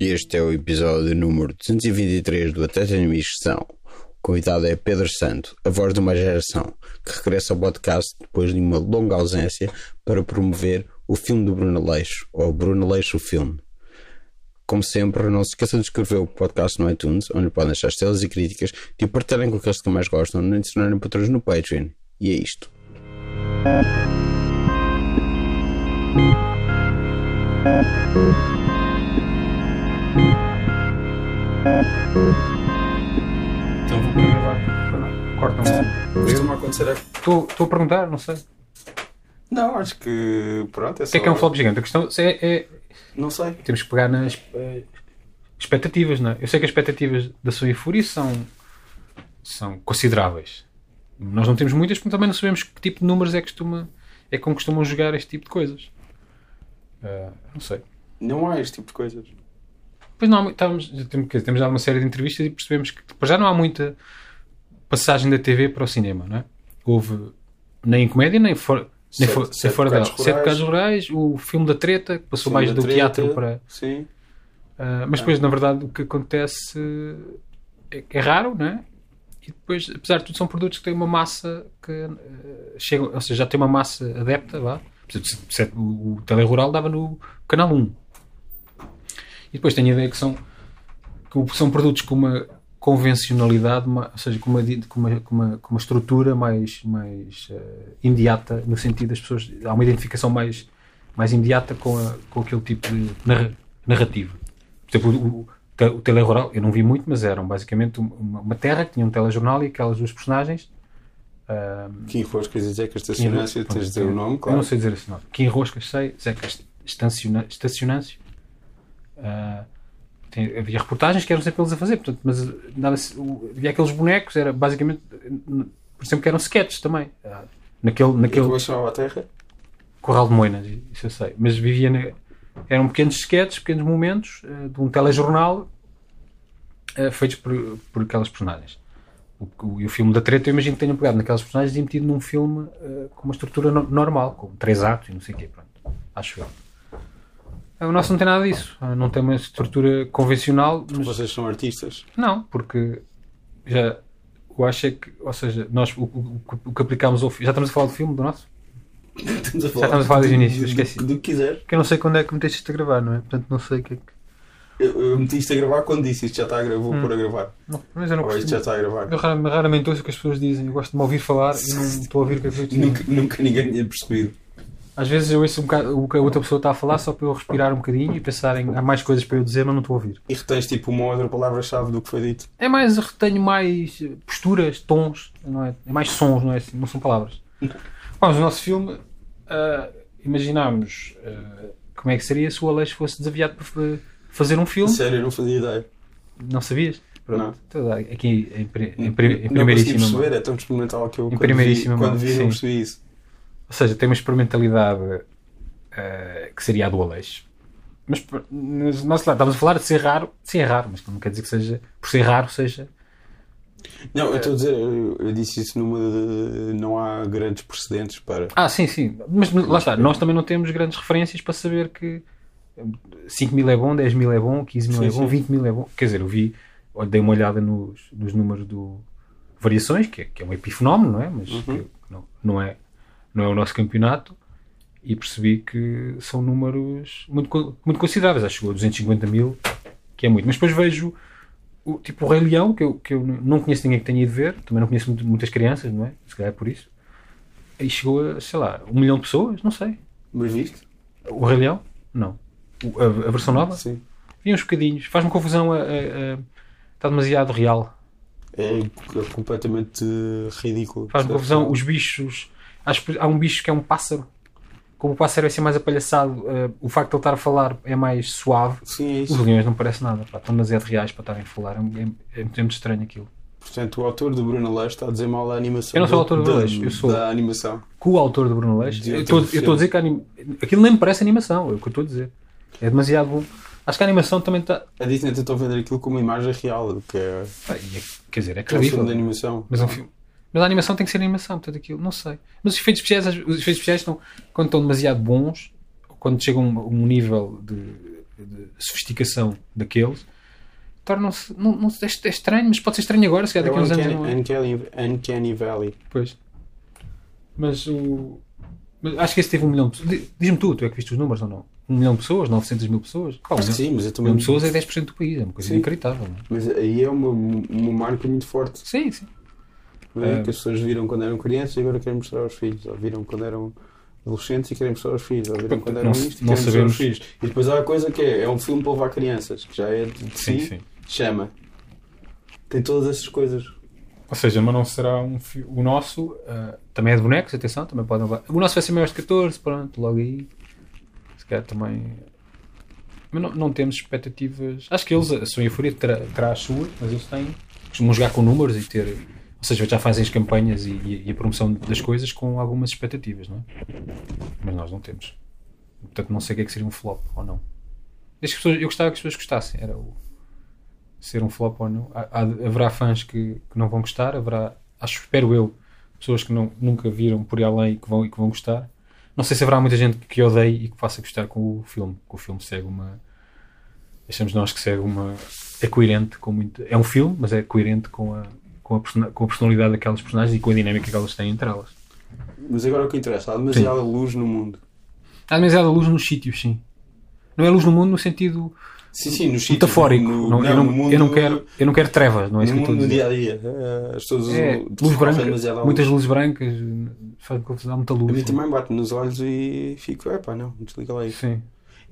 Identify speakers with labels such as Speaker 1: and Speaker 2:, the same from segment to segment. Speaker 1: Este é o episódio número 223 do Até Tenho Missão. O convidado é Pedro Santo, a voz de uma geração, que regressa ao podcast depois de uma longa ausência para promover o filme do Bruno Leixo, ou Bruno Leixo o Filme. Como sempre, não se esqueçam de escrever o podcast no iTunes, onde podem deixar estrelas e críticas, de o partilharem com aqueles que mais gostam, nem de se tornarem patrões no Patreon. E é isto.
Speaker 2: Então vou gravar. Corta um.
Speaker 3: Costuma acontecer. a-
Speaker 2: Estou estou a perguntar, não sei. O
Speaker 3: Não, acho que. Pronto, é só.
Speaker 2: que é que é um flop gigante? A questão é, é-
Speaker 3: Não sei.
Speaker 2: Temos que pegar nas expectativas, não é? Eu sei que as expectativas da sua e Fúria são, são consideráveis. Nós não temos muitas porque também não sabemos que tipo de números é, que costuma, é como costumam jogar este tipo de coisas. Ah, não sei.
Speaker 3: Não há este tipo de coisas.
Speaker 2: Pois não, há mu- estávamos, já temos, quer dizer, temos dado uma série de entrevistas e percebemos que para já não há muita passagem da TV para o cinema, não é? Houve nem em comédia, nem, for, nem
Speaker 3: Sete-
Speaker 2: fo- nem
Speaker 3: sete
Speaker 2: fora dela.
Speaker 3: bocados
Speaker 2: Sete
Speaker 3: rurais.
Speaker 2: casos rurais, o filme da treta, que passou
Speaker 3: Sim,
Speaker 2: mais
Speaker 3: da
Speaker 2: do
Speaker 3: treta,
Speaker 2: teatro para.
Speaker 3: Sim.
Speaker 2: ah, mas depois, na verdade, o que acontece eh, é, que é raro, não é? E depois, apesar de tudo, são produtos que têm uma massa que eh, chegam, ou seja, já tem uma massa adepta, vá. Por exemplo, se- se- O, o Telerural dava no Canal 1. E depois tenho a ideia que são, que o- são produtos com uma convencionalidade, uma- ou seja, com uma, di- com uma, com uma, com uma estrutura mais, mais eh, imediata, no sentido das pessoas. Há uma identificação mais, mais imediata com, a- com aquele tipo de narra- narrativa. Por exemplo, o, o, te- o telerural, eu não vi muito, mas eram basicamente uma, uma terra que tinha um telejornal e aquelas duas personagens. ah,
Speaker 3: Kim Roscas e Zeca
Speaker 2: Kim Ro-
Speaker 3: Estacionância, é tens de dizer
Speaker 2: Pronto,
Speaker 3: o nome,
Speaker 2: Eu
Speaker 3: claro.
Speaker 2: não sei dizer esse nome. Kim Roscas sei, Zeca Est- Estaciona- Estacionâncio. Ah, tem- havia reportagens que eram sempre eles a fazer, portanto, mas dava-se- o- havia aqueles bonecos, era basicamente, n- por exemplo, que eram sketches também. Ah, naquele, naquele
Speaker 3: Como é que chamava a Terra?
Speaker 2: Corral de Moinas, isso eu sei, mas vivia na, eram pequenos sketches, pequenos momentos eh, de um telejornal eh, feitos por, por aquelas personagens. O, o- e o filme da treta, eu imagino que tenham pegado naquelas personagens e metido num filme eh, com uma estrutura no- normal, com três atos e não sei o quê, pronto. Acho eu. Ah, O nosso não tem nada disso. Ah, Não tem uma estrutura convencional. mas-
Speaker 3: Vocês são artistas.
Speaker 2: não, porque já eu acho é que, ou seja, nós o, o- o que- o que aplicámos ao filme. Já estamos a falar do filme do nosso?
Speaker 3: Estamos a
Speaker 2: Já estamos a falar desde o início,
Speaker 3: do-
Speaker 2: esqueci.
Speaker 3: Do, do que quiser.
Speaker 2: Porque eu não sei quando é que meteste isto a gravar, não é? Portanto, não sei o que é que.
Speaker 3: Eu, eu meti isto a gravar quando disse isto já está a gravar, vou pôr a gravar.
Speaker 2: Não, mas eu Hum. não
Speaker 3: Ou isto
Speaker 2: costumo.
Speaker 3: já está a gravar.
Speaker 2: Eu raramente, raramente ouço o que as pessoas dizem. Eu gosto de me ouvir falar e não estou a ouvir o que as pessoas dizem.
Speaker 3: Nunca, nunca ninguém tinha percebido.
Speaker 2: Às vezes eu ouço um bocado o que a outra pessoa está a falar só para eu respirar um bocadinho e pensar em há mais coisas para eu dizer, mas não estou a ouvir.
Speaker 3: E retens tipo uma outra palavra-chave do que foi dito.
Speaker 2: É mais, retenho mais eh, posturas, tons, não é? É mais sons, não é? assim? Não são palavras. Vamos, o nosso filme, ah, imaginámos ah, como é que seria se o Aleixo fosse desafiado para fa- fazer um filme.
Speaker 3: Sério, eu não fazia ideia.
Speaker 2: Não sabias?
Speaker 3: Não.
Speaker 2: Estou a dar Aqui em, pri- em, pri- em
Speaker 3: não consegui
Speaker 2: primeiríssima mão.
Speaker 3: perceber, é tão experimental que eu quando vi,
Speaker 2: primeiríssima mão,
Speaker 3: quando vi
Speaker 2: sim.
Speaker 3: não percebi isso.
Speaker 2: Ou seja, tem uma experimentalidade eh, que seria a do Aleixo. Mas, por- mas nosso lado, estamos a falar de ser raro. Sim, é raro, mas não quer dizer que seja, por ser raro, seja.
Speaker 3: Não, eu estou
Speaker 2: É.
Speaker 3: a dizer, eu, eu disse isso numa de, não há grandes precedentes para.
Speaker 2: Ah, sim, sim. Mas lá está, nós também não temos grandes referências para saber que 5 mil é bom, 10 mil é bom, 15 mil é
Speaker 3: Sim,
Speaker 2: bom,
Speaker 3: sim.
Speaker 2: 20 mil é bom. Quer dizer, eu vi, eu dei uma olhada nos, nos números do Variações, que é, que é um epifenómeno, não é? Mas
Speaker 3: Uhum.
Speaker 2: que não, não, é, não é o nosso campeonato. E percebi que são números muito, co- muito consideráveis. Acho que chegou a 250 mil, que é muito. Mas depois vejo o, tipo o Rei Leão, que eu, que eu não conheço ninguém que tenha ido ver, também não conheço muito- muitas crianças, não é? Se calhar é por isso. E chegou a, sei lá, um milhão de pessoas, não sei.
Speaker 3: Mas viste?
Speaker 2: O Rei Leão? Não. O- a, a versão nova?
Speaker 3: Sim.
Speaker 2: Vi uns bocadinhos. Faz-me confusão, a, a- a- está demasiado real.
Speaker 3: É completamente ridículo.
Speaker 2: Faz-me
Speaker 3: Certo?
Speaker 2: confusão os bichos. Acho que há um bicho que é um pássaro. Como o pássaro é ser mais apalhaçado, eh, o facto de ele estar a falar é mais suave.
Speaker 3: Sim, é
Speaker 2: Os
Speaker 3: isso.
Speaker 2: leões não parece nada, pá, estão demasiado reais para estarem a falar. É, é, é muito estranho aquilo.
Speaker 3: Portanto, o autor do Bruno Leste está a dizer mal da animação.
Speaker 2: Eu não sou o autor do
Speaker 3: da-
Speaker 2: Leste, eu sou-
Speaker 3: Da animação.
Speaker 2: Com o autor do Bruno Leixo,
Speaker 3: De
Speaker 2: eu
Speaker 3: outro
Speaker 2: estou eu estou
Speaker 3: filme.
Speaker 2: a dizer que a anim- aquilo nem me parece animação, é o que eu estou a dizer. É demasiado Acho que a animação também tá, está.
Speaker 3: A Disney tentou vender aquilo como imagem real, que é
Speaker 2: Ah, e é- Quer dizer, é
Speaker 3: que é um filme de
Speaker 2: credível.
Speaker 3: animação.
Speaker 2: Mas é um filme. Mas a animação tem que ser animação, portanto aquilo, não sei. Mas os efeitos especiais, às- os efeitos especiais estão, quando estão demasiado bons, quando chegam a um, um nível de, de sofisticação daqueles, tornam-se. Não, não, é, é estranho, mas pode ser estranho agora, se calhar
Speaker 3: É o
Speaker 2: daqui a uns anos.
Speaker 3: Uncanny,
Speaker 2: não é.
Speaker 3: Uncanny, Uncanny Valley.
Speaker 2: Pois. Mas o. mas acho que esse teve um milhão de pessoas. Di- Diz-me tu, tu é que viste os números ou não? Um milhão de pessoas? 900 mil pessoas? Qual?
Speaker 3: Acho que
Speaker 2: um milhão-
Speaker 3: sim, mas eu
Speaker 2: um milhão
Speaker 3: também.
Speaker 2: de pessoas é 10% do país, é uma coisa
Speaker 3: Sim.
Speaker 2: inacreditável. não é?
Speaker 3: Mas aí é uma, uma marca muito forte.
Speaker 2: Sim, sim.
Speaker 3: né?
Speaker 2: É.
Speaker 3: Que as pessoas viram quando eram crianças e agora querem mostrar aos filhos. Ou viram quando eram adolescentes e querem mostrar aos filhos. Ou viram quando eram
Speaker 2: Não-
Speaker 3: isto e
Speaker 2: não
Speaker 3: querem mostrar aos
Speaker 2: sabemos.
Speaker 3: filhos. E depois há a coisa que é, é um filme para levar crianças, que já é de de si, chama. Tem todas essas coisas.
Speaker 2: Ou seja, mas não será um fi- O nosso ah, também é de bonecos, atenção, também podem levar. O nosso vai ser maior de 14, pronto, logo aí. Se calhar também. Mas não, não temos expectativas. Acho que eles, a sua euforia terá, terá a sua, mas eles têm. Costumam jogar com números e ter. Ou seja, já fazem as campanhas e, e a promoção das coisas com algumas expectativas, não é? Mas nós não temos. Portanto, não sei o que é que seria um flop ou não. Desde que as pessoas- eu gostava que as pessoas gostassem. Era o ser um flop ou não. Há- há- haverá fãs que, que não vão gostar, haverá, acho, espero eu, pessoas que não, nunca viram por aí além e que, vão, e que vão gostar. Não sei se haverá muita gente que odeie e que faça gostar com o filme, que o filme segue uma. Achamos nós que segue uma. É coerente com muito. É um filme, mas é coerente com a, com a, persona- com a personalidade daquelas personagens e com a dinâmica que elas têm entre elas.
Speaker 3: Mas agora é o que interessa, há demasiada luz no mundo.
Speaker 2: Há demasiada luz nos sítios, sim. Não é luz no mundo no sentido
Speaker 3: Sim, sim, nos sítios,
Speaker 2: metafórico.
Speaker 3: no-
Speaker 2: não, eu, não,
Speaker 3: no mundo-
Speaker 2: eu, não quero, eu não quero trevas, não é
Speaker 3: No
Speaker 2: isso que eu
Speaker 3: mundo
Speaker 2: estou a
Speaker 3: do
Speaker 2: dizer.
Speaker 3: dia a dia. Eh, As pessoas
Speaker 2: É,
Speaker 3: usam-
Speaker 2: luz branca,
Speaker 3: usam demasiada luz.
Speaker 2: muitas luzes brancas, faz confusão, muita
Speaker 3: A
Speaker 2: luz.
Speaker 3: mim também bate nos olhos e fico, epá, não, desliga lá isso.
Speaker 2: Sim.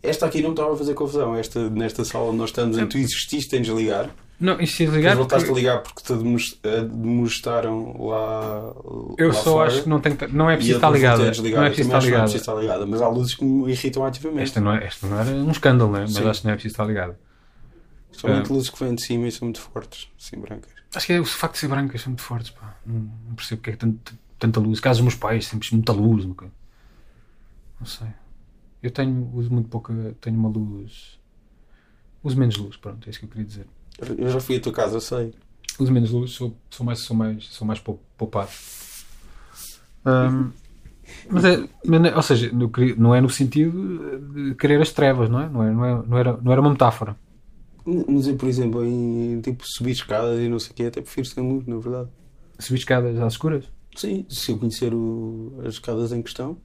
Speaker 3: Esta aqui não me estava a fazer confusão. Esta, nesta sala onde nós estamos, em que tu exististe em desligar.
Speaker 2: Não, isto se ligar.
Speaker 3: Depois voltaste a
Speaker 2: porque
Speaker 3: ligar porque te demos- eh, demonstraram lá.
Speaker 2: Eu
Speaker 3: lá
Speaker 2: só
Speaker 3: fora,
Speaker 2: acho que não, tem, que- não é
Speaker 3: e
Speaker 2: preciso
Speaker 3: eu
Speaker 2: estar
Speaker 3: depois
Speaker 2: ligada.
Speaker 3: voltei a desligar.
Speaker 2: Não é
Speaker 3: Eu
Speaker 2: preciso estar
Speaker 3: também acho que não é
Speaker 2: ligada.
Speaker 3: preciso estar ligada. Mas há luzes que me irritam ativamente.
Speaker 2: Esta não, é, esta não era um escândalo, né? mas
Speaker 3: Sim.
Speaker 2: acho que não é preciso estar ligada.
Speaker 3: Principalmente
Speaker 2: é.
Speaker 3: luzes que vêm de cima e são muito fortes, assim, brancas.
Speaker 2: Acho que é o facto de ser brancas são muito fortes, pá. Não, não percebo porque é que tanto, tanta luz. Caso os meus pais, sempre muita luz. Nunca. Não sei. Eu tenho, uso muito pouca. Tenho uma luz. Uso menos luz, pronto, é isso que eu queria dizer.
Speaker 3: Eu já fui à tua casa, eu sei.
Speaker 2: uso menos luz, sou, sou mais, sou mais, sou mais pou- poupado. mas é, mas não- ou seja, não queria- não é no sentido de querer as trevas, não é? Não, é, não, é, não, era, não era uma metáfora.
Speaker 3: Mas eu, por exemplo, em tipo subir escadas e não sei o quê, até prefiro sem luz, na verdade.
Speaker 2: Subir escadas às escuras.
Speaker 3: Sim, se eu conhecer o- as escadas em questão.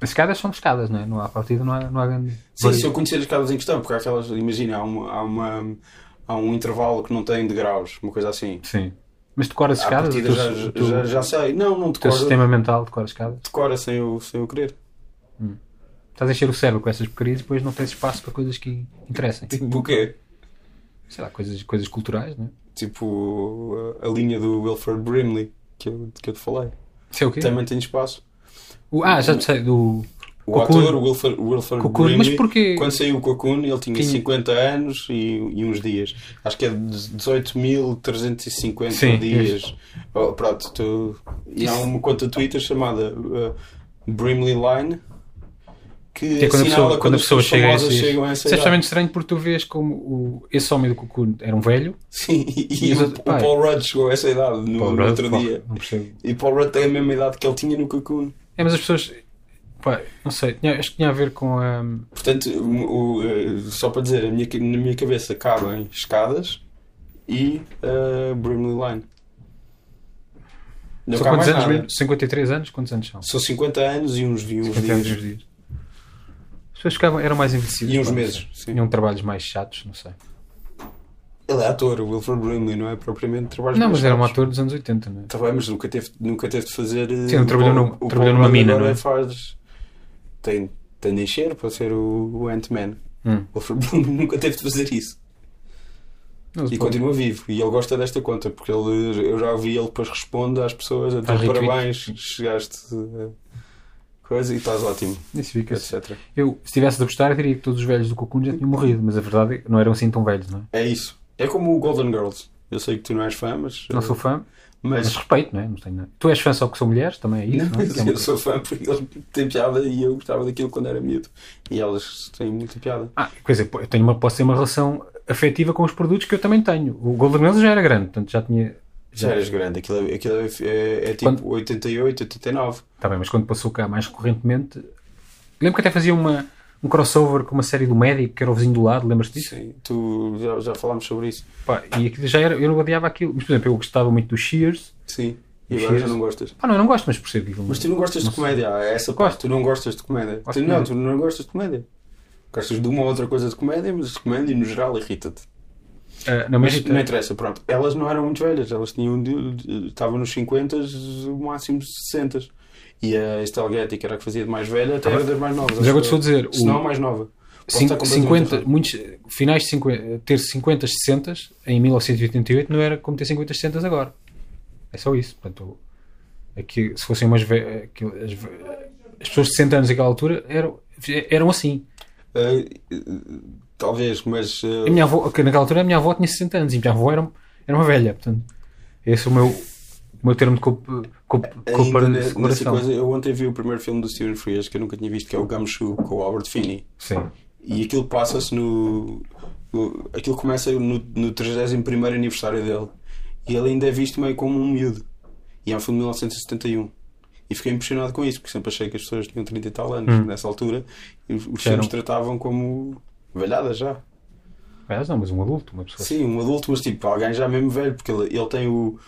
Speaker 2: As escadas são escadas, não é? Não há partida, não há, não há grande.
Speaker 3: Sim, se eu conhecer as escadas em questão, porque há aquelas, imagina, há, uma, há, uma, há um intervalo que não tem degraus, uma coisa assim.
Speaker 2: Sim. Mas decora as
Speaker 3: À
Speaker 2: escadas, o
Speaker 3: partida
Speaker 2: teu,
Speaker 3: já,
Speaker 2: o teu-
Speaker 3: já, já sei. Não, não
Speaker 2: o teu
Speaker 3: decora,
Speaker 2: sistema mental decora as escadas.
Speaker 3: decora sem eu, sem eu querer.
Speaker 2: Estás a encher o cérebro com essas porcarias e depois não tens espaço para coisas que interessem.
Speaker 3: Tipo o quê?
Speaker 2: Sei lá, coisas, coisas culturais, não é?
Speaker 3: Tipo a a linha do Wilford Brimley, que eu, que eu te falei.
Speaker 2: Isso é o quê?
Speaker 3: Também tem espaço.
Speaker 2: O- ah, já sei, do.
Speaker 3: O
Speaker 2: Cocoon.
Speaker 3: ator, o Wilford, o Wilford
Speaker 2: Cocoon,
Speaker 3: Brimley,
Speaker 2: mas porquê?
Speaker 3: quando saiu o Cocoon, ele tinha
Speaker 2: Tinha.
Speaker 3: 50 anos e, e uns dias. Acho que é 18.350
Speaker 2: Sim,
Speaker 3: dias. Oh, pronto, tu... e há uma conta Twitter chamada uh, Brimley Line que
Speaker 2: Que é quando a
Speaker 3: assinala
Speaker 2: pessoa, quando a
Speaker 3: as
Speaker 2: pessoa
Speaker 3: pessoas
Speaker 2: chega a
Speaker 3: famosas
Speaker 2: esses...
Speaker 3: chegam a
Speaker 2: Isso é
Speaker 3: essa idade.
Speaker 2: extremamente estranho porque tu vês como o... esse homem do Cocoon era um velho.
Speaker 3: Sim, e
Speaker 2: Mas
Speaker 3: o,
Speaker 2: eu-
Speaker 3: o
Speaker 2: pá,
Speaker 3: Paul Rudd chegou a essa idade no, no outro
Speaker 2: Pá,
Speaker 3: dia.
Speaker 2: Não percebo.
Speaker 3: E Paul Rudd tem a mesma idade que ele tinha no Cocoon.
Speaker 2: É, mas as pessoas... Pá, não sei. tinha- acho que tinha a ver com ah, a...
Speaker 3: Portanto, o- o, eh, só para dizer, a minha ca- na minha cabeça cabem escadas e eh, Brimley Line. Não
Speaker 2: São
Speaker 3: cabe
Speaker 2: quantos
Speaker 3: mais
Speaker 2: anos
Speaker 3: nada.
Speaker 2: mesmo? 53 anos? Quantos anos são?
Speaker 3: São 50 anos e uns, e uns
Speaker 2: 50 anos e uns
Speaker 3: dias.
Speaker 2: dias. As pessoas ficavam... Eram mais envelhecidas.
Speaker 3: E uns
Speaker 2: pá, não
Speaker 3: meses.
Speaker 2: sei.
Speaker 3: sim.
Speaker 2: Tinham trabalhos mais chatos, não sei.
Speaker 3: Ele é ator, o Wilford Brimley, não é propriamente trabalho
Speaker 2: Não, mas era um ator dos anos 80, não é?
Speaker 3: Tá bem, mas nunca teve, nunca teve de fazer. eh,
Speaker 2: Sim, ele
Speaker 3: o
Speaker 2: trabalhou
Speaker 3: Paul-
Speaker 2: num-
Speaker 3: o Paul
Speaker 2: trabalhou numa
Speaker 3: Rudd
Speaker 2: mina,
Speaker 3: agora
Speaker 2: não é?
Speaker 3: faz. Tem, tem de encher para ser o, o Ant-Man.
Speaker 2: Hum.
Speaker 3: O Wilford Brimley nunca teve de fazer isso.
Speaker 2: Não,
Speaker 3: E
Speaker 2: depois-
Speaker 3: continua vivo. E ele gosta desta conta, porque ele, eu já vi ele depois responde às pessoas a
Speaker 2: Faz
Speaker 3: dizer
Speaker 2: retweet.
Speaker 3: parabéns, chegaste eh, coisa e estás ótimo,
Speaker 2: Isso fica assim.
Speaker 3: etc.
Speaker 2: Eu, se tivesse de apostar, eu diria que todos os velhos do Cocoon já tinham morrido, mas a verdade é que não eram assim tão velhos, não é?
Speaker 3: É isso. É como o Golden Girls. Eu sei que tu não és fã, mas. eh,
Speaker 2: Não sou fã, mas
Speaker 3: Mas.
Speaker 2: respeito, não é? Não tenho nada. Tu és fã só porque são mulheres, também é isso, não é?
Speaker 3: eu sou fã porque eles têm piada e eu gostava daquilo quando era miúdo. E elas têm muita piada.
Speaker 2: Ah, quer dizer, eu tenho uma, posso ter uma relação afetiva com os produtos que eu também tenho. O Golden Mills já era grande, portanto já tinha.
Speaker 3: Já eras grande, aquilo, é- aquilo é, é- é tipo
Speaker 2: Quando-
Speaker 3: 88, 89.
Speaker 2: Está Tá bem, mas quando passou cá mais correntemente. Lembro que até fazia uma, um crossover com uma série do médico, que era o vizinho do lado, lembras-te disso?
Speaker 3: Sim, tu já, já falámos sobre isso.
Speaker 2: Pá, e aquilo já era. Eu não odiava aquilo. Mas, por exemplo, eu gostava muito do Shears.
Speaker 3: Sim. E
Speaker 2: Os
Speaker 3: agora já
Speaker 2: Cheers.
Speaker 3: não gostas.
Speaker 2: Ah, não, eu não gosto, mas percebo. aquilo.
Speaker 3: Mas tu não gostas de comédia, há essa parte. Tu não gostas de comédia.
Speaker 2: Gosto
Speaker 3: Tu,
Speaker 2: de
Speaker 3: não,
Speaker 2: comédia.
Speaker 3: tu não gostas de comédia. Gostas de uma ou outra coisa de comédia, mas comédia no geral irrita-te.
Speaker 2: Ah, não, mas,
Speaker 3: Mas não é interessa, pronto. Elas não eram muito velhas, elas tinham. de- de- Estavam nos 50, o máximo 60. E a Estelghetti, que era a que fazia de mais velha, até era das mais novas.
Speaker 2: Mas agora te vou dizer,
Speaker 3: Se não,
Speaker 2: o-
Speaker 3: a mais nova. Posso
Speaker 2: Cin-
Speaker 3: estar completamente
Speaker 2: 50,
Speaker 3: errado.
Speaker 2: muitos, finais de 50, ter 50, 60 em 1988 não era como ter 50, 60 agora. É só isso. Portanto, aqui, se fossem umas. ve- aqui- as, ve- as pessoas de 60 anos naquela altura eram, eram assim.
Speaker 3: Ah, talvez, mas. ah,
Speaker 2: A minha avó, que naquela altura a minha avó tinha 60 anos e a minha avó era, era uma velha. Portanto, esse é o meu, o meu termo de comp, comp,
Speaker 3: Ainda
Speaker 2: compara-
Speaker 3: ne- nessa
Speaker 2: comparação.
Speaker 3: coisa, eu ontem vi o primeiro filme do Steven Frears que eu nunca tinha visto, que é o Gumshoe com o Albert Finney.
Speaker 2: Sim.
Speaker 3: E aquilo passa-se no, no- Aquilo começa no, no 31 aniversário dele. E ele ainda é visto meio como um miúdo. E é um filme de 1971. E fiquei impressionado com isso, porque sempre achei que as pessoas tinham 30 e tal anos nessa altura. E os
Speaker 2: Já Hum. eram.
Speaker 3: filmes tratavam como velhada já.
Speaker 2: Mas não, mas um adulto, uma pessoa.
Speaker 3: Sim, um adulto, mas tipo, alguém já mesmo velho, porque ele, ele tem o.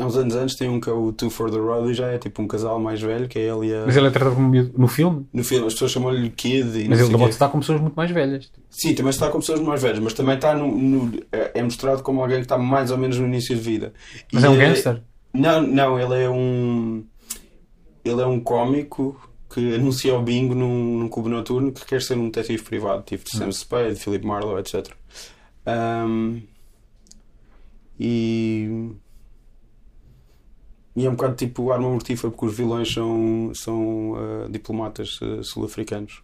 Speaker 3: Há uns anos antes tem um que é o Two for the Road e já é tipo um casal mais velho, que é ele e a.
Speaker 2: Mas ele é tratado como miúdo no filme,
Speaker 3: No filme as pessoas chamam-lhe Kid e não
Speaker 2: mas
Speaker 3: sei
Speaker 2: ele
Speaker 3: o quê.
Speaker 2: pode estar com pessoas muito mais velhas.
Speaker 3: Sim, também está com pessoas mais velhas, mas também está no, no- é é mostrado como alguém que está mais ou menos no início de vida.
Speaker 2: Mas
Speaker 3: E eh,
Speaker 2: é um gangster.
Speaker 3: Não, não, ele é um ele é um cómico que anuncia o bingo num, num clube noturno que quer ser um detetive privado, tipo de Sam Spade, Philip Marlowe, etc. Ahm, e e é um bocado tipo arma mortífera porque os vilões são, são ah, diplomatas ah, sul-africanos.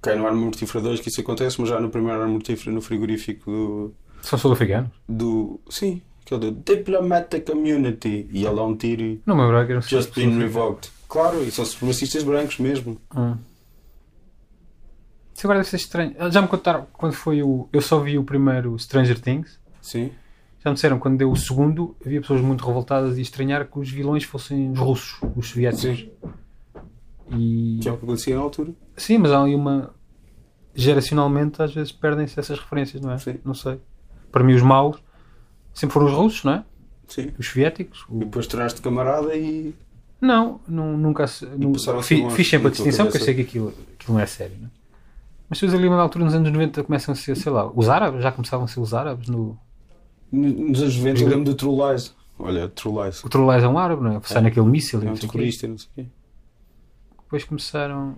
Speaker 3: Cai no arma mortífera 2 que isso acontece, mas já no primeiro arma mortífera no frigorífico do,
Speaker 2: São sul-africanos.
Speaker 3: do. Sim, aquele do Diplomatic Community. E ele dá um tiro e.
Speaker 2: Não me lembro que era
Speaker 3: Just been revoked. Claro, e são supremacistas brancos mesmo.
Speaker 2: Hum. Isso agora deve ser estranho. Ah, Já me contaram quando foi o. Eu só vi o primeiro Stranger Things.
Speaker 3: Sim.
Speaker 2: Já me disseram que quando deu o segundo, havia pessoas muito revoltadas e a estranhar que os vilões fossem os russos, os soviéticos.
Speaker 3: Sim.
Speaker 2: E...
Speaker 3: Que é o que acontecia na altura.
Speaker 2: Sim, mas há ali uma. Geracionalmente, às vezes perdem-se essas referências, não é?
Speaker 3: Sim.
Speaker 2: Não sei. Para mim, os maus sempre foram os russos, não é?
Speaker 3: Sim.
Speaker 2: Os soviéticos. o-
Speaker 3: E depois tornaste camarada e.
Speaker 2: Não, nu- nunca. se- nu-
Speaker 3: passaram a ser
Speaker 2: fi-
Speaker 3: bons
Speaker 2: Fiz sempre a
Speaker 3: na tua
Speaker 2: distinção, porque eu
Speaker 3: cabeça.
Speaker 2: sei que aquilo, aquilo não é sério. Né? Mas depois ali, na altura, nos anos 90, começam a ser, sei lá, os árabes, já começavam a ser os árabes. No...
Speaker 3: N- Nos anos 90 eu lembro do True Lies. Olha, True Lies.
Speaker 2: O Trolais é um árabe, não é? Sai naquele míssil e
Speaker 3: É
Speaker 2: não
Speaker 3: um
Speaker 2: sei o quê.
Speaker 3: terrorista, não sei o quê.
Speaker 2: Depois começaram.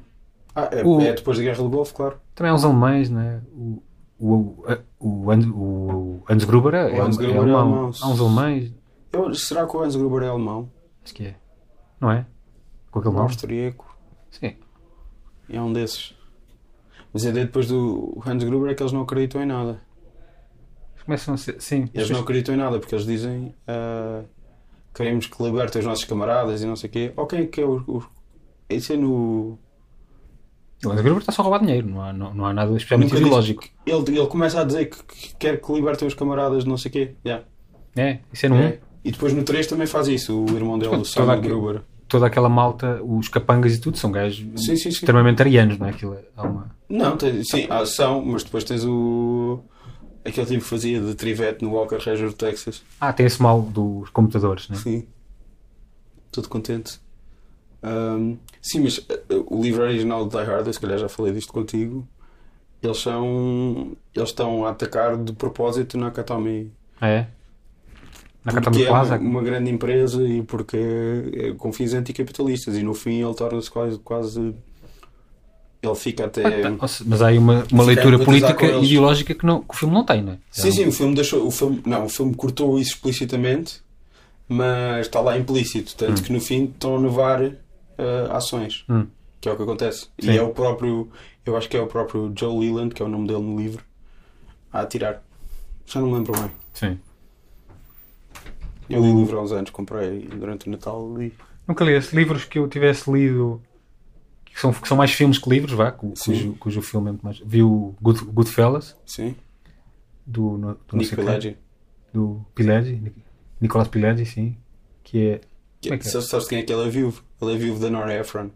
Speaker 3: Ah, é,
Speaker 2: O-
Speaker 3: é depois da Guerra do Golfo, claro.
Speaker 2: Também há os alemães, não é? O, o, a- o, Hans- o Hans Gruber é,
Speaker 3: O Hans
Speaker 2: é
Speaker 3: Gruber é
Speaker 2: alemão.
Speaker 3: alemão.
Speaker 2: Há uns alemães,
Speaker 3: Eu- será que o Hans Gruber é alemão?
Speaker 2: acho que é. Não é? Com aquele
Speaker 3: Um
Speaker 2: nome?
Speaker 3: austríaco?
Speaker 2: Sim.
Speaker 3: É um desses. Mas a ideia depois do Hans Gruber é que eles não acreditam em nada.
Speaker 2: Começam a ser. Sim.
Speaker 3: Eles não acreditam em nada porque eles dizem ah, queremos que libertem os nossos camaradas e não sei o quê. Ou quem é que é o. o isso é no.
Speaker 2: O Hans Gruber está só a roubar dinheiro, não há, não, não há nada especialmente
Speaker 3: Nunca disse-
Speaker 2: É ideológico.
Speaker 3: Ele, ele começa a dizer que, que quer que libertem os camaradas de não sei o quê. Yeah.
Speaker 2: É, isso é num.
Speaker 3: É. E depois no 3 também faz isso, o irmão dele, o
Speaker 2: Portanto, toda
Speaker 3: Simon
Speaker 2: aqui-
Speaker 3: Gruber.
Speaker 2: toda aquela malta, os capangas e tudo, são gajos
Speaker 3: Sim, sim, sim.
Speaker 2: extremamente arianos, não é? Aquilo é- há uma-
Speaker 3: Não, tem- sim, há ação, mas depois tens o. aquele tipo que fazia de trivete no Walker Ranger do Texas.
Speaker 2: Ah, tem esse mal dos computadores, não é?
Speaker 3: Sim. Todo contente. Ahm, sim, mas eh, o livro original de Die Hard, eu se calhar já falei disto contigo, eles são. Eles estão a atacar de propósito na Katami.
Speaker 2: É. Na
Speaker 3: Porque
Speaker 2: Katami
Speaker 3: é uma,
Speaker 2: Plaza.
Speaker 3: uma grande empresa e porque é com fins anticapitalistas. E no fim ele torna-se quase, quase. Ele fica até.
Speaker 2: Ah, tá,
Speaker 3: um
Speaker 2: Nossa, Mas há aí uma, uma
Speaker 3: Se
Speaker 2: leitura
Speaker 3: querem utilizar
Speaker 2: política
Speaker 3: com
Speaker 2: e
Speaker 3: eles.
Speaker 2: ideológica que, não, que o filme não tem, não é?
Speaker 3: Sim, sim, o filme deixou. O filme, não, o filme cortou isso explicitamente, mas está lá implícito. Tanto que no fim estão a nevar eh, ações,
Speaker 2: Hum.
Speaker 3: que é o que acontece.
Speaker 2: Sim.
Speaker 3: E é o próprio. Eu acho que é o próprio Joe Leland, que é o nome dele no livro, a atirar. Já não me lembro bem.
Speaker 2: Sim.
Speaker 3: Eu li o livro há uns anos, comprei durante o Natal li.
Speaker 2: Nunca li esse. Livros que eu tivesse lido que são, que são mais filmes que livros, vá, cu-
Speaker 3: Sim.
Speaker 2: cujo, cujo filme é muito mais. Vi o Good, Goodfellas,
Speaker 3: Sim.
Speaker 2: do, no, do não
Speaker 3: Nick
Speaker 2: sei quem,
Speaker 3: Pileggi.
Speaker 2: do Pileggi, Nic- Nicolas Pileggi, sim. Que é. Como é que é?
Speaker 3: Sabes sabes quem é que ele é viúvo? Ele é viúvo da Nora Ephron.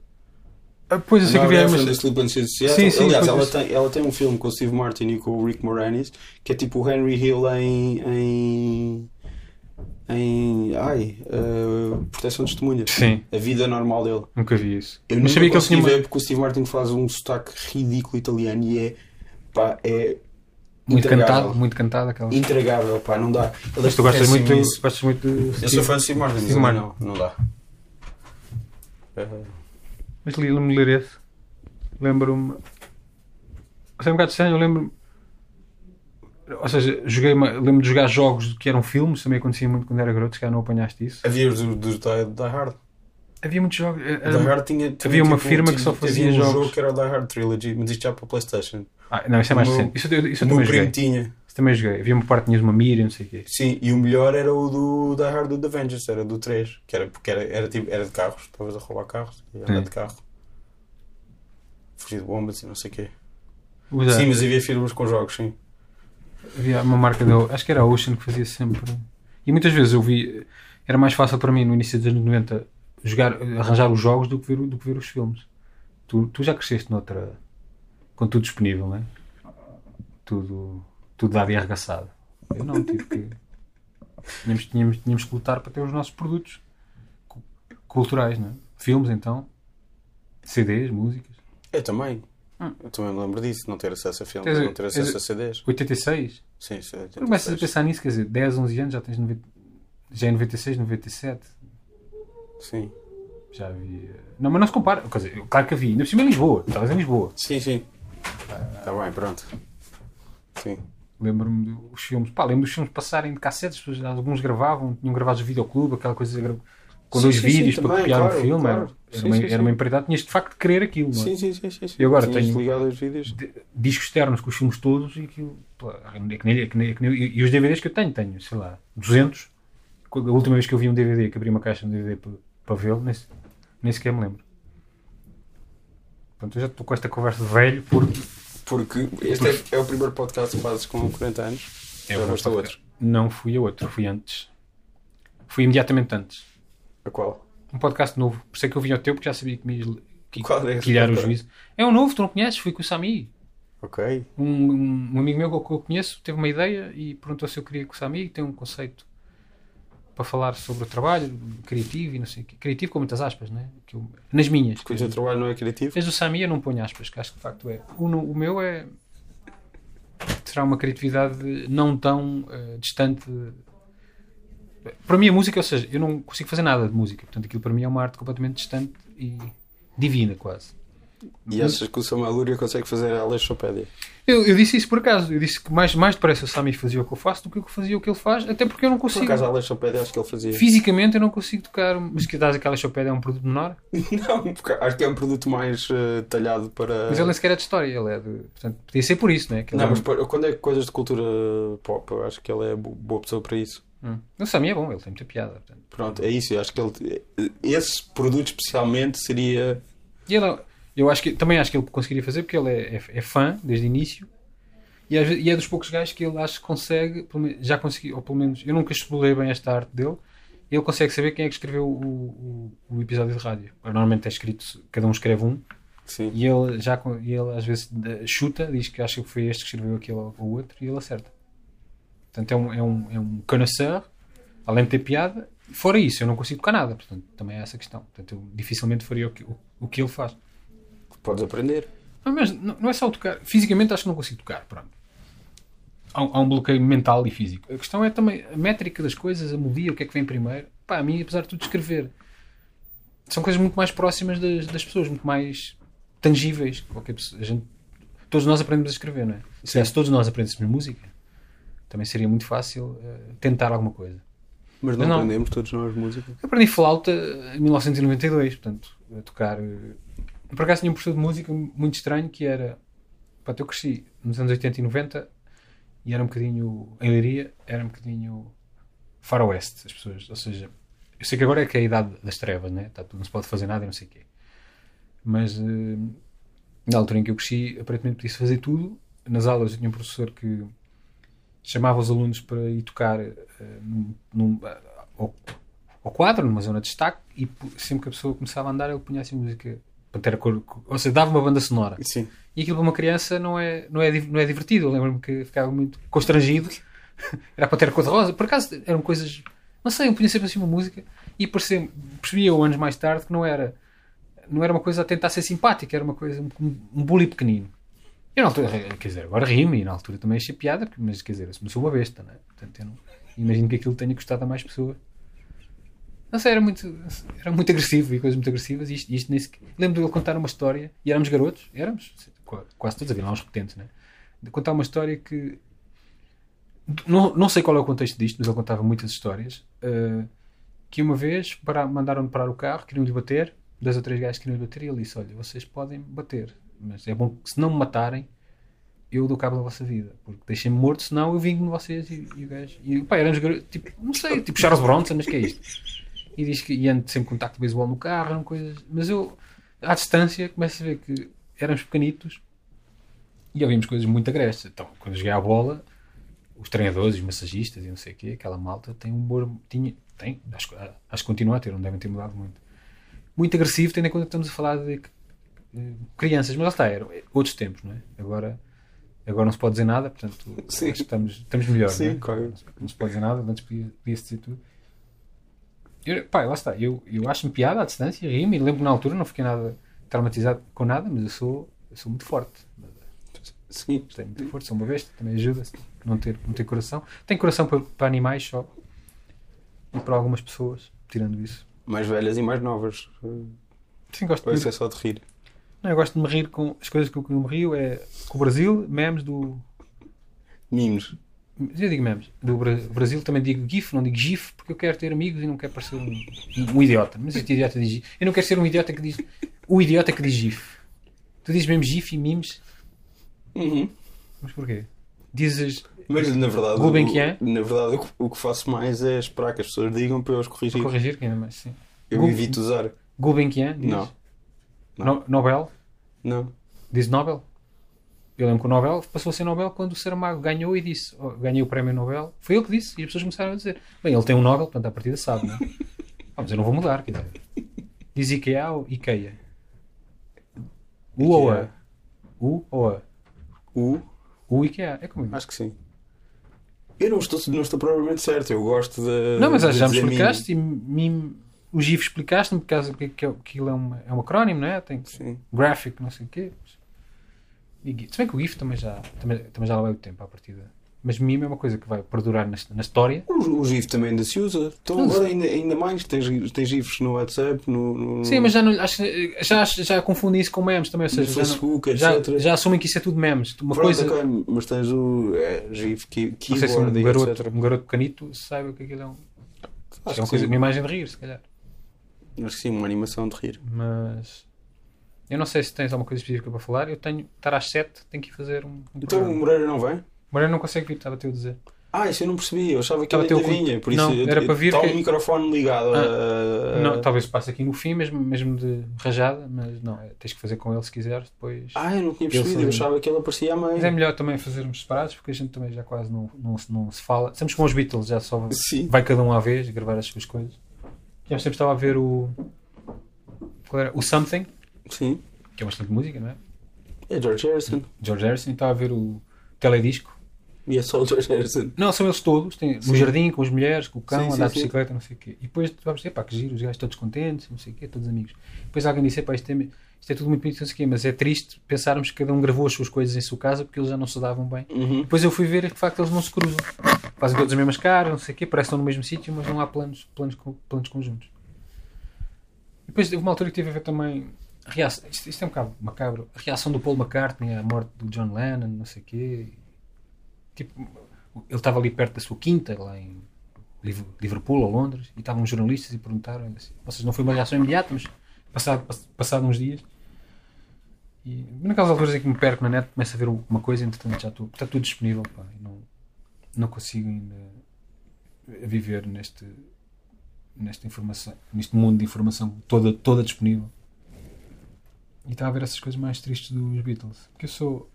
Speaker 2: Ah, Pois eu sei que
Speaker 3: Nora
Speaker 2: havia,
Speaker 3: Ephron da
Speaker 2: mas.
Speaker 3: Sleepless in Seattle.
Speaker 2: Sim, sim,
Speaker 3: Aliás,
Speaker 2: foi
Speaker 3: ela
Speaker 2: isso.
Speaker 3: tem, ela tem um filme com o Steve Martin e com o Rick Moranis que é tipo o Henry Hill em. em. em. ai. eh, proteção de testemunhas.
Speaker 2: Sim,
Speaker 3: A vida normal dele.
Speaker 2: nunca vi isso.
Speaker 3: Eu
Speaker 2: mas
Speaker 3: nunca
Speaker 2: sabia que ele
Speaker 3: consegui
Speaker 2: tinha. uma-
Speaker 3: ver porque o Steve Martin faz um sotaque ridículo italiano e é. pá, é.
Speaker 2: Muito
Speaker 3: intragável.
Speaker 2: cantado, muito cantado aquela.
Speaker 3: Intragável, pá, não dá. Ele é
Speaker 2: Mas tu gostas
Speaker 3: péssimo
Speaker 2: muito,
Speaker 3: nisso.
Speaker 2: gostas muito do
Speaker 3: assim Eu
Speaker 2: Steve.
Speaker 3: sou fã de Steve Martin, mas
Speaker 2: Steve Martin.
Speaker 3: não, não dá. Eh,
Speaker 2: Mas li- lembro-me de ler esse. Lembro-me. Isso é um bocado estranho, eu lembro-me. Ou seja, joguei uma- lembro de jogar jogos que eram filmes, também acontecia muito quando era garoto, se calhar não apanhaste isso.
Speaker 3: Havia os do, do Die, Die Hard.
Speaker 2: Havia muitos jogos. eh,
Speaker 3: Die
Speaker 2: eh,
Speaker 3: Hard tinha, tinha
Speaker 2: havia uma firma que só
Speaker 3: tinha-
Speaker 2: fazia
Speaker 3: tinha um
Speaker 2: jogos.
Speaker 3: jogo que era o Die Hard Trilogy, mas isto já é para PlayStation.
Speaker 2: Ah, não, isso é mais
Speaker 3: o meu-
Speaker 2: recente. Isso, eu- isso
Speaker 3: o
Speaker 2: eu
Speaker 3: meu
Speaker 2: também
Speaker 3: primo
Speaker 2: joguei.
Speaker 3: tinha.
Speaker 2: Isso também joguei. Havia uma parte, tinhas uma mira e não sei o quê.
Speaker 3: Sim, e o melhor era o do Die Hard do Avengers, era do 3, que era porque era, era, tipo, era de carros, estavas a roubar carros e andar
Speaker 2: Sim.
Speaker 3: de carro. Fugir de bombas e não sei o quê.
Speaker 2: Usa-
Speaker 3: Sim, mas havia firmas com jogos, sim.
Speaker 2: Havia uma marca da. Acho que era a Ocean que fazia sempre. E muitas vezes eu vi. Era mais fácil para mim no início dos anos 90 jogar, arranjar os jogos do que ver, o- do que ver os filmes. Tu, tu já cresceste noutra. com tudo disponível, não é? Tudo, tudo dado e arregaçado. Eu não, tive que. Tínhamos, tínhamos, tínhamos que lutar para ter os nossos produtos cu- culturais, não é? Filmes, então. CDs, músicas.
Speaker 3: Eu também.
Speaker 2: Hum.
Speaker 3: Eu também me lembro disso, não ter acesso a filmes,
Speaker 2: Tens-
Speaker 3: não ter
Speaker 2: tens-
Speaker 3: acesso a CDs.
Speaker 2: 86?
Speaker 3: Sim, sim.
Speaker 2: Tu começas a pensar nisso, quer dizer, 10, 11 anos já tens 90, já é 96, 97.
Speaker 3: Sim,
Speaker 2: Já vi. eh, Não, mas não se compara. Quer dizer, eu- claro que havia. Ainda por cima em Lisboa. Estavas em Lisboa.
Speaker 3: sim. sim. Está bem, pronto. Sim.
Speaker 2: Lembro-me dos filmes. Pá, lembro dos filmes passarem de cassetes. pessoas- Alguns gravavam, tinham gravado o videoclube, aquela coisa de gra- com
Speaker 3: Sim,
Speaker 2: dois
Speaker 3: sim,
Speaker 2: vídeos
Speaker 3: sim,
Speaker 2: para
Speaker 3: também,
Speaker 2: copiar
Speaker 3: claro,
Speaker 2: um filme.
Speaker 3: claro.
Speaker 2: Era, era
Speaker 3: Sim,
Speaker 2: uma,
Speaker 3: sim,
Speaker 2: era
Speaker 3: sim.
Speaker 2: uma empreitada. Tinhas de facto de querer aquilo. não é?
Speaker 3: Sim, sim, sim, sim, sim.
Speaker 2: E agora
Speaker 3: Tinhas
Speaker 2: tenho-
Speaker 3: ligado os vídeos.
Speaker 2: De- Discos externos com os filmes todos e aquilo. pá, é que nem- é que nem- é que nem- e e os DVDs que eu tenho, tenho, sei lá, 200. Co- A última vez que eu vi um DVD, que abri uma caixa de DVD para, para vê-lo, nem, se- nem sequer me lembro. Portanto, eu já estou com esta conversa de velho porque.
Speaker 3: Porque este é, é o primeiro podcast que fazes com 40 anos.
Speaker 2: É
Speaker 3: Já foste É um a outro.
Speaker 2: Não fui a outro, fui antes. Fui imediatamente antes.
Speaker 3: A qual?
Speaker 2: Um podcast novo. Por isso é que eu vim ao teu, porque já sabia que me ia que-
Speaker 3: Qual é esse
Speaker 2: quilhar o
Speaker 3: podcast?
Speaker 2: juízo. É um novo, tu não conheces? Fui com o Sami.
Speaker 3: Ok.
Speaker 2: um, um- um amigo meu que eu conheço teve uma ideia e perguntou se eu queria que o Sami tem um conceito para falar sobre o trabalho criativo e não sei o quê. Criativo com muitas aspas, né? Que eu- nas minhas.
Speaker 3: Porque o teu trabalho não é criativo.
Speaker 2: Mas o Sami eu não ponho aspas, que acho que de facto é. O, no- o meu é. Será uma criatividade não tão eh, distante. Para mim, a música, ou seja, eu não consigo fazer nada de música, portanto, aquilo para mim é uma arte completamente distante e divina, quase. Uhum.
Speaker 3: E achas que o Samuel Lúria consegue fazer a Alexopédia?
Speaker 2: Eu, eu disse isso por acaso. Eu disse que mais, mais depressa o Sami fazia o que eu faço do que eu fazia o que ele faz, até porque eu não
Speaker 3: Por
Speaker 2: consigo.
Speaker 3: acaso um- a Alexopédia acho que ele fazia.
Speaker 2: Fisicamente eu não consigo tocar. um- Mas que dás aquela chopédia é um produto menor.
Speaker 3: Não, porque acho que é um produto mais eh, talhado para.
Speaker 2: Mas ele nem sequer é de história, ele é de. Portanto, podia ser por isso, né? Que ele é
Speaker 3: Não,
Speaker 2: um-
Speaker 3: mas para- quando é coisas de cultura pop, eu acho que ele é bo- boa pessoa para isso.
Speaker 2: Hum. O Sami é bom, ele tem muita piada. portanto.
Speaker 3: Pronto, é isso. Eu acho que ele. eh, Esse produto especialmente seria.
Speaker 2: E ele, é- eu acho que, também acho que ele conseguiria fazer porque ele é, é, é fã desde o início e, às ve- e é dos poucos gajos que ele acho que consegue, pelo me- já consegui, ou pelo menos eu nunca explorei bem esta arte dele. e Ele consegue saber quem é que escreveu o, o, o episódio de rádio. Normalmente é escrito, cada um escreve um,
Speaker 3: Sim.
Speaker 2: e ele, já, con- e ele às vezes da- chuta, diz que acha que foi este que escreveu aquele ou o outro, e ele acerta. Portanto, é um, é um, é um connoisseur, além de ter piada. Fora isso, eu não consigo tocar nada, portanto, também é essa questão. Portanto, eu dificilmente faria o que, o, o que ele faz.
Speaker 3: Podes aprender.
Speaker 2: Ah, Mas não, não é só tocar. Fisicamente acho que não consigo tocar, pronto. Há, um- há um bloqueio mental e físico. A questão é também a métrica das coisas, a melodia, o que é que vem primeiro. Pá, a mim, apesar de tudo escrever, são coisas muito mais próximas das, das pessoas, muito mais tangíveis. Qualquer pessoa, a gente, todos nós aprendemos a escrever, não é? Se calhar, Se todos nós aprendêssemos música, também seria muito fácil eh, tentar alguma coisa.
Speaker 3: Mas não,
Speaker 2: Não.
Speaker 3: aprendemos todos nós música.
Speaker 2: Eu aprendi flauta em 1992, portanto, a tocar. eh, Por acaso tinha um professor de música muito estranho que era. Pá, eu cresci nos anos 80 e 90 e era um bocadinho. Em Leiria, era um bocadinho faroeste, as pessoas. Ou seja, eu sei que agora é que é a idade das trevas, né? Tá, tudo, não se pode fazer nada e não sei o quê. Mas eh, na altura em que eu cresci, aparentemente podia-se fazer tudo. Nas aulas eu tinha um professor que chamava os alunos para ir tocar eh, num, num- eh, ao, ao quadro, numa zona de destaque, e pu- sempre que a pessoa começava a andar, ele punha assim música. Pantera Cor, ou seja, dava uma banda sonora.
Speaker 3: Sim.
Speaker 2: E aquilo para uma criança não é, não é, div- não é divertido. Eu lembro-me que ficava muito constrangido. Era para ter cor-de-rosa. Por acaso eram coisas. Não sei, eu punha sempre assim uma música e percebia, percebia eu anos mais tarde que não era, não era uma coisa a tentar ser simpática, era uma coisa, um, um bully pequenino. Eu na altura, quer dizer, agora rimo e na altura também achei piada, porque- mas quer dizer, eu sou uma besta, não é? Portanto, eu não, imagino que aquilo tenha custado a mais pessoas. Não sei, era muito, era muito agressivo e coisas muito agressivas. E isto, isto nem sequer- Lembro de ele contar uma história, e éramos garotos, éramos qua- quase todos, havia lá uns repetentes, né? De contar uma história que. Não, não sei qual é o contexto disto, mas ele contava muitas histórias. eh, que uma vez para, mandaram parar o carro, queriam-lhe bater, dois ou três gajos queriam-lhe bater, e ele disse: Olha, vocês podem bater, mas é bom que se não me matarem, eu dou cabo da vossa vida, porque deixem-me morto, senão eu vingo de vocês e, e o gajo. E pá, éramos garotos, tipo, não sei, tipo Charles Bronson, mas que é isto? e diz que e ando sempre com tacto de beisebol no carro, eram coisas. Mas eu, à distância, começo a ver que éramos pequenitos e ouvimos coisas muito agressas. Então, quando eu joguei à bola, os treinadores, os massagistas e não sei o quê, aquela malta tem um humor. Tinha, tem, acho, que- acho que continua a ter, não devem ter mudado muito. Muito agressivo, tendo em conta que estamos a falar de eh, crianças, mas lá está, eram outros tempos, não é? Agora. Agora não se pode dizer nada, portanto, acho
Speaker 3: Sim.
Speaker 2: que estamos, estamos melhor.
Speaker 3: Sim,
Speaker 2: não é?
Speaker 3: claro.
Speaker 2: Não se pode dizer nada, antes podia- podia-se dizer tudo. Eu, pá, lá está. Eu, eu acho-me piada à distância, ri-me. e Lembro que na altura não fiquei nada traumatizado com nada, mas eu sou, eu sou muito forte.
Speaker 3: Sim.
Speaker 2: Tenho muito forte, sou uma besta, também ajuda não ter, não ter coração. Tenho coração para, para animais só e para algumas pessoas, tirando isso.
Speaker 3: Mais velhas e mais novas.
Speaker 2: Sim, gosto
Speaker 3: Ou
Speaker 2: muito.
Speaker 3: isso é só de rir?
Speaker 2: Não, eu gosto de me rir com as coisas que eu que eu me rio é com o Brasil, memes do.
Speaker 3: Mimos.
Speaker 2: Eu digo memes. Do Bra- Brasil também digo GIF, não digo GIF, porque eu quero ter amigos e não quero parecer um, um idiota. Mas este idiota diz GIF. Eu não quero ser um idiota que diz. O idiota que diz GIF. Tu dizes mesmo GIF e memes,
Speaker 3: Uhum.
Speaker 2: mas porquê? Dizes.
Speaker 3: Mas na verdade,
Speaker 2: Gulbenkian?
Speaker 3: o, na verdade o, que- o que faço mais é esperar que as pessoas digam para eu os corrigir.
Speaker 2: Corrigir, que ainda mais, sim.
Speaker 3: Eu
Speaker 2: Gul-
Speaker 3: evito usar.
Speaker 2: Gulbenkian, dizes.
Speaker 3: Não.
Speaker 2: No- Nobel,
Speaker 3: Não.
Speaker 2: diz Nobel. Eu lembro que o Nobel passou a ser Nobel quando o Saramago ganhou e disse, oh, ganhei o prémio Nobel. Foi ele que disse, e as pessoas começaram a dizer: Bem, ele tem um Nobel, portanto, a partida sabe, não é? Ah, mas eu não vou mudar, quer dizer. Diz IKEA ou IKEA? U ou A? U ou A?
Speaker 3: O.
Speaker 2: U IKEA, é como eu.
Speaker 3: Acho que sim. Eu não estou, não estou provavelmente certo. Eu gosto de.
Speaker 2: Não, mas
Speaker 3: de
Speaker 2: já me
Speaker 3: dizer mimo.
Speaker 2: explicaste e mim, o GIF explicaste-me, por causa que, que, que aquilo é, uma, é um acrónimo, não é? Tem
Speaker 3: Sim.
Speaker 2: graphic, não sei o quê. E, GIF- se bem que o GIF também já, também, também já leva o tempo à partida. Mas mime é uma coisa que vai perdurar na, na história.
Speaker 3: O, o GIF também ainda se usa. Então agora ainda, ainda mais. Tens, tens GIFs no WhatsApp, no, no-
Speaker 2: Sim, mas já, não, acho, já, já confundem isso com memes também. Ou seja,
Speaker 3: No
Speaker 2: já não-
Speaker 3: Facebook,
Speaker 2: já,
Speaker 3: etc.
Speaker 2: já assumem que isso é tudo memes. Uma
Speaker 3: Pronto,
Speaker 2: coisa.
Speaker 3: ok, mas tens o é, GIF, key,
Speaker 2: Não sei se um
Speaker 3: keyboard, e
Speaker 2: garoto,
Speaker 3: etc.
Speaker 2: um garoto pequenito saiba que aquilo é, um,
Speaker 3: Acho
Speaker 2: é uma,
Speaker 3: que
Speaker 2: coisa,
Speaker 3: sim.
Speaker 2: uma imagem de rir, se calhar.
Speaker 3: Acho que sim, uma animação de rir.
Speaker 2: Mas eu não sei se tens alguma coisa específica para falar. Eu tenho estar às 7, tenho que ir fazer um. um
Speaker 3: Então o
Speaker 2: programa.
Speaker 3: Moreira não vem?
Speaker 2: Mas eu não consigo vir, estava a te a dizer.
Speaker 3: Ah, isso eu não percebi. Eu achava que
Speaker 2: Estava
Speaker 3: ele ainda
Speaker 2: teu cu-
Speaker 3: vinha. Por isso
Speaker 2: Não,
Speaker 3: eu-
Speaker 2: era
Speaker 3: eu-
Speaker 2: para vir
Speaker 3: Está
Speaker 2: que- Ah,
Speaker 3: o microfone ligado. a-
Speaker 2: Não, tá- talvez passe aqui no fim, mesmo, mesmo de rajada, mas não, é, tens que fazer com ele se quiseres. Depois.
Speaker 3: Ah, eu não tinha
Speaker 2: Ele
Speaker 3: percebido.
Speaker 2: sozinho.
Speaker 3: Eu achava que ele aparecia à
Speaker 2: Mas é
Speaker 3: meio.
Speaker 2: melhor também fazermos separados, porque a gente também já quase não, não, se- não se fala. Estamos com os Beatles, já só
Speaker 3: Sim.
Speaker 2: vai cada um à vez gravar as suas coisas. Já sempre estava a ver o. Qual era? O Something,
Speaker 3: Sim.
Speaker 2: que é uma excelente música, não é?
Speaker 3: É George Harrison.
Speaker 2: George Harrison, e estava a ver o teledisco.
Speaker 3: E é só o George Harrison.
Speaker 2: Não, são eles todos. Tem, no jardim, com as mulheres, com o cão,
Speaker 3: Sim, sim,
Speaker 2: andar de
Speaker 3: sim.
Speaker 2: bicicleta, não sei o quê. E depois tu vamos dizer, pá, que giro, os gajos todos contentes, não sei o quê, todos amigos. Depois alguém disse, pá, isto é, isto é tudo muito bonito, não sei o quê, mas é triste pensarmos que cada um gravou as suas coisas em sua casa porque eles já não se davam bem.
Speaker 3: Uhum.
Speaker 2: Depois eu fui ver e de facto eles não se cruzam. Fazem todas as mesmas caras, não sei o quê, parecem que estão no mesmo sítio, mas não há planos, planos, co- planos conjuntos. E Depois houve uma altura que estive a ver também. a reação- Isto, isto é um bocado macabro. A reação do Paul McCartney à morte do John Lennon, não sei o quê. Tipo, ele estava ali perto da sua quinta, lá em Liv- Liverpool ou Londres, e estavam os jornalistas e perguntaram assim, vocês não foi uma reação imediata, mas passado, pass- passado uns dias. E naquelas alturas em que me perco na net, começo a tá ver uma coisa, entretanto já estou, está tudo disponível, pá, e não, não consigo ainda a viver neste, nesta informação, neste mundo de informação toda, toda disponível. E está a ver essas coisas mais tristes dos Beatles. Porque eu sou.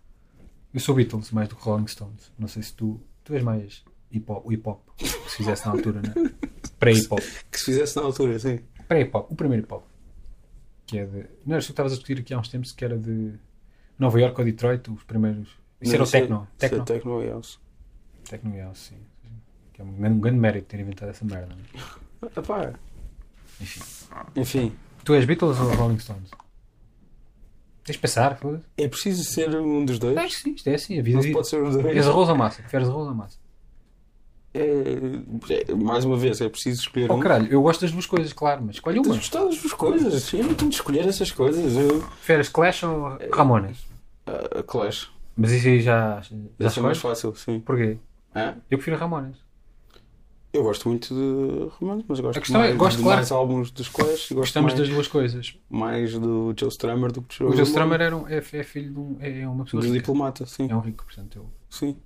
Speaker 2: Eu sou Beatles mais do que Rolling Stones. Não sei se tu. Tu és mais hip hop, o hip hop que se fizesse na altura, né? Pré-hip hop.
Speaker 3: Que se fizesse na altura, sim.
Speaker 2: Pré-hip hop, o primeiro hip hop. Que é de. Não era isso que estavas a discutir aqui há uns tempos que era de Nova York ou Detroit, os primeiros. Isso
Speaker 3: Não,
Speaker 2: era o Tecno.
Speaker 3: é- Isso é
Speaker 2: Tecno.
Speaker 3: Tecno House.
Speaker 2: Tecno House, sim. Que é um grande, um grande mérito ter inventado essa merda. né?
Speaker 3: Epá,
Speaker 2: Enfim.
Speaker 3: Enfim,
Speaker 2: Tu és Beatles ou Rolling Stones? Tens de pensar, foda-se.
Speaker 3: é preciso ser um dos dois.
Speaker 2: Acho que sim, isto é assim, a vida.
Speaker 3: Não se pode ser os dois.
Speaker 2: És arroz ou massa? Preferes arroz ou massa?
Speaker 3: É, é, mais uma vez, é preciso escolher
Speaker 2: Oh
Speaker 3: um.
Speaker 2: caralho, eu gosto das duas coisas, claro, mas escolhe
Speaker 3: Tens
Speaker 2: uma.
Speaker 3: gostado das duas coisas. Eu não tenho de escolher essas coisas. Eu...
Speaker 2: Preferes Clash ou
Speaker 3: É.
Speaker 2: Ramones?
Speaker 3: Ah, Clash.
Speaker 2: Mas isso aí já, já
Speaker 3: Esse é mais
Speaker 2: escolhes?
Speaker 3: fácil, sim.
Speaker 2: Porquê?
Speaker 3: Hã?
Speaker 2: Eu prefiro Ramones.
Speaker 3: Eu gosto muito de Romano, mas gosto,
Speaker 2: A questão é,
Speaker 3: mais,
Speaker 2: gosto,
Speaker 3: de
Speaker 2: claro.
Speaker 3: mais álbuns dos Clash e gosto
Speaker 2: Gostamos
Speaker 3: mais,
Speaker 2: das duas coisas.
Speaker 3: mais do Joe Strummer do que do
Speaker 2: O Joe Strummer era um, é, é filho de um, é é uma pessoa
Speaker 3: do
Speaker 2: rica.
Speaker 3: Diplomata, sim.
Speaker 2: É um rico, portanto eu
Speaker 3: sim.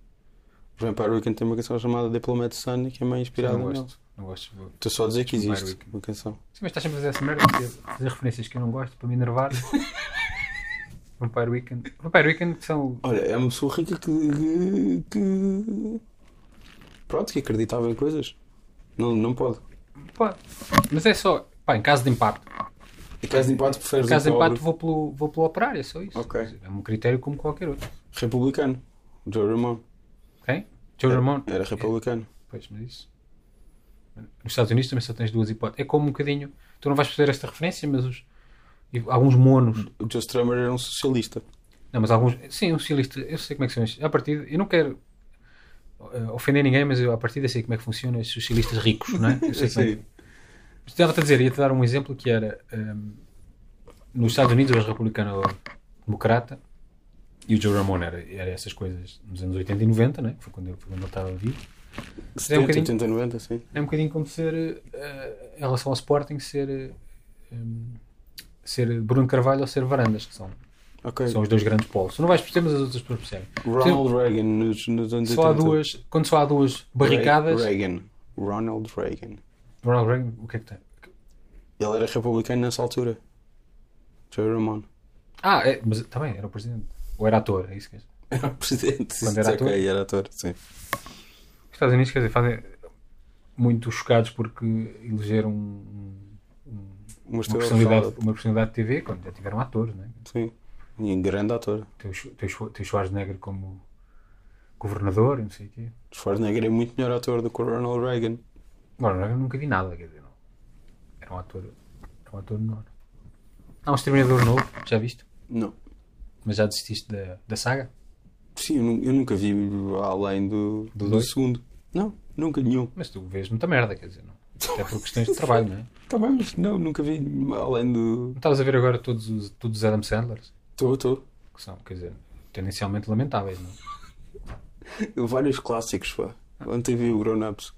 Speaker 3: O Vampire Weekend tem uma canção chamada Diplomat Sunny que é meio inspirada
Speaker 2: não
Speaker 3: nele.
Speaker 2: gosto. Não gosto. vou-
Speaker 3: Estou só a dizer que
Speaker 2: Vampire
Speaker 3: existe
Speaker 2: Weekend.
Speaker 3: uma canção.
Speaker 2: Sim, mas estás sempre a fazer essa merda, porque fazer referências que eu não gosto para me enervar. Vampire Weekend. Vampire Weekend são.
Speaker 3: Olha, é uma pessoa rica que. que- que- Pronto, que acreditava em coisas. Não, não pode.
Speaker 2: Pá, mas é só. Pá, em caso de empate.
Speaker 3: Em caso de empate, preferes
Speaker 2: Em caso
Speaker 3: ir
Speaker 2: de
Speaker 3: para o
Speaker 2: empate vou pelo, vou pelo operário, é só isso.
Speaker 3: Ok.
Speaker 2: É um critério como qualquer outro.
Speaker 3: Republicano. Joe Ramon.
Speaker 2: Quem? Joe Ramon.
Speaker 3: Era republicano.
Speaker 2: Pois, mas isso. Nos Estados Unidos também só tens duas hipóteses. É como um bocadinho. Tu não vais fazer esta referência, mas os. e Alguns monos.
Speaker 3: O Joe Strummer era um socialista.
Speaker 2: Não, mas alguns. Sim, um socialista. Eu sei como é que são estes. A partir. Eu não quero eh, ofender ninguém, mas eu a partir sei como é que funcionam estes socialistas ricos, não é? Eu sei como é que- Mas Estava-te a dizer, ia-te dar um exemplo que era ehm, nos Estados Unidos, eu era republicano ou democrata e o Joe Ramon era, era essas coisas nos anos 80 e 90, né? foi, quando eu, foi quando ele estava vivo. É um
Speaker 3: 70,
Speaker 2: bocadinho-
Speaker 3: 80, 90, sim.
Speaker 2: É um bocadinho como ser, eh, em relação ao Sporting, ser, eh, ehm, ser Bruno Carvalho ou ser Varandas, que são,
Speaker 3: Ok.
Speaker 2: são os dois grandes polos. Tu não vais perceber, mas as outras pessoas percebem.
Speaker 3: Ronald Reagan nos, nos anos
Speaker 2: Só há
Speaker 3: 80.
Speaker 2: duas, quando só há duas barricadas,
Speaker 3: Re- Reagan. Ronald Reagan.
Speaker 2: Ronald Reagan, o que é que tem?
Speaker 3: Ele era republicano nessa altura. Joe Ramon.
Speaker 2: Ah, é, mas também era o presidente. Ou era ator, é isso que é.
Speaker 3: Era presidente.
Speaker 2: Quando era
Speaker 3: Ok,
Speaker 2: ator?
Speaker 3: era ator, sim.
Speaker 2: Os Estados Unidos, quer dizer, fazem muito chocados porque elegeram um- um-
Speaker 3: Uma
Speaker 2: uma,
Speaker 3: estrela
Speaker 2: personalidade,
Speaker 3: falada,
Speaker 2: uma personalidade de TV quando já tiveram atores, né?
Speaker 3: Sim. E um grande ator.
Speaker 2: Tem o Schwa- tem o Schwa- tem o Schwarzenegger como governador, e não sei o quê.
Speaker 3: Schwarzenegger é muito melhor ator do que o Ronald Reagan.
Speaker 2: Agora, eu nunca vi nada, quer dizer, não. Era um ator, era um ator menor. Há um exterminador novo, já viste?
Speaker 3: Não.
Speaker 2: Mas já desististe da, da saga?
Speaker 3: Sim, eu, nu- eu nunca vi além do,
Speaker 2: Do
Speaker 3: do
Speaker 2: dois?
Speaker 3: segundo. Não, nunca nenhum.
Speaker 2: Mas tu vês muita merda, quer dizer, não. Até por questões de trabalho, não é?
Speaker 3: Tá bem, mas não, nunca vi além do.
Speaker 2: Não estavas a ver agora todos os, todos os Adam Sandlers?
Speaker 3: Estou, estou.
Speaker 2: Que são, quer dizer, tendencialmente lamentáveis, não é?
Speaker 3: Vários clássicos, pá. Ontem vi o Grown Ups.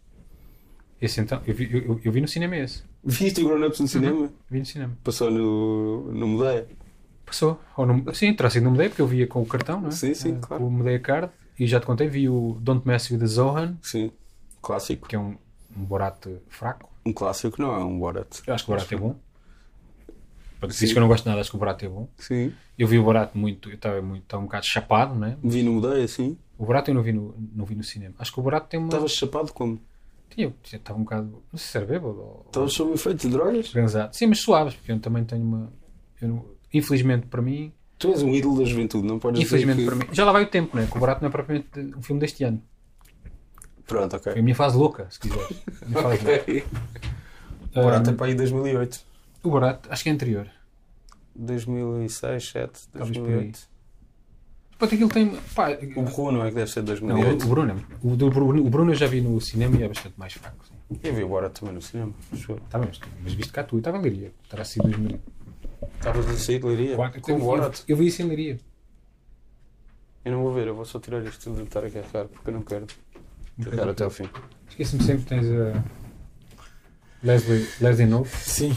Speaker 2: Esse então, eu vi, eu- eu- eu vi no cinema esse.
Speaker 3: Viste o Grown
Speaker 2: Uhum.
Speaker 3: Ups no cinema?
Speaker 2: Vi no cinema.
Speaker 3: Passou no, no Mudeia.
Speaker 2: Passou. Ou não, sim, terá sido no Mudei, porque eu via com o cartão, não é?
Speaker 3: Sim, sim,
Speaker 2: Ah,
Speaker 3: claro.
Speaker 2: com O Mudei Card. E já te contei, vi o Don't Mess with the Zohan,
Speaker 3: Sim. Clássico.
Speaker 2: que é um, um Borat fraco.
Speaker 3: Um clássico não é um Borat.
Speaker 2: Eu acho que o Borat é bom. Para que eu não gosto de nada, acho que o Borat é bom.
Speaker 3: Sim.
Speaker 2: Eu vi o Borat muito, eu estava muito, estava um bocado chapado, não é?
Speaker 3: Vi no Mudeia, sim.
Speaker 2: O Borat eu não vi no, não vi no cinema. Acho que o Borat tem uma.
Speaker 3: Estavas chapado como?
Speaker 2: Tinha, eu estava um bocado. Não sei se era bêbado ou.
Speaker 3: Estavas sob um efeito de drogas?
Speaker 2: Transado. Sim, mas suaves, porque eu também tenho uma. eu não- infelizmente para mim,
Speaker 3: Tu és um ídolo da juventude, não podes
Speaker 2: Infelizmente
Speaker 3: dizer
Speaker 2: para
Speaker 3: que...
Speaker 2: mim. Já lá vai o tempo, né? Que o Barato não é propriamente de- um filme deste ano.
Speaker 3: Pronto, ok.
Speaker 2: Foi a minha fase louca, se quiseres. A minha fase louca.
Speaker 3: Ok. O
Speaker 2: Um,
Speaker 3: Borat é para aí 2008.
Speaker 2: O Barato, acho que é anterior.
Speaker 3: 2006, 2007,
Speaker 2: Talvez
Speaker 3: 2008.
Speaker 2: Pronto, aquilo tem. Pá,
Speaker 3: O Bruno não é que deve ser de
Speaker 2: não, o
Speaker 3: 2008.
Speaker 2: Bruno. é muito- O, do Bruno, o Bruno eu já vi no cinema e é bastante mais fraco. Sim.
Speaker 3: Eu vi o Borat também no cinema. acho eu.
Speaker 2: Tá bem, mas- mas visto cá tu, eu estava em Leiria. Terá sido 2004.
Speaker 3: Estavas a sair de Leiria? Com o
Speaker 2: Eu-
Speaker 3: Borat.
Speaker 2: Eu vi isso em Leiria.
Speaker 3: Eu não vou ver, eu vou só tirar isto de estar a carregar, porque eu não quero carregar até ao fim.
Speaker 2: Esqueci-me sempre que tens a. Leslie, Leslie Nope.
Speaker 3: Sim.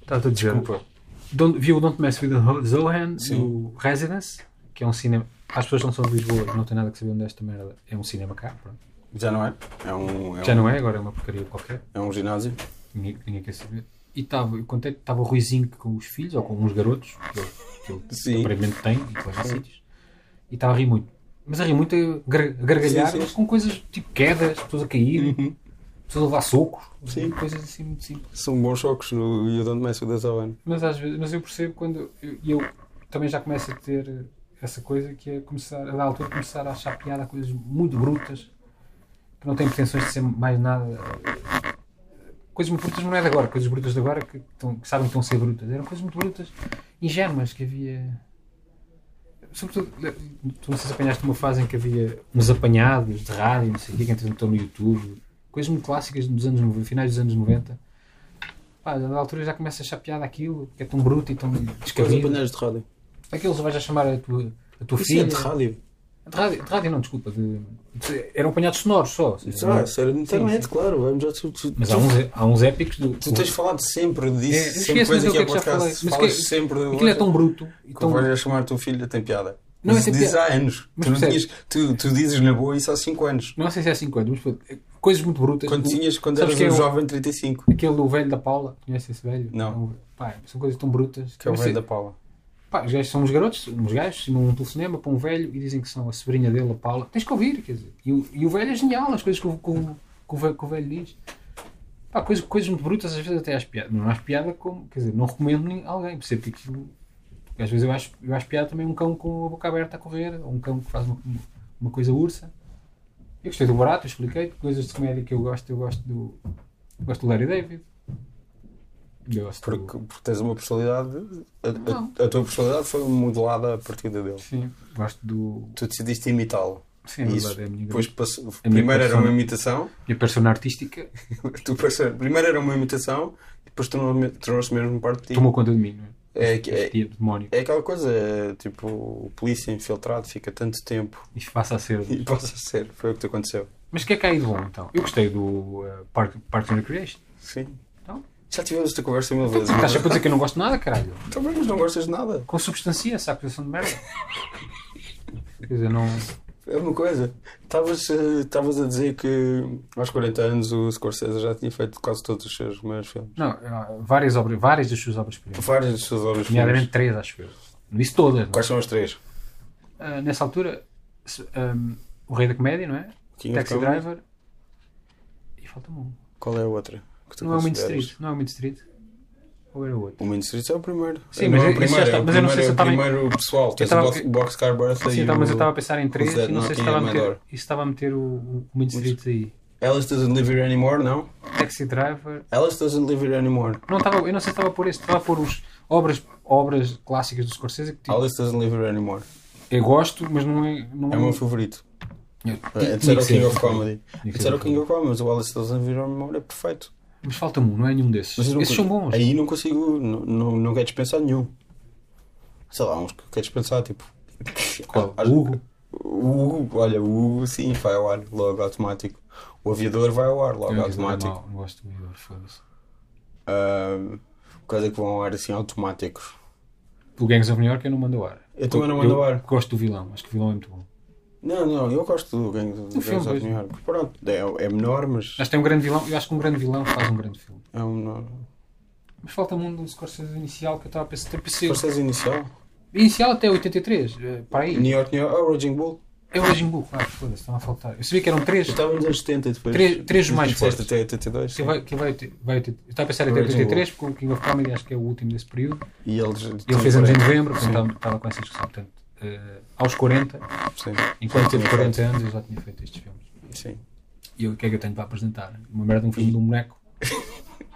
Speaker 2: Estás a dizer.
Speaker 3: Desculpa.
Speaker 2: Don't, viu o Don't Mess with the Zohan no Residence, que é um cinema. As pessoas não são de Lisboa e não têm nada que saber onde é esta merda. É um cinema cá, pronto.
Speaker 3: Já não é? É um, é
Speaker 2: Já
Speaker 3: um,
Speaker 2: não é, agora é uma porcaria qualquer.
Speaker 3: é um ginásio.
Speaker 2: Ninguém, ninguém quer saber. E estava, eu contei que estava o Ruizinho com os filhos, ou com uns garotos, que ele, que ele
Speaker 3: Sim.
Speaker 2: aparentemente tem, e que leva a sítios. E estava a rir muito. Mas a rir muito, a gar- a gargalhar,
Speaker 3: Sim, sim.
Speaker 2: mas com coisas tipo quedas, pessoas a cair, pessoas a levar socos,
Speaker 3: Sim.
Speaker 2: coisas assim muito simples.
Speaker 3: São bons choques no e o Don't Mess with the Savannah.
Speaker 2: Mas às vezes, mas eu percebo quando eu, e eu também já começo a ter eh, essa coisa que é começar, a dar altura começar a achar piada a coisas muito brutas, que não têm pretensões de ser mais nada. eh, Coisas muito brutas não é de agora, coisas brutas de agora que, estão- que sabem que estão a ser brutas. Eram coisas muito brutas, ingênuas, que havia. Sobretudo, eh, tu não sei se apanhaste uma fase em que havia uns apanhados de rádio, não sei o quê, que entretanto estão no YouTube, coisas muito clássicas dos anos 90, finais dos anos 90. Pá, na altura já começa a achar piada aquilo, que é tão bruto e tão
Speaker 3: Os
Speaker 2: descabido.
Speaker 3: apanhados de rádio.
Speaker 2: Aqueles vais a chamar a tua, a tua
Speaker 3: Isso
Speaker 2: filha.
Speaker 3: é de rádio.
Speaker 2: De rádio, de rádio não, desculpa. De, de- eram apanhados sonoros só. ou seja,
Speaker 3: Ah,
Speaker 2: não-
Speaker 3: isso era de internet, claro. Vamos já tu, tu,
Speaker 2: mas
Speaker 3: tu,
Speaker 2: há uns, é- há uns épicos do.
Speaker 3: tu tens falado sempre
Speaker 2: É, eu
Speaker 3: disso. sempre
Speaker 2: esqueço-me
Speaker 3: coisa
Speaker 2: do
Speaker 3: que
Speaker 2: que
Speaker 3: é
Speaker 2: é que já falei.
Speaker 3: podcast.
Speaker 2: Mas
Speaker 3: Falas
Speaker 2: que-
Speaker 3: sempre de
Speaker 2: Aquilo é tão bruto e
Speaker 3: Tu
Speaker 2: tão.
Speaker 3: vais a chamar o teu filho, tem piada.
Speaker 2: Não,
Speaker 3: Isso
Speaker 2: tem
Speaker 3: dizes
Speaker 2: piada.
Speaker 3: há anos.
Speaker 2: Mas
Speaker 3: Tu, não
Speaker 2: percebes?
Speaker 3: tinhas, tu, tu dizes na boa isso há 5 anos.
Speaker 2: Não sei se é 50, mas pô, coisas muito brutas.
Speaker 3: Quando
Speaker 2: O-
Speaker 3: tinhas, quando
Speaker 2: sabes
Speaker 3: eras
Speaker 2: quem
Speaker 3: um
Speaker 2: é o-
Speaker 3: jovem, 35.
Speaker 2: Aquele do velho da Paula, conhece esse velho?
Speaker 3: Não.
Speaker 2: É um- pá, são coisas tão brutas.
Speaker 3: Que é o
Speaker 2: Não sei-
Speaker 3: velho da Paula.
Speaker 2: pá, os gajos são uns garotos, uns gajos, simulam um telefonema para um velho e dizem que são a sobrinha dele, a Paula. Tens que ouvir, quer dizer. E o, e o velho é genial, as coisas que o, que o- que o velho, que o velho diz. Pá, coisas, coisas muito brutas, às vezes até às piadas. Não acho piada como. Quer dizer, não recomendo nem alguém, percebo que aquilo. porque Às vezes eu acho, eu acho piada também um cão com a boca aberta a correr, ou um cão que faz uma, uma coisa ursa. Eu gostei do Barato, eu expliquei. Coisas de comédia que eu gosto, eu gosto do. Gosto do Larry David. Eu gosto do-
Speaker 3: Porque, porque tens uma personalidade. a-
Speaker 2: Não.
Speaker 3: A, a tua personalidade foi modelada a partir da dele.
Speaker 2: Sim, gosto do.
Speaker 3: Tu decidiste imitá-lo.
Speaker 2: Sim, é
Speaker 3: Isso.
Speaker 2: verdade, é a minha
Speaker 3: Depois passou-
Speaker 2: A minha
Speaker 3: primeiro era
Speaker 2: persona.
Speaker 3: uma imitação,
Speaker 2: Minha persona artística
Speaker 3: tu perce- primeiro era uma imitação, depois tornou- tornou-se mesmo parte de ti.
Speaker 2: tomou conta de mim, não é?
Speaker 3: É, que- é,
Speaker 2: Vestia de demónio
Speaker 3: é aquela coisa, é, tipo, o polícia infiltrado fica tanto tempo
Speaker 2: e faça a ser.
Speaker 3: e passa a ser. Foi o que te aconteceu.
Speaker 2: Mas o que é que há aí de bom então? Eu gostei do eh, Park, Parks and Recreation.
Speaker 3: Sim.
Speaker 2: Então?
Speaker 3: Já tivemos esta conversa mil vezes.
Speaker 2: Estás
Speaker 3: mas-
Speaker 2: sempre a dizer Então, que eu não gosto de nada, caralho.
Speaker 3: Então, mas não gostas de nada.
Speaker 2: Com substância essa acusação de merda. Quer dizer, não.
Speaker 3: É uma coisa. Estavas eh, estavas a dizer que aos 40 anos o Scorsese já tinha feito quase todos os seus maiores filmes.
Speaker 2: Não, há várias, obras, várias das suas obras primas.
Speaker 3: Várias das suas obras
Speaker 2: Nomeadamente
Speaker 3: filmes.
Speaker 2: três, acho eu. Não disse todas, não. é?
Speaker 3: Quais são as três?
Speaker 2: Ah, nessa altura, se- ahm, o Rei da Comédia, não é?
Speaker 3: King of
Speaker 2: Taxi
Speaker 3: Comedy.
Speaker 2: Driver. E falta-me um.
Speaker 3: Qual é a outra? que tu
Speaker 2: Não é o Main
Speaker 3: consideras?
Speaker 2: Street. Não é o Main Street. Ou era o outro?
Speaker 3: O Main Street é o primeiro.
Speaker 2: Sim,
Speaker 3: Não
Speaker 2: mas
Speaker 3: é o
Speaker 2: esse já
Speaker 3: primeiro,
Speaker 2: está-
Speaker 3: é o
Speaker 2: mas eu não sei se
Speaker 3: primeiro- é
Speaker 2: eu
Speaker 3: o
Speaker 2: estava em-
Speaker 3: primeiro pessoal. Tens
Speaker 2: estava-
Speaker 3: o box, Boxcar Birthday
Speaker 2: Sim,
Speaker 3: e
Speaker 2: tá, mas
Speaker 3: o-
Speaker 2: eu estava a pensar em três
Speaker 3: o Zé
Speaker 2: e não sei se
Speaker 3: Knocking
Speaker 2: estava a
Speaker 3: and
Speaker 2: meter,
Speaker 3: Door.
Speaker 2: isso estava a meter o, o Main Street aí.
Speaker 3: Alice Doesn't Live Here Anymore, não?
Speaker 2: Taxi Driver.
Speaker 3: Alice Doesn't Live Here Anymore.
Speaker 2: Não estava, eu não sei se estava a pôr esse, estava a pôr os obras, obras clássicas do Scorsese que tipo,
Speaker 3: Alice Doesn't Live Here Anymore.
Speaker 2: eu gosto, mas não é. Não
Speaker 3: É o meu favorito.
Speaker 2: Eu-
Speaker 3: Antes
Speaker 2: tinha
Speaker 3: era o
Speaker 2: que
Speaker 3: King
Speaker 2: ser.
Speaker 3: of Comedy.
Speaker 2: que
Speaker 3: Antes
Speaker 2: ser.
Speaker 3: era o King of Comedy, mas o Alice Doesn't Live Here Anymore é perfeito.
Speaker 2: Mas falta-me um, não é nenhum desses.
Speaker 3: Mas eu não
Speaker 2: Esses são
Speaker 3: consigo-
Speaker 2: bons.
Speaker 3: Aí não consigo, não, não, não quero dispensar nenhum. Sei lá, uns que quero dispensar, tipo.
Speaker 2: Qual?
Speaker 3: Acho-
Speaker 2: Hugo.
Speaker 3: O Hugo, olha, o Hugo sim, vai ao ar logo automático. O aviador vai ao ar logo
Speaker 2: Eu não, é
Speaker 3: automático.
Speaker 2: não gosto do Igor, foda-se. é
Speaker 3: Ahm, coisa que vão ao ar assim automáticos.
Speaker 2: O Gangs of New York eu não mando ao ar.
Speaker 3: Eu também não mando ao ar.
Speaker 2: Gosto do vilão, acho que o vilão é muito bom.
Speaker 3: Não, não, eu gosto do Gangs do
Speaker 2: filme,
Speaker 3: Gangs of
Speaker 2: pois.
Speaker 3: New York. Pronto, é, é menor, mas
Speaker 2: Mas tem um grande vilão, eu acho que um grande vilão faz um grande filme.
Speaker 3: é um menor.
Speaker 2: Mas falta-me um do Scorsese inicial que eu estava a pensar.
Speaker 3: Processo inicial.
Speaker 2: Inicial até 83, eh, para aí.
Speaker 3: New York, New York. Oh, Raging Bull.
Speaker 2: É o Raging Bull, claro, foda-se, estão a faltar. Eu sabia que eram três.
Speaker 3: Eu estava nos anos 70 e depois.
Speaker 2: Três- três mais
Speaker 3: disseste
Speaker 2: fortes.
Speaker 3: até 82.
Speaker 2: Que
Speaker 3: sim.
Speaker 2: vai, que vai, ter- vai ter- eu estava a pensar até
Speaker 3: Raging
Speaker 2: 83, porque o King of Comedy acho que é o último desse período.
Speaker 3: E eles.
Speaker 2: E ele fez anos
Speaker 3: é.
Speaker 2: em novembro, portanto estava, estava com essa discussão. Portanto, eh, aos 40,
Speaker 3: Sim.
Speaker 2: enquanto teve
Speaker 3: Tinha
Speaker 2: 40 anos, eu já tinha feito estes filmes.
Speaker 3: feito. Sim.
Speaker 2: E eu, o que é que eu tenho para apresentar? Uma merda, um filme de um boneco?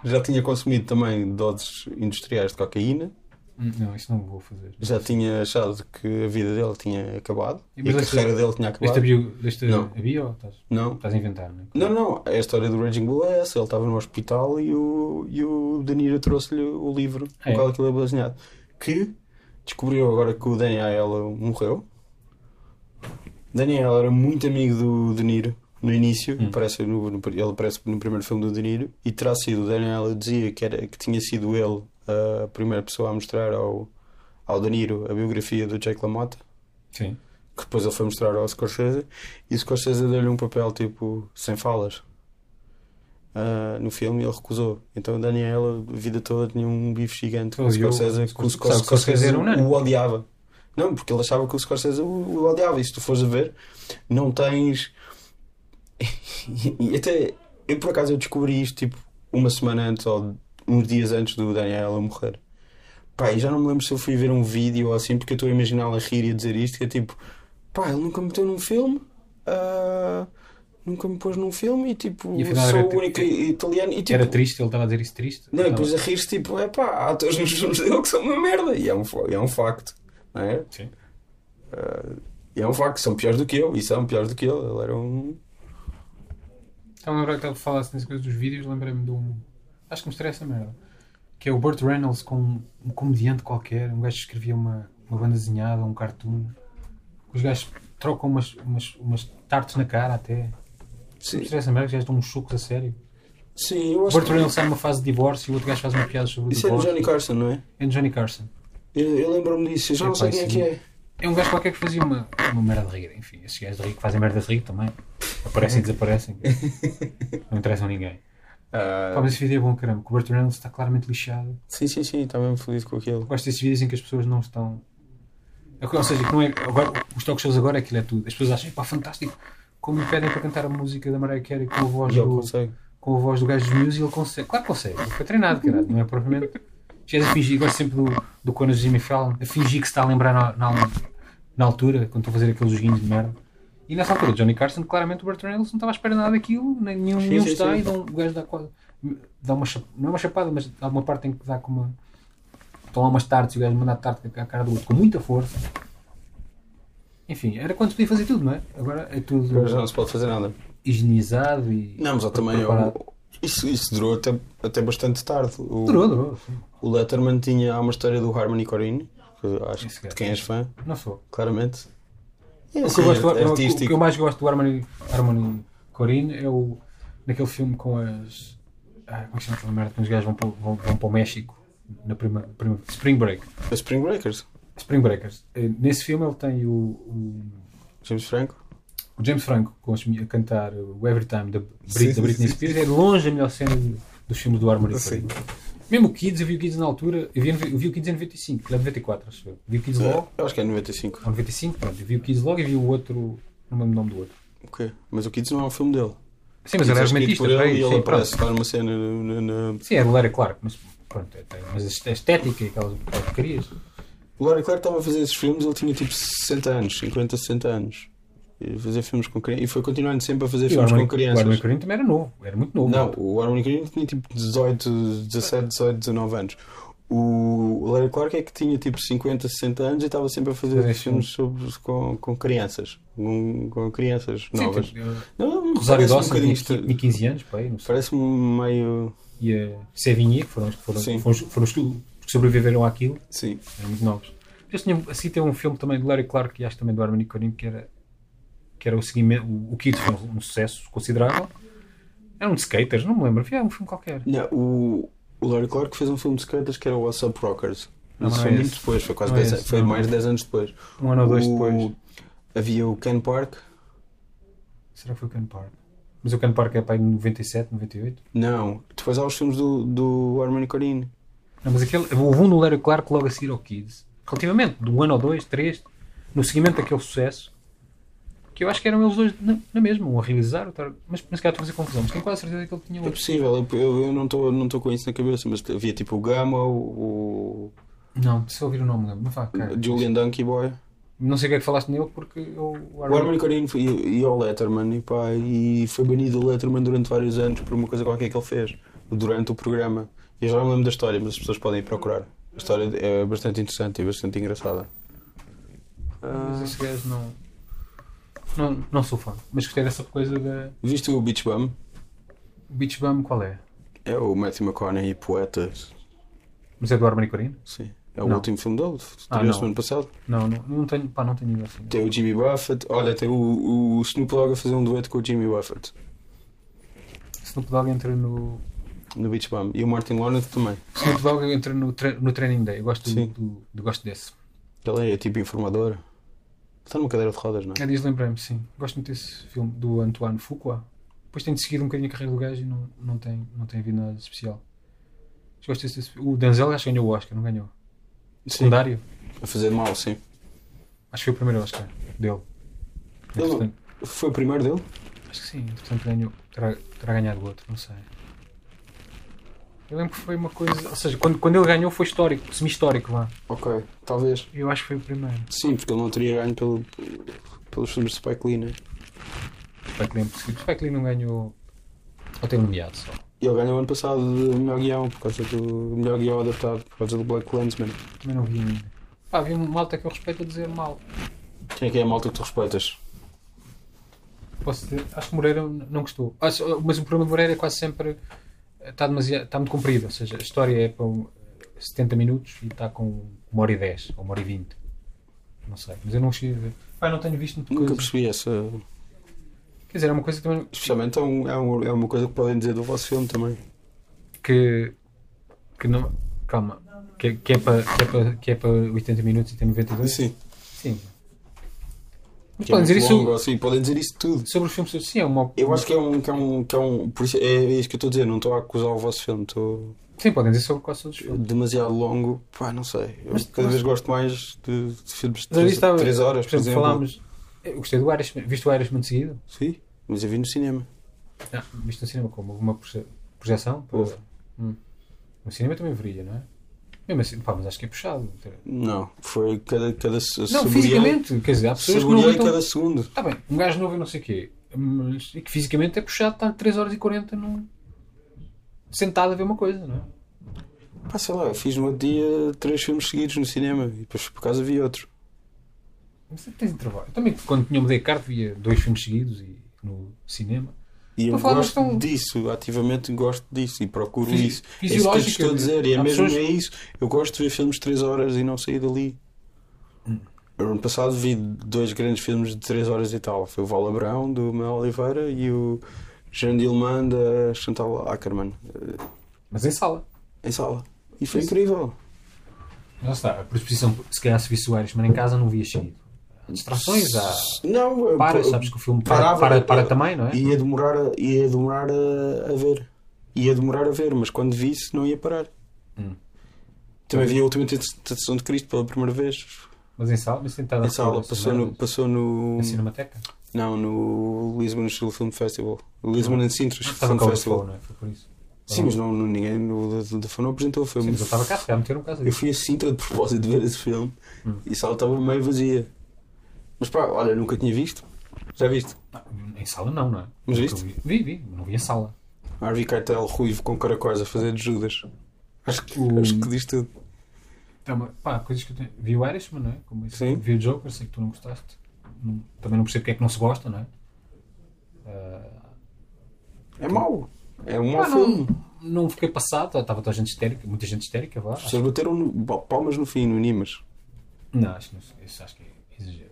Speaker 3: Já tinha consumido também doses industriais de cocaína.
Speaker 2: Hum, Não, isso não vou fazer.
Speaker 3: Já tinha achado que a vida dele tinha acabado.
Speaker 2: E
Speaker 3: E
Speaker 2: mas
Speaker 3: a
Speaker 2: esta-
Speaker 3: carreira dele tinha acabado.
Speaker 2: Esta bio, esta
Speaker 3: Não.
Speaker 2: bio ou estás,
Speaker 3: Não.
Speaker 2: estás a inventar, não é?
Speaker 3: Não, não, a história do Raging Bull é essa. Ele estava no hospital e o, e o De Niro trouxe-lhe o livro
Speaker 2: É.
Speaker 3: no qual aquilo é baseado. Que descobriu agora que o Danny Aiello morreu. Danny Aiello era muito amigo do De Niro no início. Aparece no, no- ele aparece no primeiro filme do De Niro. E terá sido, o Danny Aiello dizia que, era, que tinha sido ele a primeira pessoa a mostrar ao, ao De Niro a biografia do Jack LaMotta
Speaker 2: Sim.
Speaker 3: que depois ele foi mostrar ao Scorsese e o Scorsese deu-lhe um papel tipo sem falas Ah, no filme e ele recusou. Então a Daniela a vida toda tinha um bife gigante com
Speaker 2: Oh,
Speaker 3: o
Speaker 2: e o-
Speaker 3: Scorsese, que o
Speaker 2: sabe, o Scorsese
Speaker 3: Scorsese
Speaker 2: era um nano.
Speaker 3: o odiava. Não, porque ele achava que o Scorsese o, o odiava. E se tu fores a ver, não tens. e até eu por acaso eu descobri isto tipo uma semana antes ou uns dias antes do Daniel morrer. Pá, e já não me lembro se eu fui ver um vídeo ou assim, porque eu estou a imaginá-la a rir e a dizer isto, que é tipo, pá, ele nunca me meteu num filme, ah, nunca me pôs num filme e tipo,
Speaker 2: E afinal
Speaker 3: sou
Speaker 2: era
Speaker 3: o único
Speaker 2: tipo-
Speaker 3: italiano e tipo,
Speaker 2: Era Então. triste, ele estava a dizer isso triste.
Speaker 3: não, e
Speaker 2: Estava-
Speaker 3: depois a rir-se tipo, é pá, há atores nos filmes dele que são uma merda, e é um, fa- e é um facto, não é?
Speaker 2: Sim.
Speaker 3: Ah, e é um facto, são piores do que eu, e são piores do que ele, ele era um.
Speaker 2: Estava a lembrar que ele falasse nessa coisa dos vídeos, lembrei-me de um. Acho que mostrei essa merda. Que é o Burt Reynolds com um, um comediante qualquer, um gajo que escrevia uma, uma banda desenhada, um cartoon. Os gajos trocam umas, umas, umas tartes na cara até.
Speaker 3: Sim,
Speaker 2: Mostrei essa merda, os gajos dão uns chocos a sério.
Speaker 3: sim eu
Speaker 2: O
Speaker 3: acho
Speaker 2: Burt
Speaker 3: que.
Speaker 2: Reynolds está numa fase de divórcio e o outro gajo faz uma piada sobre o
Speaker 3: Isso é do
Speaker 2: divórcio.
Speaker 3: Johnny Carson, não é?
Speaker 2: É do Johnny Carson.
Speaker 3: Eu, eu lembro-me disso, eu já não
Speaker 2: Epá,
Speaker 3: sei quem é
Speaker 2: esse
Speaker 3: que
Speaker 2: vídeo-
Speaker 3: é.
Speaker 2: É um gajo qualquer que fazia uma, uma merda de rir, enfim. Esses gajos de rir que fazem merda de rir também. Aparecem e desaparecem. Não interessam a ninguém.
Speaker 3: Ah,
Speaker 2: Pá, mas esse vídeo é bom, caramba. que O Burt Reynolds está claramente lixado.
Speaker 3: Sim, sim, sim, estava mesmo feliz com aquilo.
Speaker 2: Eu gosto desses vídeos em que as pessoas não estão. Ou seja, que não é. Agora, os talk shows agora aquilo é tudo. As pessoas acham, pá, fantástico. Como me pedem para cantar a música da Mariah Carey com a voz
Speaker 3: E ele
Speaker 2: do,
Speaker 3: consegue.
Speaker 2: com a voz do gajo dos Muse e ele consegue. Claro que consegue, ele foi treinado, caralho, não é propriamente. Chegas a fingir, gosto sempre do, do Conan Jimmy Fallon, a fingir que se está a lembrar na, na, na altura, quando estou a fazer aqueles joguinhos de merda. E nessa altura, o Johnny Carson, claramente o Burt Reynolds não estava à espera nada daquilo, nem, nenhum,
Speaker 3: Sim,
Speaker 2: nenhum
Speaker 3: sim,
Speaker 2: está,
Speaker 3: sim.
Speaker 2: e dá um, o gajo dá quase. Dá uma chap- não é uma chapada, mas há uma parte em que dá com uma. Estão lá umas tartes e o gajo manda a tarte à cara do outro com muita força. Enfim, era quando se podia fazer tudo, não é? Agora é tudo
Speaker 3: Agora já não se pode fazer nada.
Speaker 2: higienizado e.
Speaker 3: Não, mas eu também. eu-
Speaker 2: preparado.
Speaker 3: Isso, isso durou até, até bastante tarde. O,
Speaker 2: Durou, durou. sim.
Speaker 3: o Letterman tinha há uma história do Harmony Corine, que eu acho
Speaker 2: Esse
Speaker 3: que de
Speaker 2: gajo.
Speaker 3: quem és fã,
Speaker 2: Não sou.
Speaker 3: claramente. É
Speaker 2: O que,
Speaker 3: assim,
Speaker 2: eu gosto,
Speaker 3: art-
Speaker 2: eu- o que
Speaker 3: artístico.
Speaker 2: eu mais gosto do Harmony, Harmony Corine é o, naquele filme com as. Ah, como é que se chama aquela merda? Que os gajos vão para, o- vão, vão para o México na prima, prima- Spring Break.
Speaker 3: Os É Spring Breakers,
Speaker 2: Spring Breakers. Eh, Nesse filme ele tem o, o-
Speaker 3: James Franco.
Speaker 2: o James Franco com as, meni- a cantar o Every Time da, Brit-
Speaker 3: Sim,
Speaker 2: da Britney
Speaker 3: sim,
Speaker 2: Spears. É longe a melhor cena de- dos filmes do Harmony
Speaker 3: Sim.
Speaker 2: Corine. Mesmo o Kids, eu vi o Kids na altura. Eu vi, eu vi o Kids em 95, que é 94, acho eu. Vi o Kids logo.
Speaker 3: Eu acho que é 95.
Speaker 2: Ou 95, pronto. Eu vi o Kids logo e vi o outro. Não me lembro o nome do outro.
Speaker 3: Ok. Mas o Kids não é um filme dele.
Speaker 2: Sim, mas ele é
Speaker 3: Kids é escrito
Speaker 2: argumentista,
Speaker 3: por ele
Speaker 2: peraí,
Speaker 3: e ele
Speaker 2: sim,
Speaker 3: aparece
Speaker 2: pronto.
Speaker 3: lá numa cena. na- na- na-
Speaker 2: Sim, é do Larry Clark, mas pronto, é, tem, mas a estética e aquelas porcarias.
Speaker 3: O Larry Clark estava a fazer esses filmes, ele tinha tipo 60 anos, 50, 60 anos. E fazia filmes com crianças. E foi continuando sempre a fazer
Speaker 2: E o
Speaker 3: filmes
Speaker 2: Harmony
Speaker 3: com crianças.
Speaker 2: o Harmony Corrine também era novo, era muito novo.
Speaker 3: Não, o Harmony Corrine tinha tipo 18, 17, 18, 19 anos. O Larry Clark é que tinha tipo 50, 60 anos e estava sempre a fazer
Speaker 2: Fazer
Speaker 3: filmes sobre, com, com crianças. Com, com crianças
Speaker 2: Sim,
Speaker 3: novas.
Speaker 2: tipo, eh,
Speaker 3: Não, não,
Speaker 2: Rosário
Speaker 3: parece um
Speaker 2: Dawson
Speaker 3: bocadinho
Speaker 2: tinha,
Speaker 3: isto-
Speaker 2: tinha 15 anos, pai, não sei.
Speaker 3: Parece-me meio.
Speaker 2: E a Sevigny, que foram, os que foram,
Speaker 3: Sim.
Speaker 2: foram, os- foram os que os que sobreviveram àquilo,
Speaker 3: Sim.
Speaker 2: eram muito novos. Eles tinham, assim, tem um filme também do Larry Clark e acho também do Harmony Corrine que era, que era o seguimento. O, o Kids foi um, um sucesso considerável. Era um de skaters, não me lembro, havia um filme qualquer.
Speaker 3: Não, o, o Larry Clark fez um filme de skaters que era o What's Up Rockers.
Speaker 2: Não,
Speaker 3: Isso
Speaker 2: não
Speaker 3: foi
Speaker 2: é
Speaker 3: muito
Speaker 2: esse.
Speaker 3: depois, foi quase
Speaker 2: Não é
Speaker 3: 10
Speaker 2: esse,
Speaker 3: foi
Speaker 2: não,
Speaker 3: mais de
Speaker 2: não.
Speaker 3: 10 anos depois.
Speaker 2: Um ano ou dois
Speaker 3: O-
Speaker 2: depois.
Speaker 3: Havia o Ken Park.
Speaker 2: Será que foi o Ken Park? Mas o Ken Park é para aí 97, 98.
Speaker 3: Não, depois há os filmes do, do Harmony Corine.
Speaker 2: Não, mas aquele, houve um do Larry Clark logo a seguir ao Kids. Relativamente, de um ano ou dois, três, no seguimento daquele sucesso, que eu acho que eram eles dois na, na mesma, um a realizar, outro, a- mas mas se calhar estou a fazer confusão, mas tenho quase certeza que ele tinha
Speaker 3: É
Speaker 2: outro.
Speaker 3: possível, eu, eu, eu não estou não tô com isso na cabeça, mas havia tipo o Gama, o,
Speaker 2: Não, se eu ouvir o nome, lembro. Não, faz, cara.
Speaker 3: o Julian Donkey Boy,
Speaker 2: não sei o que é que falaste nele porque eu. o
Speaker 3: o Harmony
Speaker 2: Armin-
Speaker 3: Corine e, e o Letterman, e, pá, e foi banido o Letterman durante vários anos por uma coisa qualquer que ele fez, durante o programa. E eu já não me lembro da história, mas as pessoas podem ir procurar. A história é bastante interessante e bastante engraçada.
Speaker 2: Mas esse gajo não. Não, não sou fã, mas gostei dessa coisa da.
Speaker 3: Viste o Beach Bum?
Speaker 2: O Beach Bum qual é?
Speaker 3: É o Matthew McConaughey, poeta.
Speaker 2: Mas é do Harmony Corine?
Speaker 3: Sim. É o
Speaker 2: Não.
Speaker 3: último filme dele,
Speaker 2: Ah,
Speaker 3: ah,
Speaker 2: não.
Speaker 3: semana passada.
Speaker 2: Não, não, não tenho. Pá, não tenho ido assim.
Speaker 3: Tem o Jimmy Buffett. Olha, tem o, o Snoop Dogg a fazer um dueto com o Jimmy Buffett
Speaker 2: Snoop Dogg entra no.
Speaker 3: no Beach Bum. E o Martin Lawrence também.
Speaker 2: Snoop Dogg entra no, tra- no Training Day. Eu gosto,
Speaker 3: Sim.
Speaker 2: do, do- gosto desse.
Speaker 3: Ele é tipo informador. Está numa cadeira de rodas, não é?
Speaker 2: É disso, lembrei-me, sim. Gosto muito desse filme do Antoine Fuqua. Depois tenho seguido um bocadinho a carreira do gajo e não, não, tem, não tem havido nada de especial. Mas Gosto desse, desse- O Denzel acho que ganhou o Oscar, não ganhou? Secundário?
Speaker 3: A fazer mal, sim.
Speaker 2: Acho que foi o primeiro Oscar dele.
Speaker 3: Ele-
Speaker 2: Entretanto,
Speaker 3: Foi o primeiro dele?
Speaker 2: Acho que sim, entretanto ganhou. Terá, terá ganhado o outro, não sei. Eu lembro que foi uma coisa. Ou seja, quando, quando ele ganhou foi histórico, semi-histórico lá.
Speaker 3: Ok, talvez.
Speaker 2: Eu acho que foi o primeiro.
Speaker 3: Sim, porque ele não teria ganho pelo, pelos filmes de Spike Lee, né?
Speaker 2: Spike Lee, porque Spike Lee não ganhou. Ou teve nomeado só.
Speaker 3: E ele ganhou ano passado de melhor guião, por causa do melhor guião adaptado, por causa do Black Clansman.
Speaker 2: Também não vi ainda. Pá, vi um malta que eu respeito a dizer mal.
Speaker 3: Quem é que é a malta que tu respeitas?
Speaker 2: Posso dizer, acho que Moreira não gostou. Ah, só- Mas o problema de Moreira é quase sempre. eh, Está, demasiado, está muito comprido, ou seja, a história é para um, eh, 70 minutos e está com uma hora e 10 ou uma hora e 20. Não sei, mas eu não cheguei a ver. Pá, não tenho visto muita
Speaker 3: Nunca
Speaker 2: coisa.
Speaker 3: percebi essa.
Speaker 2: Quer dizer, é uma coisa que também.
Speaker 3: Especialmente é, um- é um- é uma coisa que podem dizer do vosso filme também.
Speaker 2: que, que não. Calma. Que, é- que é para que é para- que é para 80 minutos e tem 92?
Speaker 3: Sim.
Speaker 2: Sim. Mas
Speaker 3: Que é
Speaker 2: podem dizer
Speaker 3: muito
Speaker 2: isso
Speaker 3: longo, assim, podem dizer isso tudo.
Speaker 2: sobre os filmes. Sim, é uma.
Speaker 3: Eu acho que é um. Que é, um, que é, um por isso, é isso que eu estou a dizer, não estou a acusar o vosso filme, estou
Speaker 2: Sim, podem dizer sobre quase todos os filmes.
Speaker 3: demasiado longo. Pá, não sei. Eu
Speaker 2: Mas-
Speaker 3: cada
Speaker 2: mas-
Speaker 3: vez gosto mais de, de filmes de
Speaker 2: Mas ali
Speaker 3: 3
Speaker 2: estava-
Speaker 3: horas, por exemplo.
Speaker 2: falámos. Eu gostei do Irishman. Viste o Irishman de seguida?
Speaker 3: Sim, mas eu vi no cinema.
Speaker 2: Não, viste no cinema como? Alguma proje- projeção? Para-
Speaker 3: Houve.
Speaker 2: Hum. No cinema também veria, não é? Mesmo assim, pá, mas acho que é puxado.
Speaker 3: Não, foi cada, cada se-
Speaker 2: Não,
Speaker 3: saboreei-
Speaker 2: fisicamente. Quer dizer, há pessoas que não
Speaker 3: Saboreei
Speaker 2: aguentam.
Speaker 3: cada segundo.
Speaker 2: Está bem, um gajo novo e não sei o quê. Mas e que fisicamente é puxado estar 3 horas e 40 num... sentado a ver uma coisa, não é?
Speaker 3: Pá, sei lá, fiz no outro dia três filmes seguidos no cinema e depois por causa vi outro.
Speaker 2: Mas é que tens de trabalho. Eu também, quando tinha mudei de carta, via dois filmes seguidos e no cinema.
Speaker 3: E
Speaker 2: Estou
Speaker 3: eu
Speaker 2: a falar, mas
Speaker 3: gosto
Speaker 2: estão-
Speaker 3: disso, ativamente gosto disso e procuro
Speaker 2: Fisi-
Speaker 3: isso. É isso que eu te estou a
Speaker 2: fisiológica,
Speaker 3: dizer e é
Speaker 2: há
Speaker 3: mesmo
Speaker 2: pessoas-
Speaker 3: é isso. Eu gosto de ver filmes de 3 horas e não sair dali.
Speaker 2: Hum.
Speaker 3: Eu, Ano passado vi dois grandes filmes de 3 horas e tal. Foi o Val Abrão, do Mel Oliveira, e o Jean Dilman, da Chantal Ackerman, eh,
Speaker 2: Mas em sala.
Speaker 3: em sala. E foi incrível.
Speaker 2: Já está, a predisposição, se calhar se visse o Irishman em casa, não via seguido. Há distrações, há...
Speaker 3: Não, eu-
Speaker 2: Para,
Speaker 3: eu-
Speaker 2: sabes que o filme para, para, para, também, não é?
Speaker 3: Ia demorar, a, ia demorar a, a ver. Ia demorar a ver, mas quando visse não ia parar.
Speaker 2: Hum.
Speaker 3: Também vi a última tentação de Cristo pela primeira vez.
Speaker 2: Mas em sala, mas tentada
Speaker 3: Em sala, passou no. Passou no
Speaker 2: é? Na Cinemateca?
Speaker 3: não, no Lisbon Still Film Festival. Lisbon
Speaker 2: Ah.
Speaker 3: and Sintra
Speaker 2: Estava
Speaker 3: Film
Speaker 2: com o
Speaker 3: Festival. um
Speaker 2: Festival, não é? Foi por isso.
Speaker 3: Sim, mas não, não- ninguém no, da, da FAN não apresentou. Foi
Speaker 2: Sim,
Speaker 3: um-
Speaker 2: mas eu estava cá, se calhar meteram um caso
Speaker 3: eu fui a Sintra de propósito de ver esse filme
Speaker 2: Hum.
Speaker 3: e a sala estava meio vazia. Mas pá, olha, nunca tinha visto. Já viste?
Speaker 2: Não, Em sala não, não é?
Speaker 3: Mas
Speaker 2: Nunca
Speaker 3: viste?
Speaker 2: Vi, vi, vi, não vi em sala.
Speaker 3: Harvey Keitel ruivo com caracóis a fazer de Judas. Acho que,
Speaker 2: O-
Speaker 3: acho que diz tudo.
Speaker 2: Então, mas, pá, coisas que eu tenho. Vi o Irishman, não é? Como isso.
Speaker 3: Sim.
Speaker 2: Vi o Joker, sei que tu não gostaste. Não- também não percebo porque é que não se gosta, não é? Ah,
Speaker 3: É mau. É um mau
Speaker 2: pá,
Speaker 3: filme.
Speaker 2: Ah, não, não fiquei passado, estava toda a gente histérica, muita gente histérica, vá.
Speaker 3: As pessoas bateram no- pa- palmas no fim, no Nimas.
Speaker 2: Não, acho que não, isso acho que é exagero.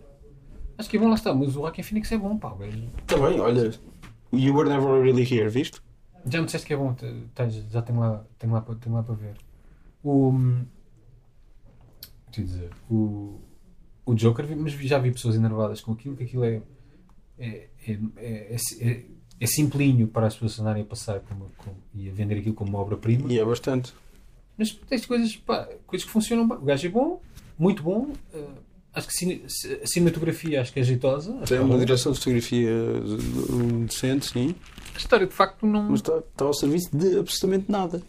Speaker 2: Acho que é bom lá está, mas o Joaquin Phoenix é bom, pá, o gajo.
Speaker 3: Também, olha. You Were Never Really Here, viste?
Speaker 2: Já me disseste que é bom, te- tens- já tenho lá, tenho, lá, para- tenho lá para ver. O. Te dizer, o, o Joker, vi- mas vi- já vi pessoas enervadas com aquilo, que aquilo é. é, é, é, é- é simplinho para as pessoas andarem a passar como- como- e a vender aquilo como uma obra-prima.
Speaker 3: E é bastante.
Speaker 2: Mas tens coisas, pá, coisas que funcionam. bem. O gajo é bom, muito bom. eh, acho que cine- a cinematografia acho que é jeitosa. acho que
Speaker 3: Tem
Speaker 2: é
Speaker 3: uma
Speaker 2: bom.
Speaker 3: direção de fotografia eh, decente, sim.
Speaker 2: A história de facto não.
Speaker 3: Mas está está ao serviço de absolutamente nada.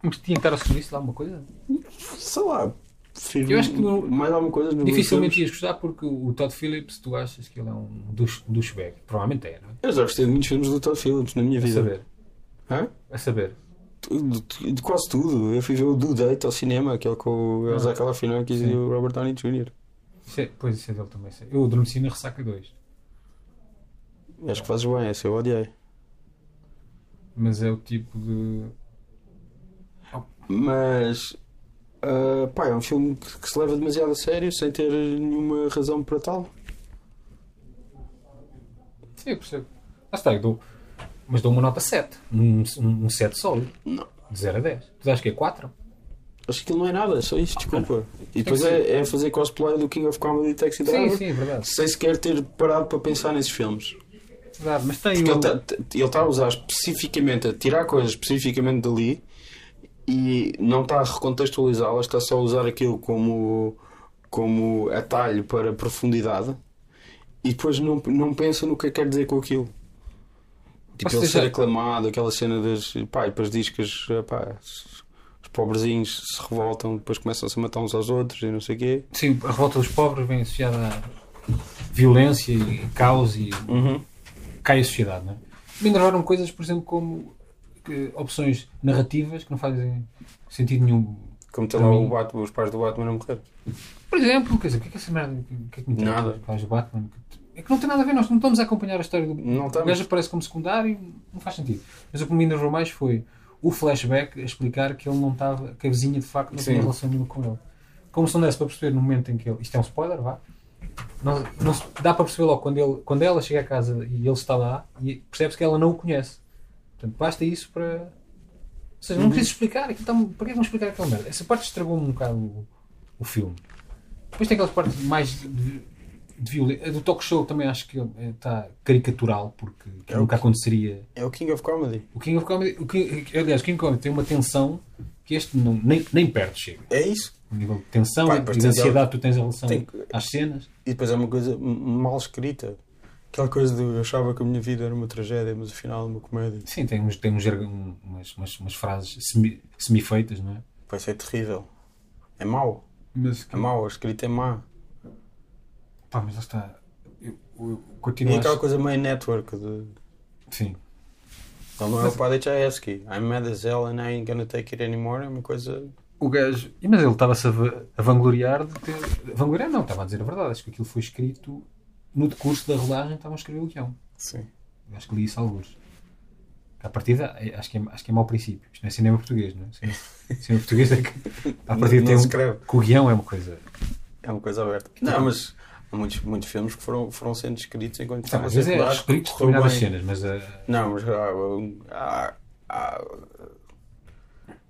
Speaker 2: Mas tinha que estar a serviço de alguma coisa.
Speaker 3: Sei lá. Prefiro
Speaker 2: Eu acho que no-
Speaker 3: mais alguma coisa no
Speaker 2: Dificilmente ias gostar porque o Todd Phillips, tu achas que ele é um douche- um douchebag. Provavelmente é, não é?
Speaker 3: Eu já gostei de muitos filmes do Todd Phillips na minha
Speaker 2: A
Speaker 3: vida.
Speaker 2: saber.
Speaker 3: Hã?
Speaker 2: A saber.
Speaker 3: Tudo, tu- de quase tudo. Eu fui ver o Do Date ao cinema, aquele com o Zac Galifianakis e
Speaker 2: Sim.
Speaker 3: o Robert Downey Jr.
Speaker 2: Isso é- pois isso é dele também. isso é- Eu adormeci na Ressaca 2.
Speaker 3: Acho que fazes bem, essa eu odiei.
Speaker 2: Mas é o tipo de.
Speaker 3: Mas, ah, pá, é um filme que, que se leva demasiado a sério, sem ter nenhuma razão para tal.
Speaker 2: Sim, eu percebo. Lá está, eu dou. Mas dou uma nota 7. Um, um, um 7 sólido.
Speaker 3: Não.
Speaker 2: De 0 a 10. Tu achas que é 4?
Speaker 3: Acho que aquilo não é nada, é só isto, desculpa. E depois é, é fazer cosplay do King of Comedy e Taxi
Speaker 2: Sim,
Speaker 3: Driver
Speaker 2: sim, é verdade.
Speaker 3: sem sequer ter parado para pensar nesses filmes.
Speaker 2: É verdade. Mas tem
Speaker 3: Porque
Speaker 2: o.
Speaker 3: ele tá- está a usar especificamente, a tirar coisas especificamente dali e não está a recontextualizá-las, está só a usar aquilo como, como atalho para profundidade e depois não, não pensa no que é que quer dizer com aquilo. Tipo,
Speaker 2: Ou
Speaker 3: ele
Speaker 2: seja-
Speaker 3: ser aclamado, aquela cena das. pá, e depois diz que as, pá, os os pobrezinhos se revoltam, depois começam-se a matar uns aos outros e não sei o quê.
Speaker 2: Sim, a revolta dos pobres vem associada à violência e caos e cai a sociedade, não é? Me enervaram coisas, por exemplo, como que- opções narrativas que não fazem sentido nenhum.
Speaker 3: Como tem lá o Batman, os pais do Batman a morrer.
Speaker 2: Por exemplo, quer dizer, o que é que essa merda o que é que me interessa?
Speaker 3: Nada.
Speaker 2: Faz o Batman? É que não tem nada a ver, nós não estamos a acompanhar a história do.
Speaker 3: Não tá,
Speaker 2: o
Speaker 3: estamos.
Speaker 2: gajo aparece como secundário, não faz sentido. Mas o que me enervou mais foi o flashback a explicar que ele não estava, que a vizinha de facto não
Speaker 3: Sim.
Speaker 2: tinha relação nenhuma com ele. Como se não desse para perceber no momento em que ele. Isto é um spoiler, vá. Não, não se- dá para perceber logo quando, ele, quando ela chega a casa e ele está lá e percebe-se que ela não o conhece. Portanto, basta isso para. Ou seja,
Speaker 3: Uhum.
Speaker 2: não preciso explicar, aquilo está, para que é que vão explicar aquela merda? Essa parte estragou-me um bocado o, o filme. Depois tem aquelas partes mais de, de violência. A do talk show também acho que eh, está caricatural, porque que
Speaker 3: É o
Speaker 2: nunca aconteceria.
Speaker 3: É o King of Comedy.
Speaker 2: O King of Comedy, o King, aliás, o King of Comedy tem uma tensão que este não, nem, nem perto chega.
Speaker 3: É isso.
Speaker 2: O nível de tensão
Speaker 3: Pá,
Speaker 2: e
Speaker 3: depois
Speaker 2: de
Speaker 3: tem
Speaker 2: ansiedade que tu tens em relação
Speaker 3: tem-
Speaker 2: às cenas.
Speaker 3: E depois é uma coisa m- mal escrita. Aquela coisa de eu achava que a minha vida era uma tragédia, mas afinal é uma comédia.
Speaker 2: Sim, tem, uns, tem uns, jargão- umas, umas, umas frases semi- semi-feitas, não é?
Speaker 3: Vai ser terrível. É mau.
Speaker 2: Mas,
Speaker 3: É mau, a escrita é má.
Speaker 2: pá, mas lá está. Eu, eu
Speaker 3: E
Speaker 2: continuo
Speaker 3: é
Speaker 2: a
Speaker 3: aquela
Speaker 2: ach-
Speaker 3: coisa meio network de.
Speaker 2: Sim.
Speaker 3: Ele não é o Padre Chayefsky. I'm mad as hell and I ain't gonna take it anymore. É uma coisa.
Speaker 2: O gajo. e, Mas ele estava-se a, va- a vangloriar de ter. a Vangloriar não, estava a dizer a verdade. Acho que aquilo foi escrito no decurso da rolagem, estavam a escrever o guião.
Speaker 3: Sim.
Speaker 2: Eu Acho que li isso alguns. A partida, é- acho que é, acho que é mau princípio. Isto não é cinema português, não é? Cinema, cinema português é que. A partida tem
Speaker 3: Não se
Speaker 2: um,
Speaker 3: escreve.
Speaker 2: que o guião é uma coisa.
Speaker 3: É uma coisa aberta. Não, mas há muitos, muitos filmes que foram, foram sendo escritos enquanto
Speaker 2: Tá,
Speaker 3: estavam
Speaker 2: às vezes é
Speaker 3: circular,
Speaker 2: escrito
Speaker 3: correu
Speaker 2: determinadas
Speaker 3: bem.
Speaker 2: cenas, mas eh, a.
Speaker 3: Não, mas ah, há, há- há-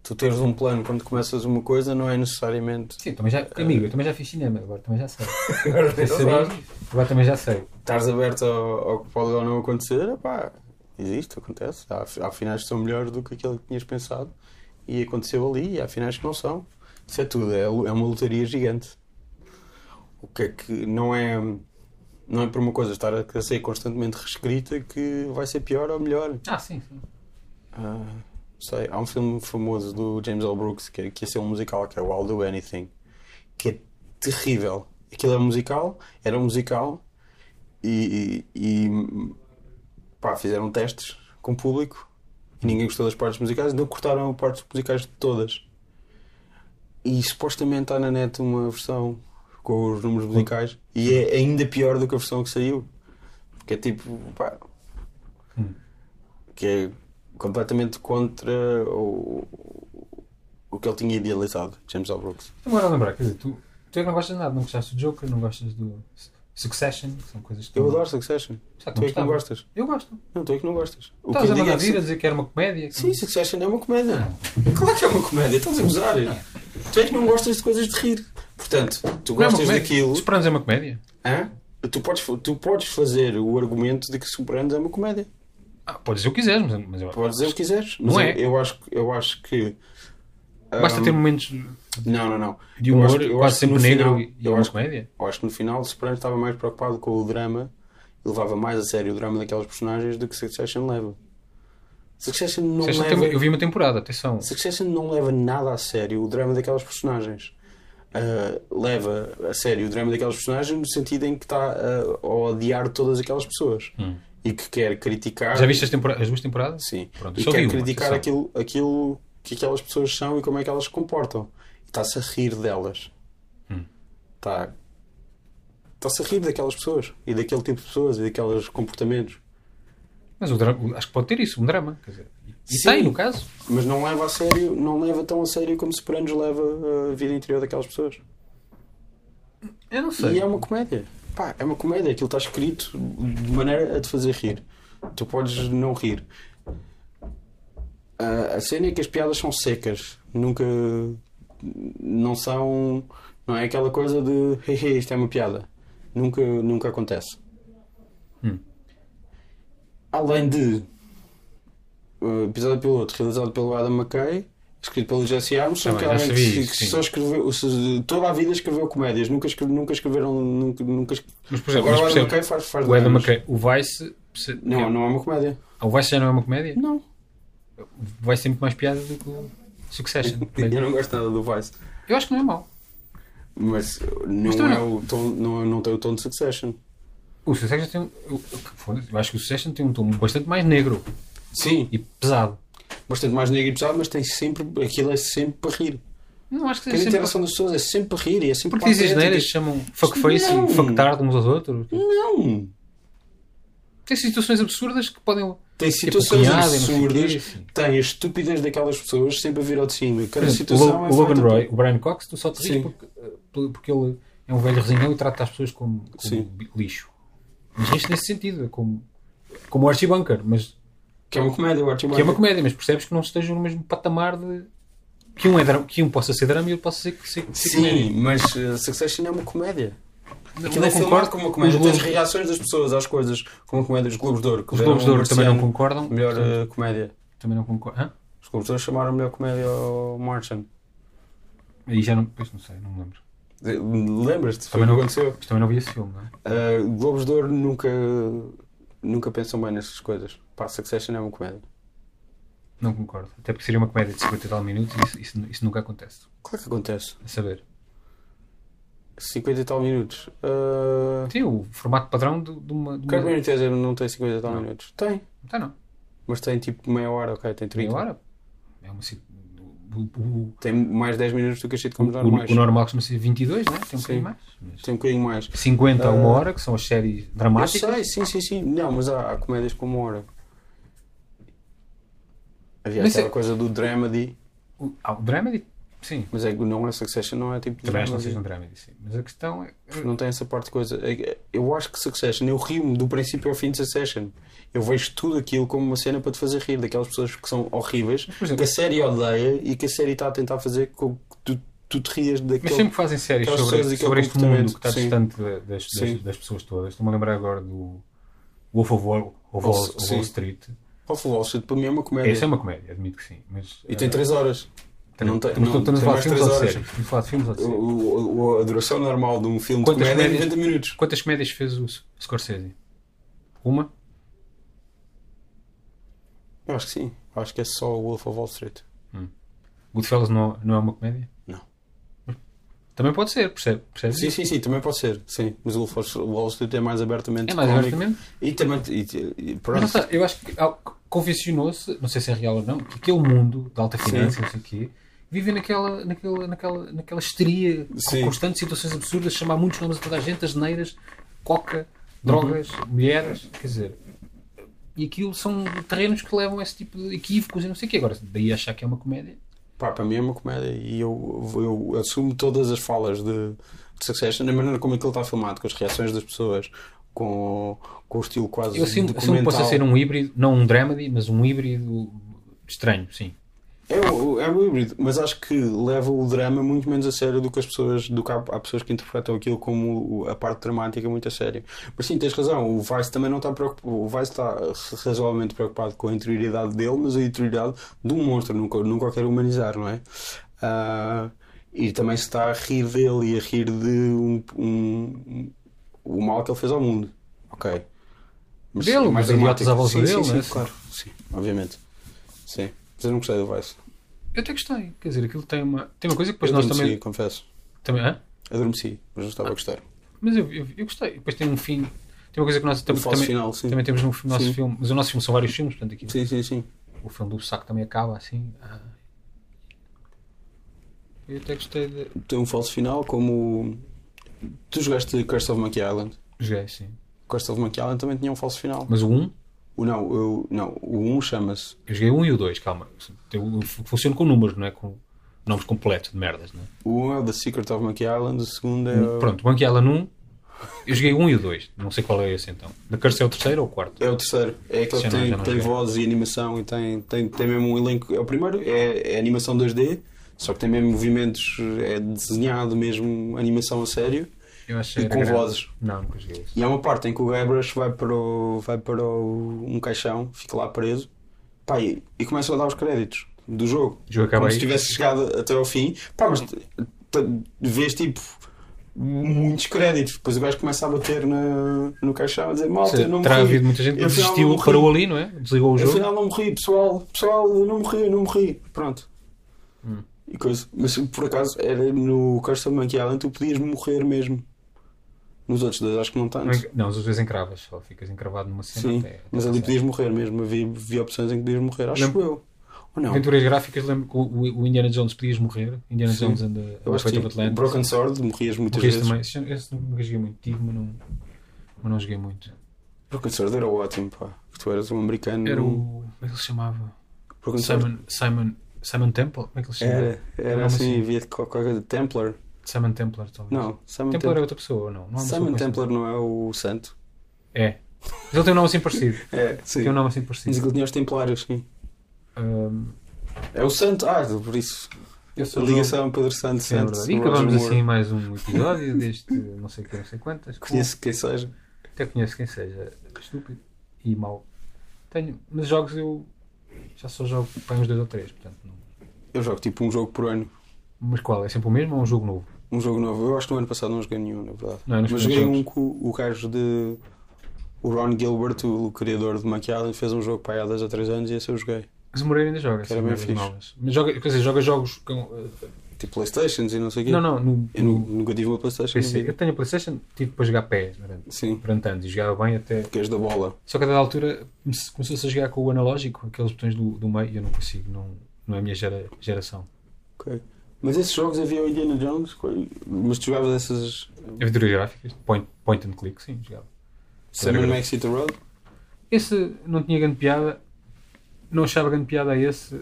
Speaker 3: tu teres um plano quando começas uma coisa não é necessariamente.
Speaker 2: Sim, também já.
Speaker 3: É.
Speaker 2: Amigo, eu também já fiz cinema, agora também já sei. Eu
Speaker 3: Então
Speaker 2: sabia,
Speaker 3: Estás
Speaker 2: agora também já sei.
Speaker 3: aberto ao, ao que pode ou não acontecer, epá, existe, acontece. Há, há finais que são melhores do que aquilo que tinhas pensado e aconteceu ali, e há finais que não são. Isso é tudo, é, lu- é uma lotaria gigante. O que é que não é. Não é por uma coisa estar a ser constantemente reescrita que vai ser pior ou melhor.
Speaker 2: Ah, sim, sim.
Speaker 3: Ah, não sei, há um filme famoso do James L. Brooks que, que ia ser um musical, que é o I'll Do Anything, que é terrível. Aquilo é um musical, era um musical, e, e, e, pá, fizeram testes com o público e ninguém gostou das partes musicais, então cortaram as partes musicais de todas. E supostamente está na net uma versão com os números musicais e é ainda pior do que a versão que saiu. Porque é tipo, pá, que é completamente contra o, o que ele tinha idealizado, James L. Brooks.
Speaker 2: Agora a lembrar, quer dizer, tu, tu é que não gostas de nada, não gostaste do Joker, não gostas do Su- Succession, que são coisas que
Speaker 3: Eu
Speaker 2: tu-
Speaker 3: adoro Succession.
Speaker 2: Será que
Speaker 3: Tu é que não
Speaker 2: Uhum. gostava?
Speaker 3: gostas?
Speaker 2: Eu gosto.
Speaker 3: Não, tu é que não gostas. O
Speaker 2: Estavas
Speaker 3: eu
Speaker 2: a
Speaker 3: digo
Speaker 2: mandar
Speaker 3: é que
Speaker 2: vir a dizer que era uma comédia? que-
Speaker 3: Sim, Succession é uma comédia. Claro que é uma comédia, estás a gozar. Tu é que não gostas de coisas de rir. Portanto, tu
Speaker 2: Não é uma
Speaker 3: gostas
Speaker 2: comédia.
Speaker 3: daquilo.
Speaker 2: Sopranos é uma comédia?
Speaker 3: Hã? Tu, podes, tu podes fazer o argumento de que Sopranos é uma comédia.
Speaker 2: Ah, podes dizer o que quiseres, mas, mas eu-
Speaker 3: Podes dizer o que quiseres.
Speaker 2: Não
Speaker 3: Mas
Speaker 2: é.
Speaker 3: Eu, eu acho, que- eu acho que. hum,
Speaker 2: basta ter momentos
Speaker 3: Não, não, não.
Speaker 2: de
Speaker 3: Eu
Speaker 2: humor
Speaker 3: acho- eu
Speaker 2: quase
Speaker 3: acho que no
Speaker 2: sempre negro
Speaker 3: final-
Speaker 2: e e
Speaker 3: eu
Speaker 2: uma
Speaker 3: acho-
Speaker 2: comédia.
Speaker 3: Eu acho que no final Sopranos estava mais preocupado com o drama e levava mais a sério o drama daquelas personagens do que Succession leva. Succession não,
Speaker 2: Succession
Speaker 3: leva,
Speaker 2: tem- eu vi uma temporada, atenção.
Speaker 3: Succession não leva nada a sério o drama daquelas personagens. Ah, leva a sério o drama daquelas personagens no sentido em que está ah, a odiar todas aquelas pessoas
Speaker 2: Hum.
Speaker 3: e que quer criticar.
Speaker 2: Já viste as, tempora- as duas temporadas?
Speaker 3: Sim.
Speaker 2: Pronto,
Speaker 3: e
Speaker 2: só vi
Speaker 3: quer
Speaker 2: uma,
Speaker 3: criticar
Speaker 2: atenção.
Speaker 3: aquilo, aquilo que aquelas pessoas são e como é que elas se comportam. E está-se a rir delas.
Speaker 2: Hum.
Speaker 3: Está. Está-se a rir daquelas pessoas e daquele tipo de pessoas e daqueles comportamentos.
Speaker 2: Mas o drama, o- acho que pode ter isso, um drama. Quer dizer, e e
Speaker 3: Sim.
Speaker 2: tem, no caso.
Speaker 3: Mas não leva a sério, não leva tão a sério como Sopranos leva a vida interior daquelas pessoas.
Speaker 2: Eu não sei.
Speaker 3: E é uma comédia. Pá, é uma comédia. Aquilo está escrito de maneira a te fazer rir. Tu podes não rir. Ah, a cena é que as piadas são secas. Nunca. não são. Não é aquela coisa de hehe, isto é uma piada. Nunca, nunca acontece.
Speaker 2: Hum.
Speaker 3: Além de. uh, episódio piloto realizado pelo Adam McKay, escrito pelo Jesse Armstrong, que
Speaker 2: Também,
Speaker 3: é alguém
Speaker 2: já
Speaker 3: que,
Speaker 2: sabia
Speaker 3: se-
Speaker 2: isso,
Speaker 3: que
Speaker 2: sim.
Speaker 3: só escreveu. se- toda a vida escreveu comédias, nunca, escreve, nunca escreveram. Nunca, nunca escre-
Speaker 2: Mas, por exemplo,
Speaker 3: Agora
Speaker 2: mas,
Speaker 3: o
Speaker 2: por
Speaker 3: Adam
Speaker 2: exemplo
Speaker 3: McKay faz, faz
Speaker 2: o Adam
Speaker 3: dramas.
Speaker 2: McKay, o Vice. se-
Speaker 3: Não, não é uma comédia.
Speaker 2: O Vice já não é uma comédia?
Speaker 3: Não.
Speaker 2: Vai ser muito mais piada do que o Succession.
Speaker 3: Eu não gosto nada do Vice.
Speaker 2: Eu acho que não é mau.
Speaker 3: Mas uh, não,
Speaker 2: também
Speaker 3: é o tom, não, não tem o tom de Succession.
Speaker 2: O Succession tem um. Eu, foda-se, eu acho que o Succession tem um tom bastante mais negro
Speaker 3: Sim.
Speaker 2: e pesado.
Speaker 3: Bastante mais negro e pesado, mas tem sempre. Aquilo é sempre para rir.
Speaker 2: Não acho que
Speaker 3: Porque a
Speaker 2: seja sempre...
Speaker 3: interação das pessoas é sempre para rir e é sempre
Speaker 2: Porque dizem
Speaker 3: patética.
Speaker 2: neiras, chamam fuck face
Speaker 3: Não.
Speaker 2: e fuck tard uns aos outros.
Speaker 3: Não!
Speaker 2: Tem situações absurdas que podem.
Speaker 3: Tem
Speaker 2: Tipo,
Speaker 3: situações
Speaker 2: cunhado e não sei o quê,
Speaker 3: absurdas,
Speaker 2: assim.
Speaker 3: tem a estupidez daquelas pessoas sempre a vir ao de cima.
Speaker 2: Por
Speaker 3: Cada
Speaker 2: exemplo, o,
Speaker 3: situação
Speaker 2: Lo-
Speaker 3: é
Speaker 2: o Logan
Speaker 3: feita-
Speaker 2: Roy, o Brian Cox, tu só te
Speaker 3: Sim.
Speaker 2: rires porque, eh, porque ele é um velho resinhão e trata as pessoas como, como
Speaker 3: Sim.
Speaker 2: bi- lixo. Mas riste nesse sentido, é como, como o Archie Bunker, mas,
Speaker 3: Que é uma comédia, o Archie
Speaker 2: que é uma
Speaker 3: Bunker.
Speaker 2: comédia, mas percebes que não estejam no mesmo patamar de que um, é drama, que um possa ser drama e outro possa ser, ser, ser comédia.
Speaker 3: Sim, mas uh, Succession é uma comédia.
Speaker 2: Não-
Speaker 3: Aquilo
Speaker 2: não
Speaker 3: é filmado
Speaker 2: concordo
Speaker 3: como uma
Speaker 2: com os
Speaker 3: comédia. Tem as
Speaker 2: Globos-
Speaker 3: reações das pessoas às coisas, como a comédia dos Globos de Ouro. que
Speaker 2: Os
Speaker 3: deram
Speaker 2: Globos de
Speaker 3: ao
Speaker 2: Ouro também não
Speaker 3: Marciano
Speaker 2: concordam.
Speaker 3: Melhor
Speaker 2: portanto,
Speaker 3: uh, comédia.
Speaker 2: Também não concordo. Hã?
Speaker 3: Os Globos de Ouro chamaram a melhor comédia ao Martian.
Speaker 2: Aí já não. Pois não sei, não me lembro.
Speaker 3: Eh, Lembras-te? Foi o
Speaker 2: Também
Speaker 3: que
Speaker 2: não-
Speaker 3: aconteceu.
Speaker 2: Mas também não vi esse filme, não é?
Speaker 3: Uh, Globos de Ouro nunca, nunca pensam bem nessas coisas. Pá, Succession é uma comédia.
Speaker 2: Não concordo. Até porque seria uma comédia de 50 e tal minutos e isso, isso, isso nunca acontece.
Speaker 3: Claro que acontece.
Speaker 2: A saber.
Speaker 3: 50 e tal minutos. Uh,
Speaker 2: Tem o formato padrão de, de uma. De uma...
Speaker 3: Carmen Tese não tem 50 e tal minutos. Tem,
Speaker 2: Não tá, não.
Speaker 3: mas tem tipo meia hora, ok, tem 30.
Speaker 2: Meia hora. É uma. sit- O, o,
Speaker 3: Tem mais 10 minutos do que as sitcoms
Speaker 2: o,
Speaker 3: normais.
Speaker 2: o normal costuma ser 22, não é? Tem um
Speaker 3: Sim.
Speaker 2: bocadinho mais. mas
Speaker 3: Tem um bocadinho mais.
Speaker 2: 50 a uma
Speaker 3: Ah.
Speaker 2: hora, que são as séries
Speaker 3: Eu
Speaker 2: dramáticas.
Speaker 3: sei, sim, sim, sim. Não, mas há, há comédias com uma hora. Havia
Speaker 2: Mas
Speaker 3: aquela
Speaker 2: é-
Speaker 3: coisa do dramedy,
Speaker 2: O, há o Dramedy, sim.
Speaker 3: mas é que não é Succession, não é tipo
Speaker 2: Também acho que não
Speaker 3: dramedy.
Speaker 2: seja um Dramedy, sim. Mas a questão é.
Speaker 3: Não tem essa parte de coisa. É, Eu acho que Succession, eu rio-me do princípio ao fim de Succession. Eu vejo tudo aquilo como uma cena para te fazer rir, daquelas pessoas que são horríveis,
Speaker 2: por exemplo-
Speaker 3: que a série odeia e que a série está a tentar fazer com que tu, tu te rias
Speaker 2: Mas
Speaker 3: daquele.
Speaker 2: sempre que fazem séries
Speaker 3: aquelas
Speaker 2: sobre,
Speaker 3: pessoas e aquele
Speaker 2: sobre este
Speaker 3: comportamento,
Speaker 2: mundo que está
Speaker 3: sim.
Speaker 2: distante da- das,
Speaker 3: Sim.
Speaker 2: das, das pessoas todas. Estou-me a lembrar agora do Wolf of Wall, of Wall,
Speaker 3: Sim.
Speaker 2: of Wall Street.
Speaker 3: Awful Wall Street, para mim é uma comédia.
Speaker 2: Essa é uma comédia, admito que sim. Mas,
Speaker 3: E tem
Speaker 2: eh,
Speaker 3: 3 horas. Não tem,
Speaker 2: estamos,
Speaker 3: não,
Speaker 2: estamos a
Speaker 3: tem
Speaker 2: falar
Speaker 3: mais
Speaker 2: de filmes
Speaker 3: 3
Speaker 2: ou de
Speaker 3: horas.
Speaker 2: séries? Estamos a falar de filmes ou de
Speaker 3: O,
Speaker 2: séries?
Speaker 3: o- o- a duração normal de um filme
Speaker 2: Quantas
Speaker 3: de comédia é
Speaker 2: comédias?
Speaker 3: 90 minutos.
Speaker 2: Quantas comédias fez o Scorsese? Uma?
Speaker 3: Eu acho que sim. Eu acho que é só o Wolf of Wall Street.
Speaker 2: Goodfellas não, não é uma comédia?
Speaker 3: Não.
Speaker 2: Também pode ser, percebe? percebes?
Speaker 3: Sim, sim, sim, também pode ser. Sim, mas o Wolf of Wall Street é mais abertamente
Speaker 2: É mais
Speaker 3: cómico.
Speaker 2: abertamente.
Speaker 3: E também. E, e,
Speaker 2: Mas
Speaker 3: pronto.
Speaker 2: não sei, eu acho que há- convencionou-se, não sei se é real ou não, que aquele mundo da alta finança, não sei o quê, vive naquela, naquela, naquela, naquela histeria com
Speaker 3: Sim.
Speaker 2: constante, situações absurdas, chamar muitos nomes a toda a gente, asneiras, coca,
Speaker 3: Uhum.
Speaker 2: drogas, mulheres, quer dizer. E aquilo são terrenos que levam a esse tipo de equívocos e não sei o quê. Agora, daí achar que é uma comédia.
Speaker 3: Pá, para mim é uma comédia e eu, eu assumo todas as falas de, de Succession, na maneira como aquilo está filmado, com as reações das pessoas, com, com o estilo quase
Speaker 2: Eu assumo, assumo que
Speaker 3: documental.
Speaker 2: possa ser um híbrido, não um dramedy, mas um híbrido estranho, sim.
Speaker 3: É, um- é um híbrido, mas acho que leva o drama muito menos a sério do que as pessoas, do que há, há pessoas que interpretam aquilo como o- a parte dramática muito a sério. Mas sim, tens razão, o Vice também não está preocupado, o Vice está razoavelmente preocupado com a interioridade dele, mas a interioridade de um monstro, nunca, nunca o quer humanizar, não é? Ah, e também se está a rir dele e a rir de um, um- o mal que ele fez ao mundo. Ok. é
Speaker 2: Dele,
Speaker 3: mais
Speaker 2: dos idiotas
Speaker 3: dramático.
Speaker 2: à volta
Speaker 3: sim,
Speaker 2: dele,
Speaker 3: sim,
Speaker 2: não é?
Speaker 3: sim, claro. Sim, obviamente. Sim. Mas eu não gostei do Vice.
Speaker 2: Eu até gostei, quer dizer, aquilo tem uma, tem uma coisa que depois nós
Speaker 3: Pois adormeci,
Speaker 2: também. Ah,
Speaker 3: confesso.
Speaker 2: também hã?
Speaker 3: Adormeci, mas não estava a gostar.
Speaker 2: Mas eu, eu, eu gostei. Depois tem um fim. Tem uma coisa que nós
Speaker 3: O
Speaker 2: tam-
Speaker 3: Um falso
Speaker 2: também,
Speaker 3: final, sim.
Speaker 2: também temos no f- nosso
Speaker 3: Sim.
Speaker 2: filme. Mas o nosso filme são vários filmes, portanto, aqui,
Speaker 3: Sim, sim, sim.
Speaker 2: o filme do saco também acaba assim. ah. Eu até gostei de.
Speaker 3: Tem um falso final como. o- Tu jogaste Curse of Monkey Island.
Speaker 2: Joguei, sim.
Speaker 3: Curse of Monkey Island também tinha um falso final.
Speaker 2: Mas o 1,
Speaker 3: O, não, o, não, o 1 chama-se.
Speaker 2: eu joguei o 1 e o 2, calma. Eu, eu funciono com números, não é? Com nomes completos de merdas, não é?
Speaker 3: O 1 é o The Secret of Monkey Island, o segundo é. o-
Speaker 2: Hum, Então, Pronto, Monkey Island 1. Eu joguei o 1 e o 2. Não sei qual é esse então. The Curse é o terceiro ou o quarto?
Speaker 3: É o terceiro. É aquele que
Speaker 2: Sim, não,
Speaker 3: tem,
Speaker 2: já não
Speaker 3: tem
Speaker 2: joguei.
Speaker 3: voz e animação e tem, tem, tem mesmo um elenco. É o primeiro, é, é animação 2D, Só que tem mesmo movimentos, é desenhado mesmo, animação a sério
Speaker 2: Eu achei
Speaker 3: e
Speaker 2: era
Speaker 3: com
Speaker 2: grande.
Speaker 3: vozes.
Speaker 2: Não, nunca joguei isso.
Speaker 3: E há uma parte em que o Guybrush vai para, o, vai para o- um caixão, fica lá preso, pá, e, e começa a dar os créditos do jogo.
Speaker 2: O jogo acaba
Speaker 3: Como
Speaker 2: aí.
Speaker 3: se tivesse chegado até ao fim, pá, mas t- t- vês tipo muitos créditos. Depois o gajo começa a bater na, no caixão a dizer:
Speaker 2: Ou
Speaker 3: Malta, eu
Speaker 2: seja,
Speaker 3: não
Speaker 2: Terá
Speaker 3: morri.
Speaker 2: havido muita gente que
Speaker 3: Eu afinal não
Speaker 2: desistiu,
Speaker 3: morri.
Speaker 2: parou ali, não é? Desligou o jogo.
Speaker 3: Afinal não morri, pessoal, pessoal, eu não morri, eu não morri. Pronto.
Speaker 2: Hum.
Speaker 3: E coisa. Mas por acaso era no Custom Monkey Island tu podias morrer mesmo. Nos outros dois acho que não tanto.
Speaker 2: Não, às vezes encravas, só ficas encravado numa cena.
Speaker 3: Sim,
Speaker 2: até- até
Speaker 3: mas ali
Speaker 2: passar.
Speaker 3: podias morrer mesmo. Havia, havia opções em que podias morrer, acho
Speaker 2: Lembro-
Speaker 3: eu. Ou não?
Speaker 2: Aventuras gráficas, lembro que o, o Indiana Jones podias morrer. Indiana
Speaker 3: Sim.
Speaker 2: Jones anda
Speaker 3: Eu
Speaker 2: a
Speaker 3: acho que
Speaker 2: Fate of
Speaker 3: tive.
Speaker 2: Atlantis.
Speaker 3: Broken Sword, morrias muitas
Speaker 2: Morrias
Speaker 3: vezes.
Speaker 2: também. Esse, esse nunca joguei muito, tive, mas não, mas não joguei muito.
Speaker 3: Broken Sword era ótimo, pá. Tu eras um americano.
Speaker 2: Era
Speaker 3: um-
Speaker 2: o. Como é que ele se chamava?
Speaker 3: Broken Sword.
Speaker 2: Simon, Simon, Simon Temple? Como é que ele se chamava?
Speaker 3: Era, era
Speaker 2: Não, mas
Speaker 3: assim,
Speaker 2: sim.
Speaker 3: havia qualquer coisa de Templar.
Speaker 2: Simon Templar, talvez.
Speaker 3: Não, Simon
Speaker 2: Templar é
Speaker 3: Templar.
Speaker 2: outra pessoa ou não? não há uma
Speaker 3: Simon
Speaker 2: pessoa com esse
Speaker 3: Templar não é o santo.
Speaker 2: nome. É. Mas ele tem um nome assim parecido.
Speaker 3: É, sim.
Speaker 2: Tem um nome assim
Speaker 3: Diz que
Speaker 2: parecido.
Speaker 3: ele tinha os Templários, sim.
Speaker 2: Ahm,
Speaker 3: É o Santo, ah, por isso. A ligação Pedro Santo,
Speaker 2: Sim, é
Speaker 3: Santo.
Speaker 2: verdade. E
Speaker 3: Roger
Speaker 2: acabamos
Speaker 3: Moore.
Speaker 2: assim mais um episódio deste não sei quem, não sei quantas. com-
Speaker 3: Conheço quem seja.
Speaker 2: Até conheço quem seja estúpido e mau. Tenho, mas jogos eu já só jogo para uns dois ou três, portanto. Não.
Speaker 3: Eu jogo tipo um jogo por ano.
Speaker 2: Mas qual? É sempre o mesmo ou um jogo novo?
Speaker 3: Um jogo novo. Eu acho que no ano passado não joguei nenhum, na verdade.
Speaker 2: Não, nos
Speaker 3: Mas joguei
Speaker 2: primeiros
Speaker 3: um que o o gajo de. O Ron Gilbert, o criador de Maquiagem, fez um jogo para aí há 10 ou 3 anos e esse eu joguei.
Speaker 2: Mas o Moreira ainda joga.
Speaker 3: Que era
Speaker 2: assim,
Speaker 3: bem
Speaker 2: coisas
Speaker 3: fixe.
Speaker 2: novas. Mas joga, quer dizer, joga jogos com. eh,
Speaker 3: Tipo Playstations e não sei o quê.
Speaker 2: não, não, no,
Speaker 3: Eu nu-
Speaker 2: no
Speaker 3: nunca tive uma Playstation. na
Speaker 2: PC. Eu
Speaker 3: vida.
Speaker 2: tenho a PlayStation, tive para jogar pés durante,
Speaker 3: Sim,
Speaker 2: durante anos e jogava bem até.
Speaker 3: porque és da bola.
Speaker 2: Só que a dada altura come- começou-se a jogar com o analógico, aqueles botões do, do meio, e eu não consigo, não, não é a minha gera- geração.
Speaker 3: Ok. Mas esses jogos havia o Indiana Jones, co- mas tu jogavas essas.
Speaker 2: Aventuras gráficas, point, point and click, sim, jogava.
Speaker 3: Simon Max Hit the Road?
Speaker 2: Esse não tinha grande piada. Não achava grande piada a esse.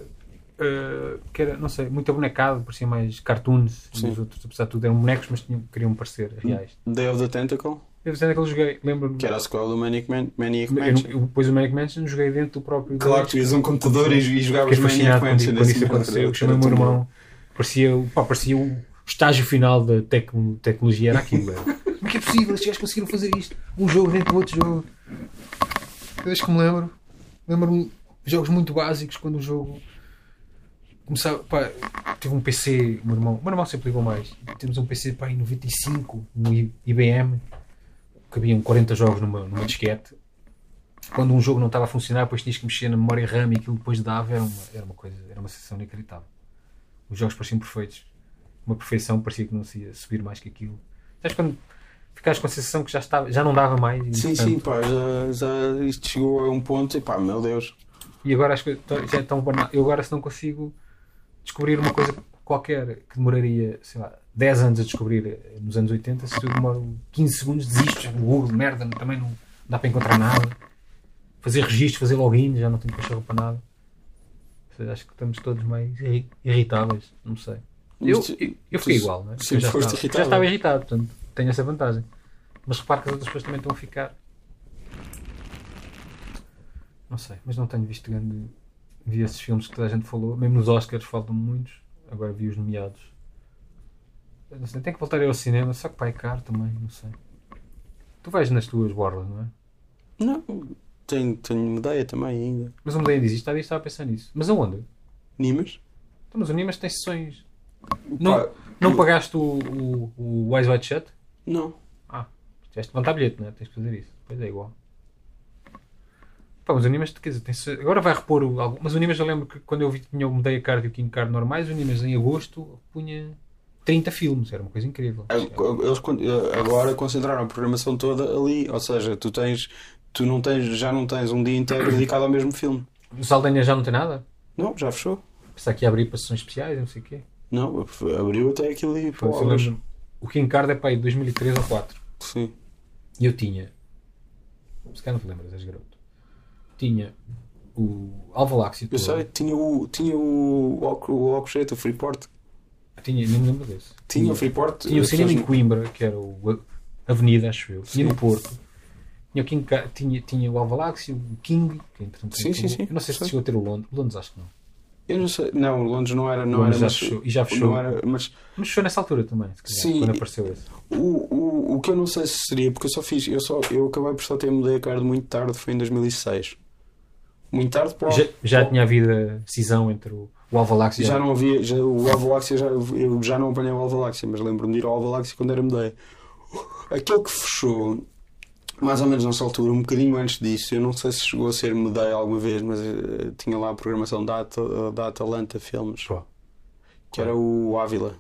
Speaker 2: eh, que era, não sei, muito abonecado, parecia mais cartoons e
Speaker 3: Sim.
Speaker 2: os outros, apesar de tudo, eram bonecos, mas tinham, queriam parecer reais.
Speaker 3: Day of the Tentacle?
Speaker 2: Deve ser daquele joguei, lembro-me.
Speaker 3: Que era a sequela do Maniac, Man Maniac
Speaker 2: eu-
Speaker 3: Mansion.
Speaker 2: eu- Depois o Manic Mansion joguei dentro do próprio.
Speaker 3: Claro que tu ias a um computador e, e jogavas
Speaker 2: fiquei fascinado
Speaker 3: Maniac
Speaker 2: quando,
Speaker 3: Mansion. assim
Speaker 2: quando isso aconteceu. Eu chamei o meu irmão, parecia, o- pá, parecia o estágio final da tecno- tecnologia, era aquilo. era. Como é que é possível? Estes gajos conseguiram fazer isto? Um jogo dentro do outro jogo. Desde que me lembro, lembro-me de jogos muito básicos quando o jogo começava. Pá, tive um PC, o meu irmão, o meu irmão sempre ligou mais. Temos um PC pá, em 95, um I- IBM, cabiam 40 jogos numa, numa disquete. Quando um jogo não estava a funcionar, depois tinhas que mexer na memória RAM e aquilo depois dava, era uma, era uma coisa, era uma sensação inacreditável. Os jogos pareciam perfeitos. Uma perfeição parecia que não se ia subir mais que aquilo. Sabes quando ficaste com a sensação que já, estava, já não dava mais? e,
Speaker 3: Sim,
Speaker 2: portanto,
Speaker 3: sim, pá, já, já isto chegou a um ponto e pá, meu Deus.
Speaker 2: E agora as coisas tão- já é tão banal. Eu agora se não consigo descobrir uma coisa qualquer que demoraria, sei lá, 10 anos a descobrir eh, nos anos 80, se eu demoro 15 segundos, desisto, o Google, merda, também não dá para encontrar nada. Fazer registro, fazer login, já não tenho cachorro para nada. Ou seja, Acho que estamos todos mais irri- irritáveis, não sei. Eu,
Speaker 3: Mas tu-
Speaker 2: eu- eu fiquei
Speaker 3: tu
Speaker 2: igual, não é?
Speaker 3: sempre
Speaker 2: Eu já,
Speaker 3: foste
Speaker 2: estava,
Speaker 3: irritável.
Speaker 2: já estava irritado, portanto, tenho essa vantagem. Mas repare que as outras pessoas também estão a ficar. Não sei, mas não tenho visto grande. Vi esses filmes que toda a gente falou, mesmo nos Oscars faltam muitos, agora vi os nomeados. Eu Não sei, tenho que voltar eu ao cinema, só que vai caro também, não sei. Tu vais nas tuas borlas, não é?
Speaker 3: Não, tenho, tenho ideia também ainda.
Speaker 2: Mas o Medei diz isto, há dias estava a pensar nisso. Mas aonde?
Speaker 3: Nimas?
Speaker 2: Então, mas o Nimas tem sessões.
Speaker 3: Pá,
Speaker 2: Não, não pagaste o, o, o Wise White Shut?
Speaker 3: Não.
Speaker 2: Tiveste de levantar bilhete, não é? Tens de fazer isso. Pois é igual. Pá, mas o Nimas, quer dizer, tem-se- agora vai repor o, algum- mas o Nimas eu lembro que quando eu vi que tinha o Medeia Card e o King Card normais, o Nimas em agosto punha 30 filmes, era uma coisa incrível.
Speaker 3: Ah, Eles con- eh, agora concentraram a programação toda ali, ou seja, tu tens, tu não tens, já não tens um dia inteiro dedicado ao mesmo filme.
Speaker 2: O Saldanha já não tem nada?
Speaker 3: Não, já fechou.
Speaker 2: Pensar que ia abrir para sessões especiais, não sei o quê.
Speaker 3: Não, abriu até aquilo ali.
Speaker 2: Pô,
Speaker 3: Pô,
Speaker 2: eu lembro-me, o King Card é para aí de 2003 ou 2004.
Speaker 3: Sim.
Speaker 2: E eu tinha. Se calhar não te lembras, és garoto. Tinha o Alvaláxia.
Speaker 3: Eu sei, tinha o. Tinha o. Oc- O Ocochete, o Freeport.
Speaker 2: Tinha, nem me lembro desse.
Speaker 3: Tinha o Freeport. eh,
Speaker 2: Tinha o
Speaker 3: as
Speaker 2: cinema em
Speaker 3: pessoas-
Speaker 2: Coimbra, que era o Avenida, acho eu. Tinha no Porto. Tinha o, King, Ca- tinha, tinha o Alvaláxio, o King, que entretanto
Speaker 3: Sim, sim,
Speaker 2: acabou.
Speaker 3: sim,
Speaker 2: Eu não sei se
Speaker 3: sei.
Speaker 2: chegou a ter o Londres. O Londres acho que não.
Speaker 3: Eu não sei. Não, Londres não era. Não
Speaker 2: Londres
Speaker 3: era
Speaker 2: já fechou- e já
Speaker 3: não
Speaker 2: fechou.
Speaker 3: era, mas
Speaker 2: Mas fechou nessa altura também, se calhar,
Speaker 3: Sim.
Speaker 2: quando apareceu esse.
Speaker 3: o, o, o que eu não sei se seria, porque eu só fiz. Eu, só, eu acabei por só ter mudei a card muito tarde, foi em 2006. Muito tarde, para o-
Speaker 2: Já, já tinha havido a cisão entre o, o Alvalax e
Speaker 3: Já
Speaker 2: a-
Speaker 3: não havia, já, o Alvaláxia já, eu já não apanhei o Alvaláxia, mas lembro-me de ir ao Alvaláxia quando era mudei. Aquele que fechou, mais ou menos nessa altura, um bocadinho antes disso, eu não sei se chegou a ser mudei alguma vez, mas eh, tinha lá a programação da, At- da Atalanta Filmes,
Speaker 2: Qual?
Speaker 3: que era o Ávila.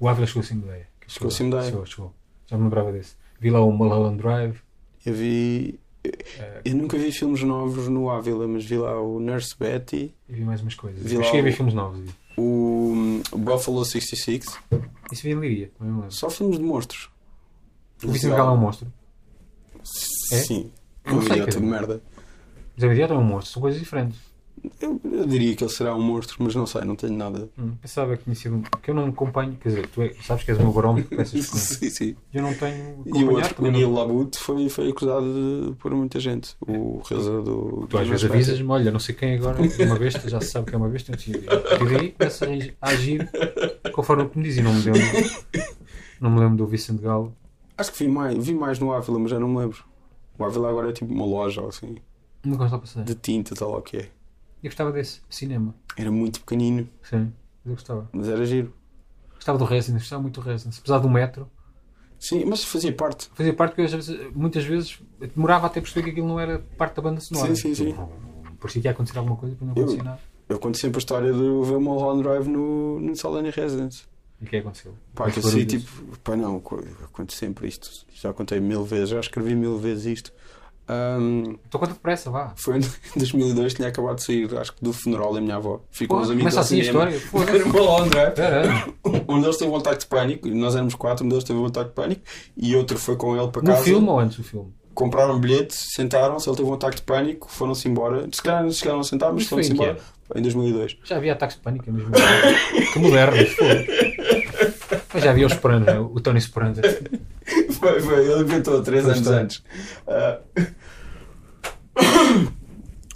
Speaker 2: O Ávila chegou assim de ideia.
Speaker 3: Chegou assim de ideia.
Speaker 2: Chegou, chegou. Já me lembrava desse. Vi lá o Mulholland Drive.
Speaker 3: Eu vi. eu-
Speaker 2: eh,
Speaker 3: Eu nunca vi filmes novos no Ávila, mas vi lá o Nurse Betty,
Speaker 2: e vi mais umas coisas.
Speaker 3: Vi
Speaker 2: Eu
Speaker 3: lá
Speaker 2: cheguei a ver
Speaker 3: o-
Speaker 2: filmes novos. vi.
Speaker 3: o hum, Buffalo 66,
Speaker 2: Isso vi em Liria, também me lembro.
Speaker 3: só filmes de monstros.
Speaker 2: O Vicente Galo é um monstro. É?
Speaker 3: Sim,
Speaker 2: Não
Speaker 3: um
Speaker 2: sei,
Speaker 3: idiota
Speaker 2: cara.
Speaker 3: de merda.
Speaker 2: O Zé Idiota é um monstro, são coisas diferentes.
Speaker 3: Eu, eu diria que ele será um monstro, mas não sei, não tenho nada.
Speaker 2: Hum, pensava que tinha sido. um- que eu não acompanho, quer dizer, tu é- sabes que és o meu barómetro para essas coisas.
Speaker 3: sim, sim.
Speaker 2: Eu não tenho.
Speaker 3: E
Speaker 2: acompanhar,
Speaker 3: o outro, o
Speaker 2: também não-
Speaker 3: Neil Labute, foi, foi acusado de- por muita gente. O realizador do.
Speaker 2: É. Tu às vezes
Speaker 3: do Nurse
Speaker 2: avisas-me, olha, não sei quem agora, é uma besta, já se sabe que é uma besta, eu te digo. E daí começas a agir conforme o que me dizem. Não me lembro, não me lembro do Vicente Galo.
Speaker 3: Betty. Acho que vi mais, vi mais no Ávila, mas já não me lembro. O Ávila agora é tipo uma loja ou assim,
Speaker 2: Nunca mais lá passei.
Speaker 3: de tinta, tal ou que é.
Speaker 2: Eu gostava desse, cinema.
Speaker 3: Era muito pequenino,
Speaker 2: Sim, eu gostava.
Speaker 3: mas era giro.
Speaker 2: Gostava do Resident, gostava muito do Resident. Apesar do metro,
Speaker 3: Sim, mas fazia parte.
Speaker 2: fazia parte que eu às vezes- muitas vezes demorava até perceber que aquilo não era parte da banda sonora.
Speaker 3: Sim, sim, sim.
Speaker 2: Parecia que ia acontecer alguma coisa, depois não
Speaker 3: Eu-
Speaker 2: acontecia nada.
Speaker 3: Eu conto sempre a história do ver uma Holland Drive no, no Salani Residence.
Speaker 2: E o que é que aconteceu?
Speaker 3: Pá,
Speaker 2: Os
Speaker 3: que assim,
Speaker 2: barulhos.
Speaker 3: tipo, pá, não, co- eu conto sempre isto. Já contei mil vezes, já escrevi mil vezes isto. Ahm,
Speaker 2: Estou com tanta pressa, vá.
Speaker 3: Foi em 2002, tinha acabado de sair, acho que do funeral da minha avó. Ficou
Speaker 2: Pô,
Speaker 3: uns amigos
Speaker 2: começa
Speaker 3: ao
Speaker 2: assim a
Speaker 3: cinema.
Speaker 2: história. Pô, é.
Speaker 3: Era uma Londra.
Speaker 2: Era, era.
Speaker 3: Um deles teve um ataque de pânico, e nós éramos quatro, um deles teve um ataque de pânico e outro foi com ele para
Speaker 2: No
Speaker 3: casa.
Speaker 2: filme ou antes do filme?
Speaker 3: Compraram um bilhete, sentaram-se, ele teve um ataque de pânico, foram-se embora. Se calhar não se chegaram a sentar, mas
Speaker 2: Mas foi em
Speaker 3: foram-se
Speaker 2: que
Speaker 3: embora. Em 2002.
Speaker 2: Já havia ataques de pânico é mesmo. que modernos, pô. Mas já havia o Esperanza, o Tony é tipo, Esperanza.
Speaker 3: Foi, foi, ele inventou três anos
Speaker 2: está.
Speaker 3: antes. Ah.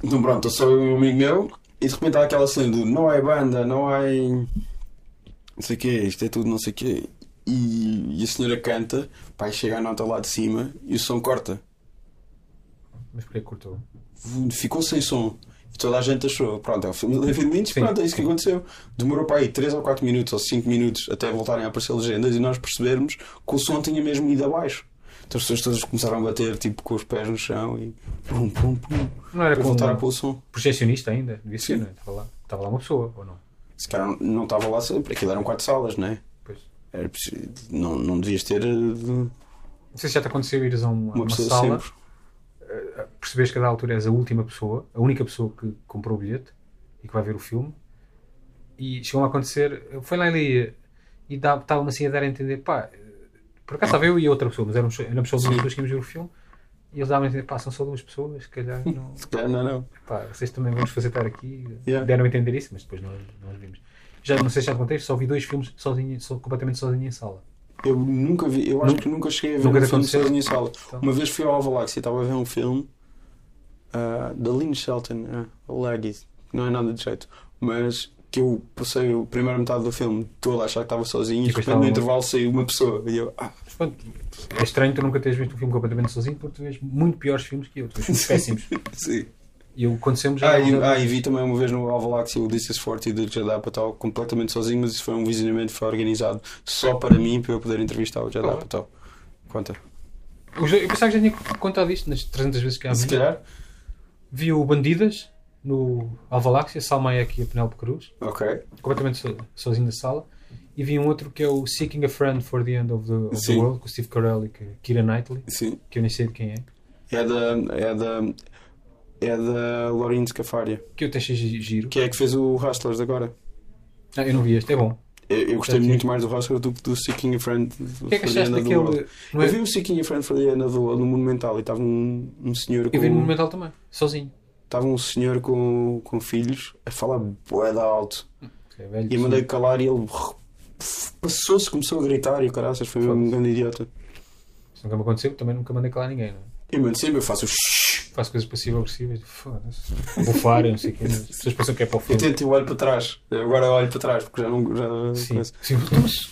Speaker 3: Então pronto, eu sou eu e um amigo meu e de repente há aquela cena do não há banda, não há não sei o quê, isto é tudo não sei o quê. E, e a senhora canta, pai chega a nota lá de cima e o som corta.
Speaker 2: Mas porquê que cortou?
Speaker 3: Ficou sem som. E toda a gente achou, pronto, é o filme do David Lynch,
Speaker 2: Sim.
Speaker 3: pronto, é isso que aconteceu. Demorou para aí 3 ou 4 minutos ou 5 minutos até voltarem a aparecer legendas e nós percebermos que o som tinha mesmo ido abaixo. Então as pessoas todas começaram a bater tipo com os pés no chão e pum, pum, pum.
Speaker 2: É Não era
Speaker 3: Para
Speaker 2: com
Speaker 3: voltar a
Speaker 2: um
Speaker 3: pôr o som.
Speaker 2: projecionista ainda? Devia ser,
Speaker 3: Sim.
Speaker 2: não é? Estava lá, estava lá uma pessoa, ou não?
Speaker 3: Se calhar não estava lá sempre, aquilo eram 4 salas, não é?
Speaker 2: Pois.
Speaker 3: Era preciso- não, não devias ter eh, uma,
Speaker 2: Não sei se já te aconteceu ires a uma, uma
Speaker 3: pessoa
Speaker 2: sala,
Speaker 3: sempre.
Speaker 2: percebes que a dada altura és a última pessoa, a única pessoa que comprou o bilhete e que vai ver o filme. E chegou-me a acontecer, foi lá ali e estava-me assim a dar a entender, pá, por acaso estava eu e outra pessoa, mas éramos só- éramos só duas pessoas que íamos ver o filme. E eles davam a entender, pá, são só duas pessoas, se calhar não.
Speaker 3: Se calhar não, não.
Speaker 2: pá, vocês também vão nos fazer estar aqui.
Speaker 3: Yeah.
Speaker 2: Deram a entender isso, mas depois nós, nós vimos. Já não sei se já te contei, só vi dois filmes sozinho, só, completamente sozinho em sala.
Speaker 3: Eu nunca vi, eu acho
Speaker 2: Nunca-
Speaker 3: que nunca cheguei a ver
Speaker 2: nunca te
Speaker 3: um filme
Speaker 2: aconteceu?
Speaker 3: sozinho em sala.
Speaker 2: Então.
Speaker 3: Uma vez fui ao Alvaláxia e estava a ver um filme ah, da Lynn Shelton, ah, Laggy, não é nada de jeito, mas que eu passei a primeira metade do filme toda a achar que estava sozinho e de
Speaker 2: depois
Speaker 3: repente no
Speaker 2: estava-
Speaker 3: intervalo saiu uma pessoa e eu, ah,
Speaker 2: Mas pronto, é estranho tu nunca teres visto um filme completamente sozinho, porque tu vês muito piores filmes que eu, tu vês filmes péssimos.
Speaker 3: sim.
Speaker 2: E eu quando sempre já.
Speaker 3: Ah, e, ah, e vi também uma vez no Alvaláxia o This is 40 do Jadapa Patel completamente sozinho, mas isso foi um visionamento que foi organizado só para mim, para eu poder entrevistar o Jadapa Patel. Conta.
Speaker 2: Os dois- Eu pensava que já tinha contado isto nas 300 vezes que há
Speaker 3: Se calhar?
Speaker 2: Vi o Bandidas no Alvaláxia, Salma Hayek e a Penélope Cruz,
Speaker 3: Ok.
Speaker 2: completamente so- sozinho na sala. E vi um outro que é o Seeking a Friend for the End of the, of the
Speaker 3: Sim.
Speaker 2: World, com o Steve Carell e com a Keira Knightley,
Speaker 3: Sim.
Speaker 2: que eu nem sei de quem é.
Speaker 3: É da. É da. É da Laurine Scafaria,
Speaker 2: que eu até achei gi- giro.
Speaker 3: que é a que fez o Hustlers agora.
Speaker 2: Ah, eu não vi este, é bom.
Speaker 3: Eu, eu gostei
Speaker 2: Sim.
Speaker 3: muito mais do Hustlers do que do Seeking a Friend
Speaker 2: O que é que achaste
Speaker 3: World.
Speaker 2: daquele. Não é?
Speaker 3: Eu vi um o Seeking a Friend for the End of the World no Monumental e estava um, um senhor
Speaker 2: Eu vi no
Speaker 3: com.
Speaker 2: Monumental também, sozinho.
Speaker 3: Estava um senhor com, com filhos a falar boeda alto.
Speaker 2: É velho,
Speaker 3: E eu mandei calar e ele passou-se, começou a gritar e o caraças foi mesmo um grande idiota.
Speaker 2: Isso nunca me aconteceu, também nunca mandei calar ninguém. Não é?
Speaker 3: Eu mando sempre, eu faço o shhh.
Speaker 2: faço coisas passivo-agressivas. Foda-se. Bufar, não sei o quê. As pessoas pensam que é para o
Speaker 3: Eu
Speaker 2: filme.
Speaker 3: tento e olho para trás. Eu Agora olho para trás, porque já não. Já não
Speaker 2: Sim.
Speaker 3: conheço.
Speaker 2: Sim, mas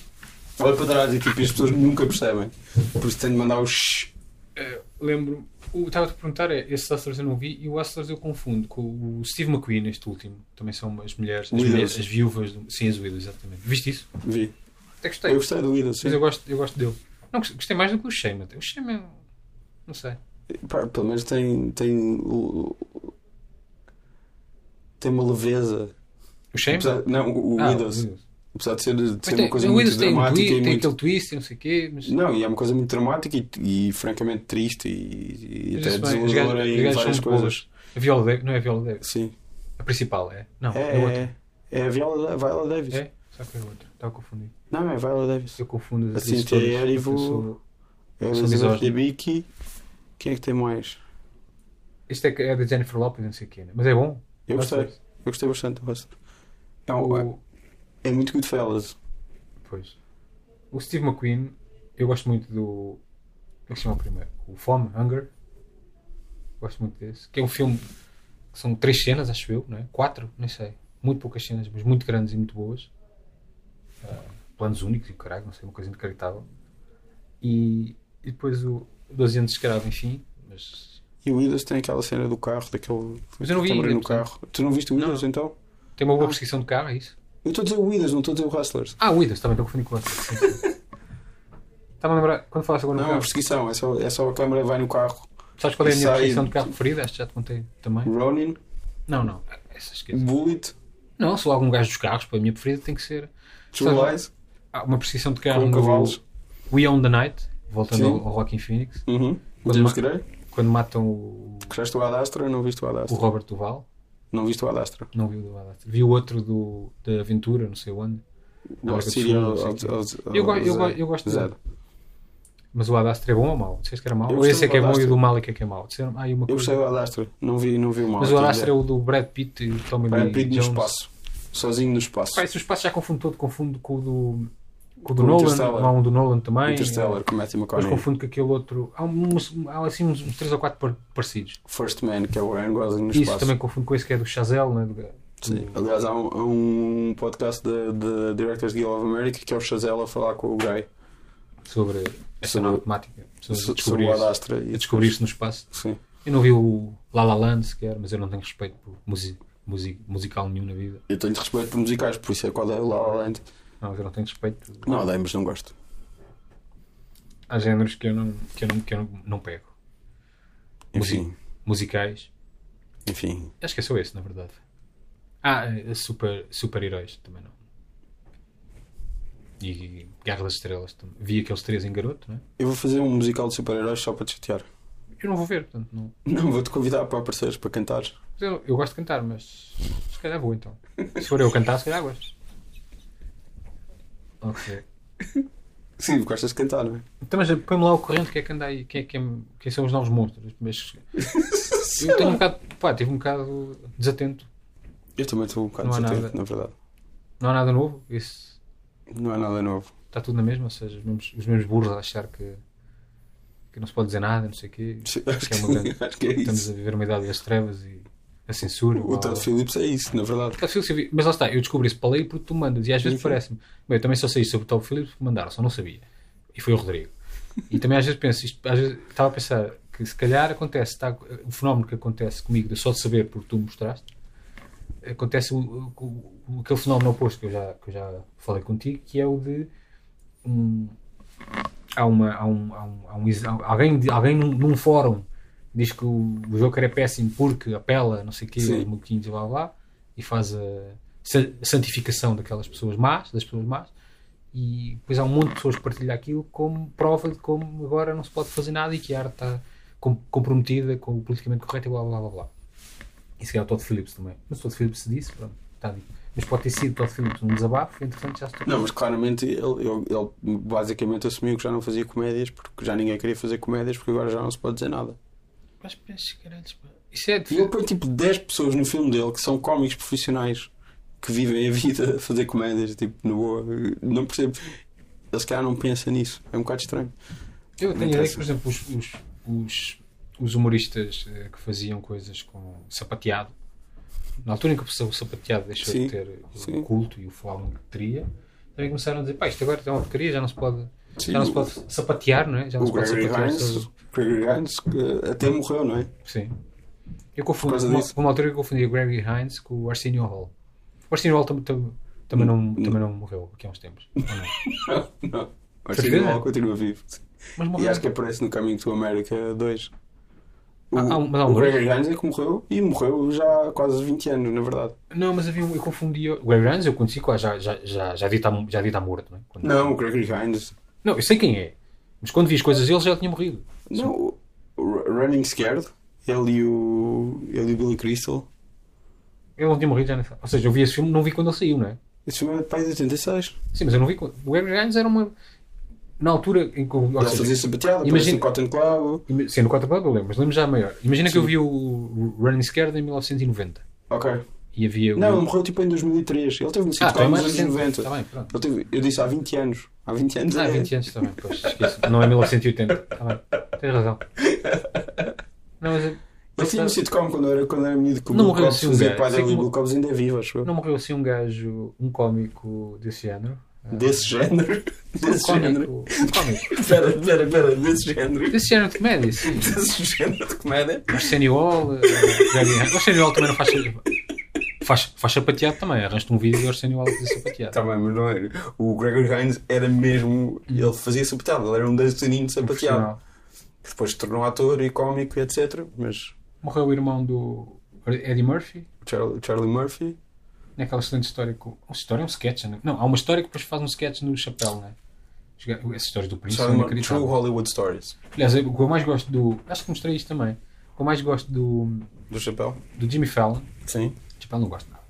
Speaker 3: Olho para trás e tipo, as pessoas nunca percebem. Por isso tenho de mandar o shh.
Speaker 2: eh, lembro-me. o- Estava-te a perguntar, é, esses Hustlers eu não vi e o Hustlers eu confundo com o Steve McQueen, este último. Também são as mulheres, as,
Speaker 3: Widows.
Speaker 2: mulheres, as viúvas. Do, sim, as Widows, exatamente. Viste isso?
Speaker 3: Vi.
Speaker 2: Até gostei.
Speaker 3: Eu gostei do Guido, sim.
Speaker 2: Mas eu gosto, eu gosto dele. Não, gost- gostei mais do que o Shame. até. O Shame é. um- Não sei.
Speaker 3: Pá, pelo menos tem. Tem, tem uma leveza.
Speaker 2: O Shame?
Speaker 3: Apesar- não, o, o
Speaker 2: Ah,
Speaker 3: Widows. Apesar de ser, de ser
Speaker 2: Mas tem,
Speaker 3: uma coisa
Speaker 2: o
Speaker 3: muito
Speaker 2: Widows tem, um
Speaker 3: dramática
Speaker 2: twi-
Speaker 3: e
Speaker 2: tem
Speaker 3: muito.
Speaker 2: aquele twist e não sei o quê, mas.
Speaker 3: Não, e é uma coisa muito dramática e, e francamente triste e, e
Speaker 2: mas
Speaker 3: até
Speaker 2: isso bem, os gajos-
Speaker 3: desoladora
Speaker 2: os
Speaker 3: em
Speaker 2: gajos
Speaker 3: várias
Speaker 2: são muito
Speaker 3: coisas.
Speaker 2: boas. A Viola Davis, não é a Viola Davis?
Speaker 3: Sim.
Speaker 2: A principal é? Não, é,
Speaker 3: É,
Speaker 2: outra.
Speaker 3: é, é a Viola, Viola Davis.
Speaker 2: É? Será que é outra? Estava a confundir.
Speaker 3: Não, é Viola Davis.
Speaker 2: Eu confundo as
Speaker 3: A
Speaker 2: atrizes
Speaker 3: Cynthia
Speaker 2: todas,
Speaker 3: Erivo-
Speaker 2: porque eu sou-
Speaker 3: É a
Speaker 2: São
Speaker 3: Elizabeth
Speaker 2: misóginos.
Speaker 3: Debicki. Quem é que tem mais?
Speaker 2: Isto é, que é da Jennifer Lopez, não sei o quê. né? Mas é bom.
Speaker 3: Eu
Speaker 2: Gosto
Speaker 3: gostei.
Speaker 2: disso.
Speaker 3: Eu gostei bastante do Buster. É, um-
Speaker 2: O,
Speaker 3: é muito Goodfellas.
Speaker 2: pois. O Steve McQueen, eu gosto muito do. Como é que se chama o primeiro? O Fome, Hunger. Gosto muito desse. Que é um filme que são três cenas, acho eu, não é? Quatro, nem sei. Muito poucas cenas, mas muito grandes e muito boas. Ah, planos únicos e o caralho, não sei, uma coisa inacreditável. E, e depois o 12 anos de escravo, enfim. Mas
Speaker 3: E o Willis tem aquela cena do carro, daquele.
Speaker 2: Mas eu não vi
Speaker 3: tamborim
Speaker 2: ainda,
Speaker 3: no carro. Tu não viste o Willis então?
Speaker 2: tem uma boa
Speaker 3: Ah.
Speaker 2: perseguição de carro, é isso?
Speaker 3: Eu estou a dizer o Willis, não estou a dizer o Hustlers.
Speaker 2: Ah, o Widows, também estou confundindo com o Estava a lembrar, quando falaste agora
Speaker 3: Não,
Speaker 2: do
Speaker 3: é
Speaker 2: carro,
Speaker 3: uma perseguição, é só, é só a câmera vai no carro.
Speaker 2: sabes qual é a minha
Speaker 3: Sai-
Speaker 2: perseguição de carro preferida? Acho que já te contei também.
Speaker 3: Ronin,
Speaker 2: Não, não, essa esquece.
Speaker 3: Bullet,
Speaker 2: Não, sou algum gajo dos carros, para a minha preferida tem que ser.
Speaker 3: True
Speaker 2: Sabe-
Speaker 3: Lies,
Speaker 2: Há uma perseguição de carro
Speaker 3: com cavalos.
Speaker 2: no We Own the Night, voltando
Speaker 3: Sim.
Speaker 2: ao, ao Rockin' Phoenix,
Speaker 3: Uhum.
Speaker 2: Quando
Speaker 3: James
Speaker 2: ma-
Speaker 3: Gray.
Speaker 2: quando matam o,
Speaker 3: Gostaste do Adastra? Não viste o
Speaker 2: o
Speaker 3: Adastra?
Speaker 2: Robert Duval.
Speaker 3: Não viste o Adastra?
Speaker 2: Não vi o do Adastra. Vi o outro do, da Aventura, não sei onde. Não,
Speaker 3: Lost
Speaker 2: é que
Speaker 3: City
Speaker 2: eu
Speaker 3: ao-
Speaker 2: sou-
Speaker 3: ao-
Speaker 2: sei
Speaker 3: ao-
Speaker 2: Eu go-
Speaker 3: ao
Speaker 2: eu go-
Speaker 3: Zé.
Speaker 2: eu gosto
Speaker 3: Zé.
Speaker 2: dele. Mas o Adastra é bom ou mau? Disseste que era mau?
Speaker 3: Eu
Speaker 2: Ou esse é
Speaker 3: gostei
Speaker 2: que é
Speaker 3: do
Speaker 2: bom e o
Speaker 3: Adastra.
Speaker 2: do mal é que é que é mau? Disseram, ah, e uma
Speaker 3: Eu
Speaker 2: coisa.
Speaker 3: gostei do Adastra, não vi, não vi o mal.
Speaker 2: Mas o Alastra é
Speaker 3: o
Speaker 2: o do Brad Pitt e o Tommy
Speaker 3: Brad
Speaker 2: Lee
Speaker 3: Pitt no
Speaker 2: Jones.
Speaker 3: espaço. Sozinho no espaço.
Speaker 2: Pá, esse espaço já confundo todo, confundo com o do, com o do
Speaker 3: Com o
Speaker 2: Nolan,
Speaker 3: Interstellar.
Speaker 2: há um do Nolan também.
Speaker 3: Interstellar, com Matthew
Speaker 2: Depois
Speaker 3: McConaughey.
Speaker 2: confundo com aquele outro. Há, uns, há assim uns, uns 3 ou 4 parecidos.
Speaker 3: First Man, que é o Ryan Gosling no
Speaker 2: Isso
Speaker 3: espaço.
Speaker 2: também confundo com esse que é do Chazelle, né? do-
Speaker 3: Sim. Aliás, há um, há um podcast da da Directors Guild of America que é o Chazelle a falar com o Gray
Speaker 2: sobre essa
Speaker 3: Sobre-
Speaker 2: nova temática. Sobre,
Speaker 3: so- sobre
Speaker 2: descobrir
Speaker 3: o
Speaker 2: isso-
Speaker 3: Adastra.
Speaker 2: a
Speaker 3: E
Speaker 2: descobrir-se no espaço.
Speaker 3: Sim.
Speaker 2: Eu não vi o La La Land sequer, mas eu não tenho respeito por musi- musi- musical nenhum na vida.
Speaker 3: Eu tenho respeito por musicais, por isso é qual é o La La Land.
Speaker 2: Não, eu não tenho respeito.
Speaker 3: Não, odeio, mas não gosto.
Speaker 2: Há géneros que eu não, que eu não, que eu não, não pego.
Speaker 3: Enfim,
Speaker 2: Musicais.
Speaker 3: enfim.
Speaker 2: Acho que é só esse, na verdade. Ah, eh, super, super-heróis também não. E Guerra das Estrelas também. Vi aqueles três em garoto, não é?
Speaker 3: Eu vou fazer um musical de super-heróis só para te chatear.
Speaker 2: Eu não vou ver, portanto, não.
Speaker 3: Não, vou-te convidar para apareceres, para cantares.
Speaker 2: Mas Eu, eu gosto de cantar, mas se calhar vou então. Se for eu a cantar, se calhar gosto. Não sei.
Speaker 3: Sim, gostas de cantar, não é?
Speaker 2: Então, mas põe-me lá o corrente, quem é que anda aí? Quem, é que é- quem são os novos monstros? Mas eu tenho um bocado. Pá, tive um bocado desatento.
Speaker 3: Eu também estou um bocado
Speaker 2: Não há
Speaker 3: desatento,
Speaker 2: nada.
Speaker 3: na verdade.
Speaker 2: Não há nada novo. Isso
Speaker 3: Não é nada novo.
Speaker 2: está tudo na mesma, ou seja, os mesmos, os mesmos burros a achar que, que não se pode dizer nada, não sei o quê.
Speaker 3: Acho
Speaker 2: Acho que é uma grande.
Speaker 3: acho que é
Speaker 2: Estamos
Speaker 3: isso.
Speaker 2: a viver uma idade das trevas e a censura. blá,
Speaker 3: O
Speaker 2: blá,
Speaker 3: Todd
Speaker 2: blá.
Speaker 3: Phillips é isso, na verdade.
Speaker 2: Todd Phillips, eu vi- Mas lá está, eu descobri isso para ler porque tu mandas, e às vezes
Speaker 3: Sim, sim.
Speaker 2: parece-me. Bem, eu também só sei sobre o Todd Phillips porque mandaram, só não sabia. E foi o Rodrigo. E também às vezes penso, isto, às vezes estava a pensar que se calhar acontece, está, o fenómeno que acontece comigo de só de saber porque tu me mostraste, acontece o, o- o- aquele fenómeno oposto que eu, já, que eu já falei contigo, que é o de um, há, uma, há, um, há, um, há um ex- há alguém, de- alguém num, num fórum diz que o, o Joker é péssimo porque apela, não sei o quê,
Speaker 3: Sim.
Speaker 2: aos moquinhos e blá blá, e faz a sa- santificação daquelas pessoas más, das pessoas más, e depois há um monte de pessoas que partilham aquilo como prova de como agora não se pode fazer nada e que a arte está com- comprometida com o politicamente correto e blá blá blá blá. E se calhar o Todd Phillips também. Mas o Todd Phillips disse, pronto, está dito. Mas pode ter sido o Todd Phillips um desabafo, entretanto já se tornou.
Speaker 3: Não, mas claramente ele, ele- ele basicamente assumiu que já não fazia comédias porque já ninguém queria fazer comédias porque agora já não se pode dizer nada.
Speaker 2: Mas pensa, caralho, pá. isso é
Speaker 3: E
Speaker 2: de...
Speaker 3: ele põe tipo 10 pessoas no filme dele que são cómicos profissionais que vivem a vida a fazer comédias, tipo, na boa. Não percebo. Ele se calhar não pensa nisso. É um bocado estranho.
Speaker 2: Eu tenho a
Speaker 3: Não
Speaker 2: ideia que,
Speaker 3: interessa.
Speaker 2: por exemplo, os, os, os os humoristas eh, que faziam coisas com sapateado. Na altura em que o sapateado deixou
Speaker 3: Sim,
Speaker 2: de ter
Speaker 3: sim.
Speaker 2: o culto e o following que teria, também começaram a dizer, pá, isto agora é uma porcaria, já não se pode,
Speaker 3: Sim,
Speaker 2: já não se
Speaker 3: o-
Speaker 2: pode sapatear, não é? Já não
Speaker 3: O
Speaker 2: se pode
Speaker 3: Gregory
Speaker 2: sapatear.
Speaker 3: Hines,
Speaker 2: sobre-
Speaker 3: Gregory Hines que até morreu, não é?
Speaker 2: Sim. Eu
Speaker 3: Por
Speaker 2: confundo,
Speaker 3: causa
Speaker 2: uma,
Speaker 3: disso.
Speaker 2: uma altura eu confundi o Gregory Hines com o Arsenio Hall. O Arsenio Hall tam, tam- também,
Speaker 3: Hum,
Speaker 2: não, também não morreu aqui há uns tempos. ou não?
Speaker 3: Não, não. Mas
Speaker 2: Certeza?
Speaker 3: sim, continua vivo.
Speaker 2: Mas
Speaker 3: E
Speaker 2: morreu.
Speaker 3: acho que aparece no Caminho to América 2. O,
Speaker 2: Ah, há um- mas há um
Speaker 3: o
Speaker 2: dois?
Speaker 3: Gregory Hines é que morreu e morreu já há quase 20 anos, na verdade.
Speaker 2: Não, mas havia um, eu confundi. O Gregory Hines eu conheci quase, já, já, já, já devia estar, já devia estar morto, não é? Quando-
Speaker 3: Não, o Gregory Hines.
Speaker 2: Não, eu sei quem é. Mas quando vi as coisas dele já tinha morrido.
Speaker 3: Não, o- o Running Scared. Ele e o, ele e o Billy Crystal.
Speaker 2: Ele não tinha morrido já nessa. Ou seja, eu vi esse filme, não vi quando ele saiu, não é?
Speaker 3: Esse filme é de pai de 86.
Speaker 2: Sim, mas eu não vi quando. O Gregory Hines era uma. Na altura em que. eu- Ou
Speaker 3: Ele
Speaker 2: seja,
Speaker 3: fazia sapateado,
Speaker 2: imagina-
Speaker 3: imagina... Cotton Club.
Speaker 2: ima- sim, no Cotton Club eu lembro, mas lembro já maior. Imagina que eu vi o Running Scared em 1990.
Speaker 3: Ok.
Speaker 2: E havia. o-
Speaker 3: Não, ele morreu tipo em 2003. Ele teve no
Speaker 2: Ah,
Speaker 3: sitcom
Speaker 2: tem
Speaker 3: nos
Speaker 2: mais
Speaker 3: anos
Speaker 2: recente.
Speaker 3: 90.
Speaker 2: Está bem, pronto.
Speaker 3: Ele teve- eu disse há 20 anos. Há 20 anos.
Speaker 2: Ah,
Speaker 3: é.
Speaker 2: 20 anos também, pois esqueço. Não é 1980. Está bem, tens razão. Não, mas. é- eu-
Speaker 3: Ele tinha um sitcom quando era, quando era miúdo que o
Speaker 2: Não
Speaker 3: Bill
Speaker 2: morreu
Speaker 3: Cobbs
Speaker 2: assim um
Speaker 3: fazia
Speaker 2: gajo.
Speaker 3: pai
Speaker 2: Sei
Speaker 3: dele
Speaker 2: que
Speaker 3: e o
Speaker 2: mo-
Speaker 3: Bill Cobbs ainda é vivo, acho eu.
Speaker 2: Não morreu assim um gajo, um cómico desse género?
Speaker 3: Desse género.
Speaker 2: Um
Speaker 3: Desse género.
Speaker 2: cómico, um cómico.
Speaker 3: Pera, pera, pera, desse género.
Speaker 2: Desse género de comédia, sim.
Speaker 3: Desse género de comédia.
Speaker 2: Arsenio Hall, eh, Jeremy Hines. O Arsenio Hall também não faz. Faz, faz sapateado também. Arranjas-te um vídeo e o Arsenio Hall faz sapateado.
Speaker 3: Tá bem, mas não era. O Gregory Hines era mesmo. Ele fazia sapateado, ele era um dançarino de sapateado.
Speaker 2: Profissional.
Speaker 3: Que depois se tornou ator e cómico e etc. Mas
Speaker 2: Morreu o irmão do Eddie Murphy,
Speaker 3: o Charlie, Charlie Murphy.
Speaker 2: naquela excelente história. Com... Uma história é um sketch, não é? Não, há uma história que depois faz um sketch no chapéu, não é? Os ga- Essas histórias do príncipe
Speaker 3: Charlie
Speaker 2: são
Speaker 3: Murphy. True
Speaker 2: inacreditáveis.
Speaker 3: Hollywood Stories.
Speaker 2: Aliás, é o que eu mais gosto do. Acho que mostrei isto também. O que eu mais gosto do,
Speaker 3: Do chapéu?
Speaker 2: do Jimmy Fallon
Speaker 3: Sim.
Speaker 2: Chapéu Tipo, não gosto de nada.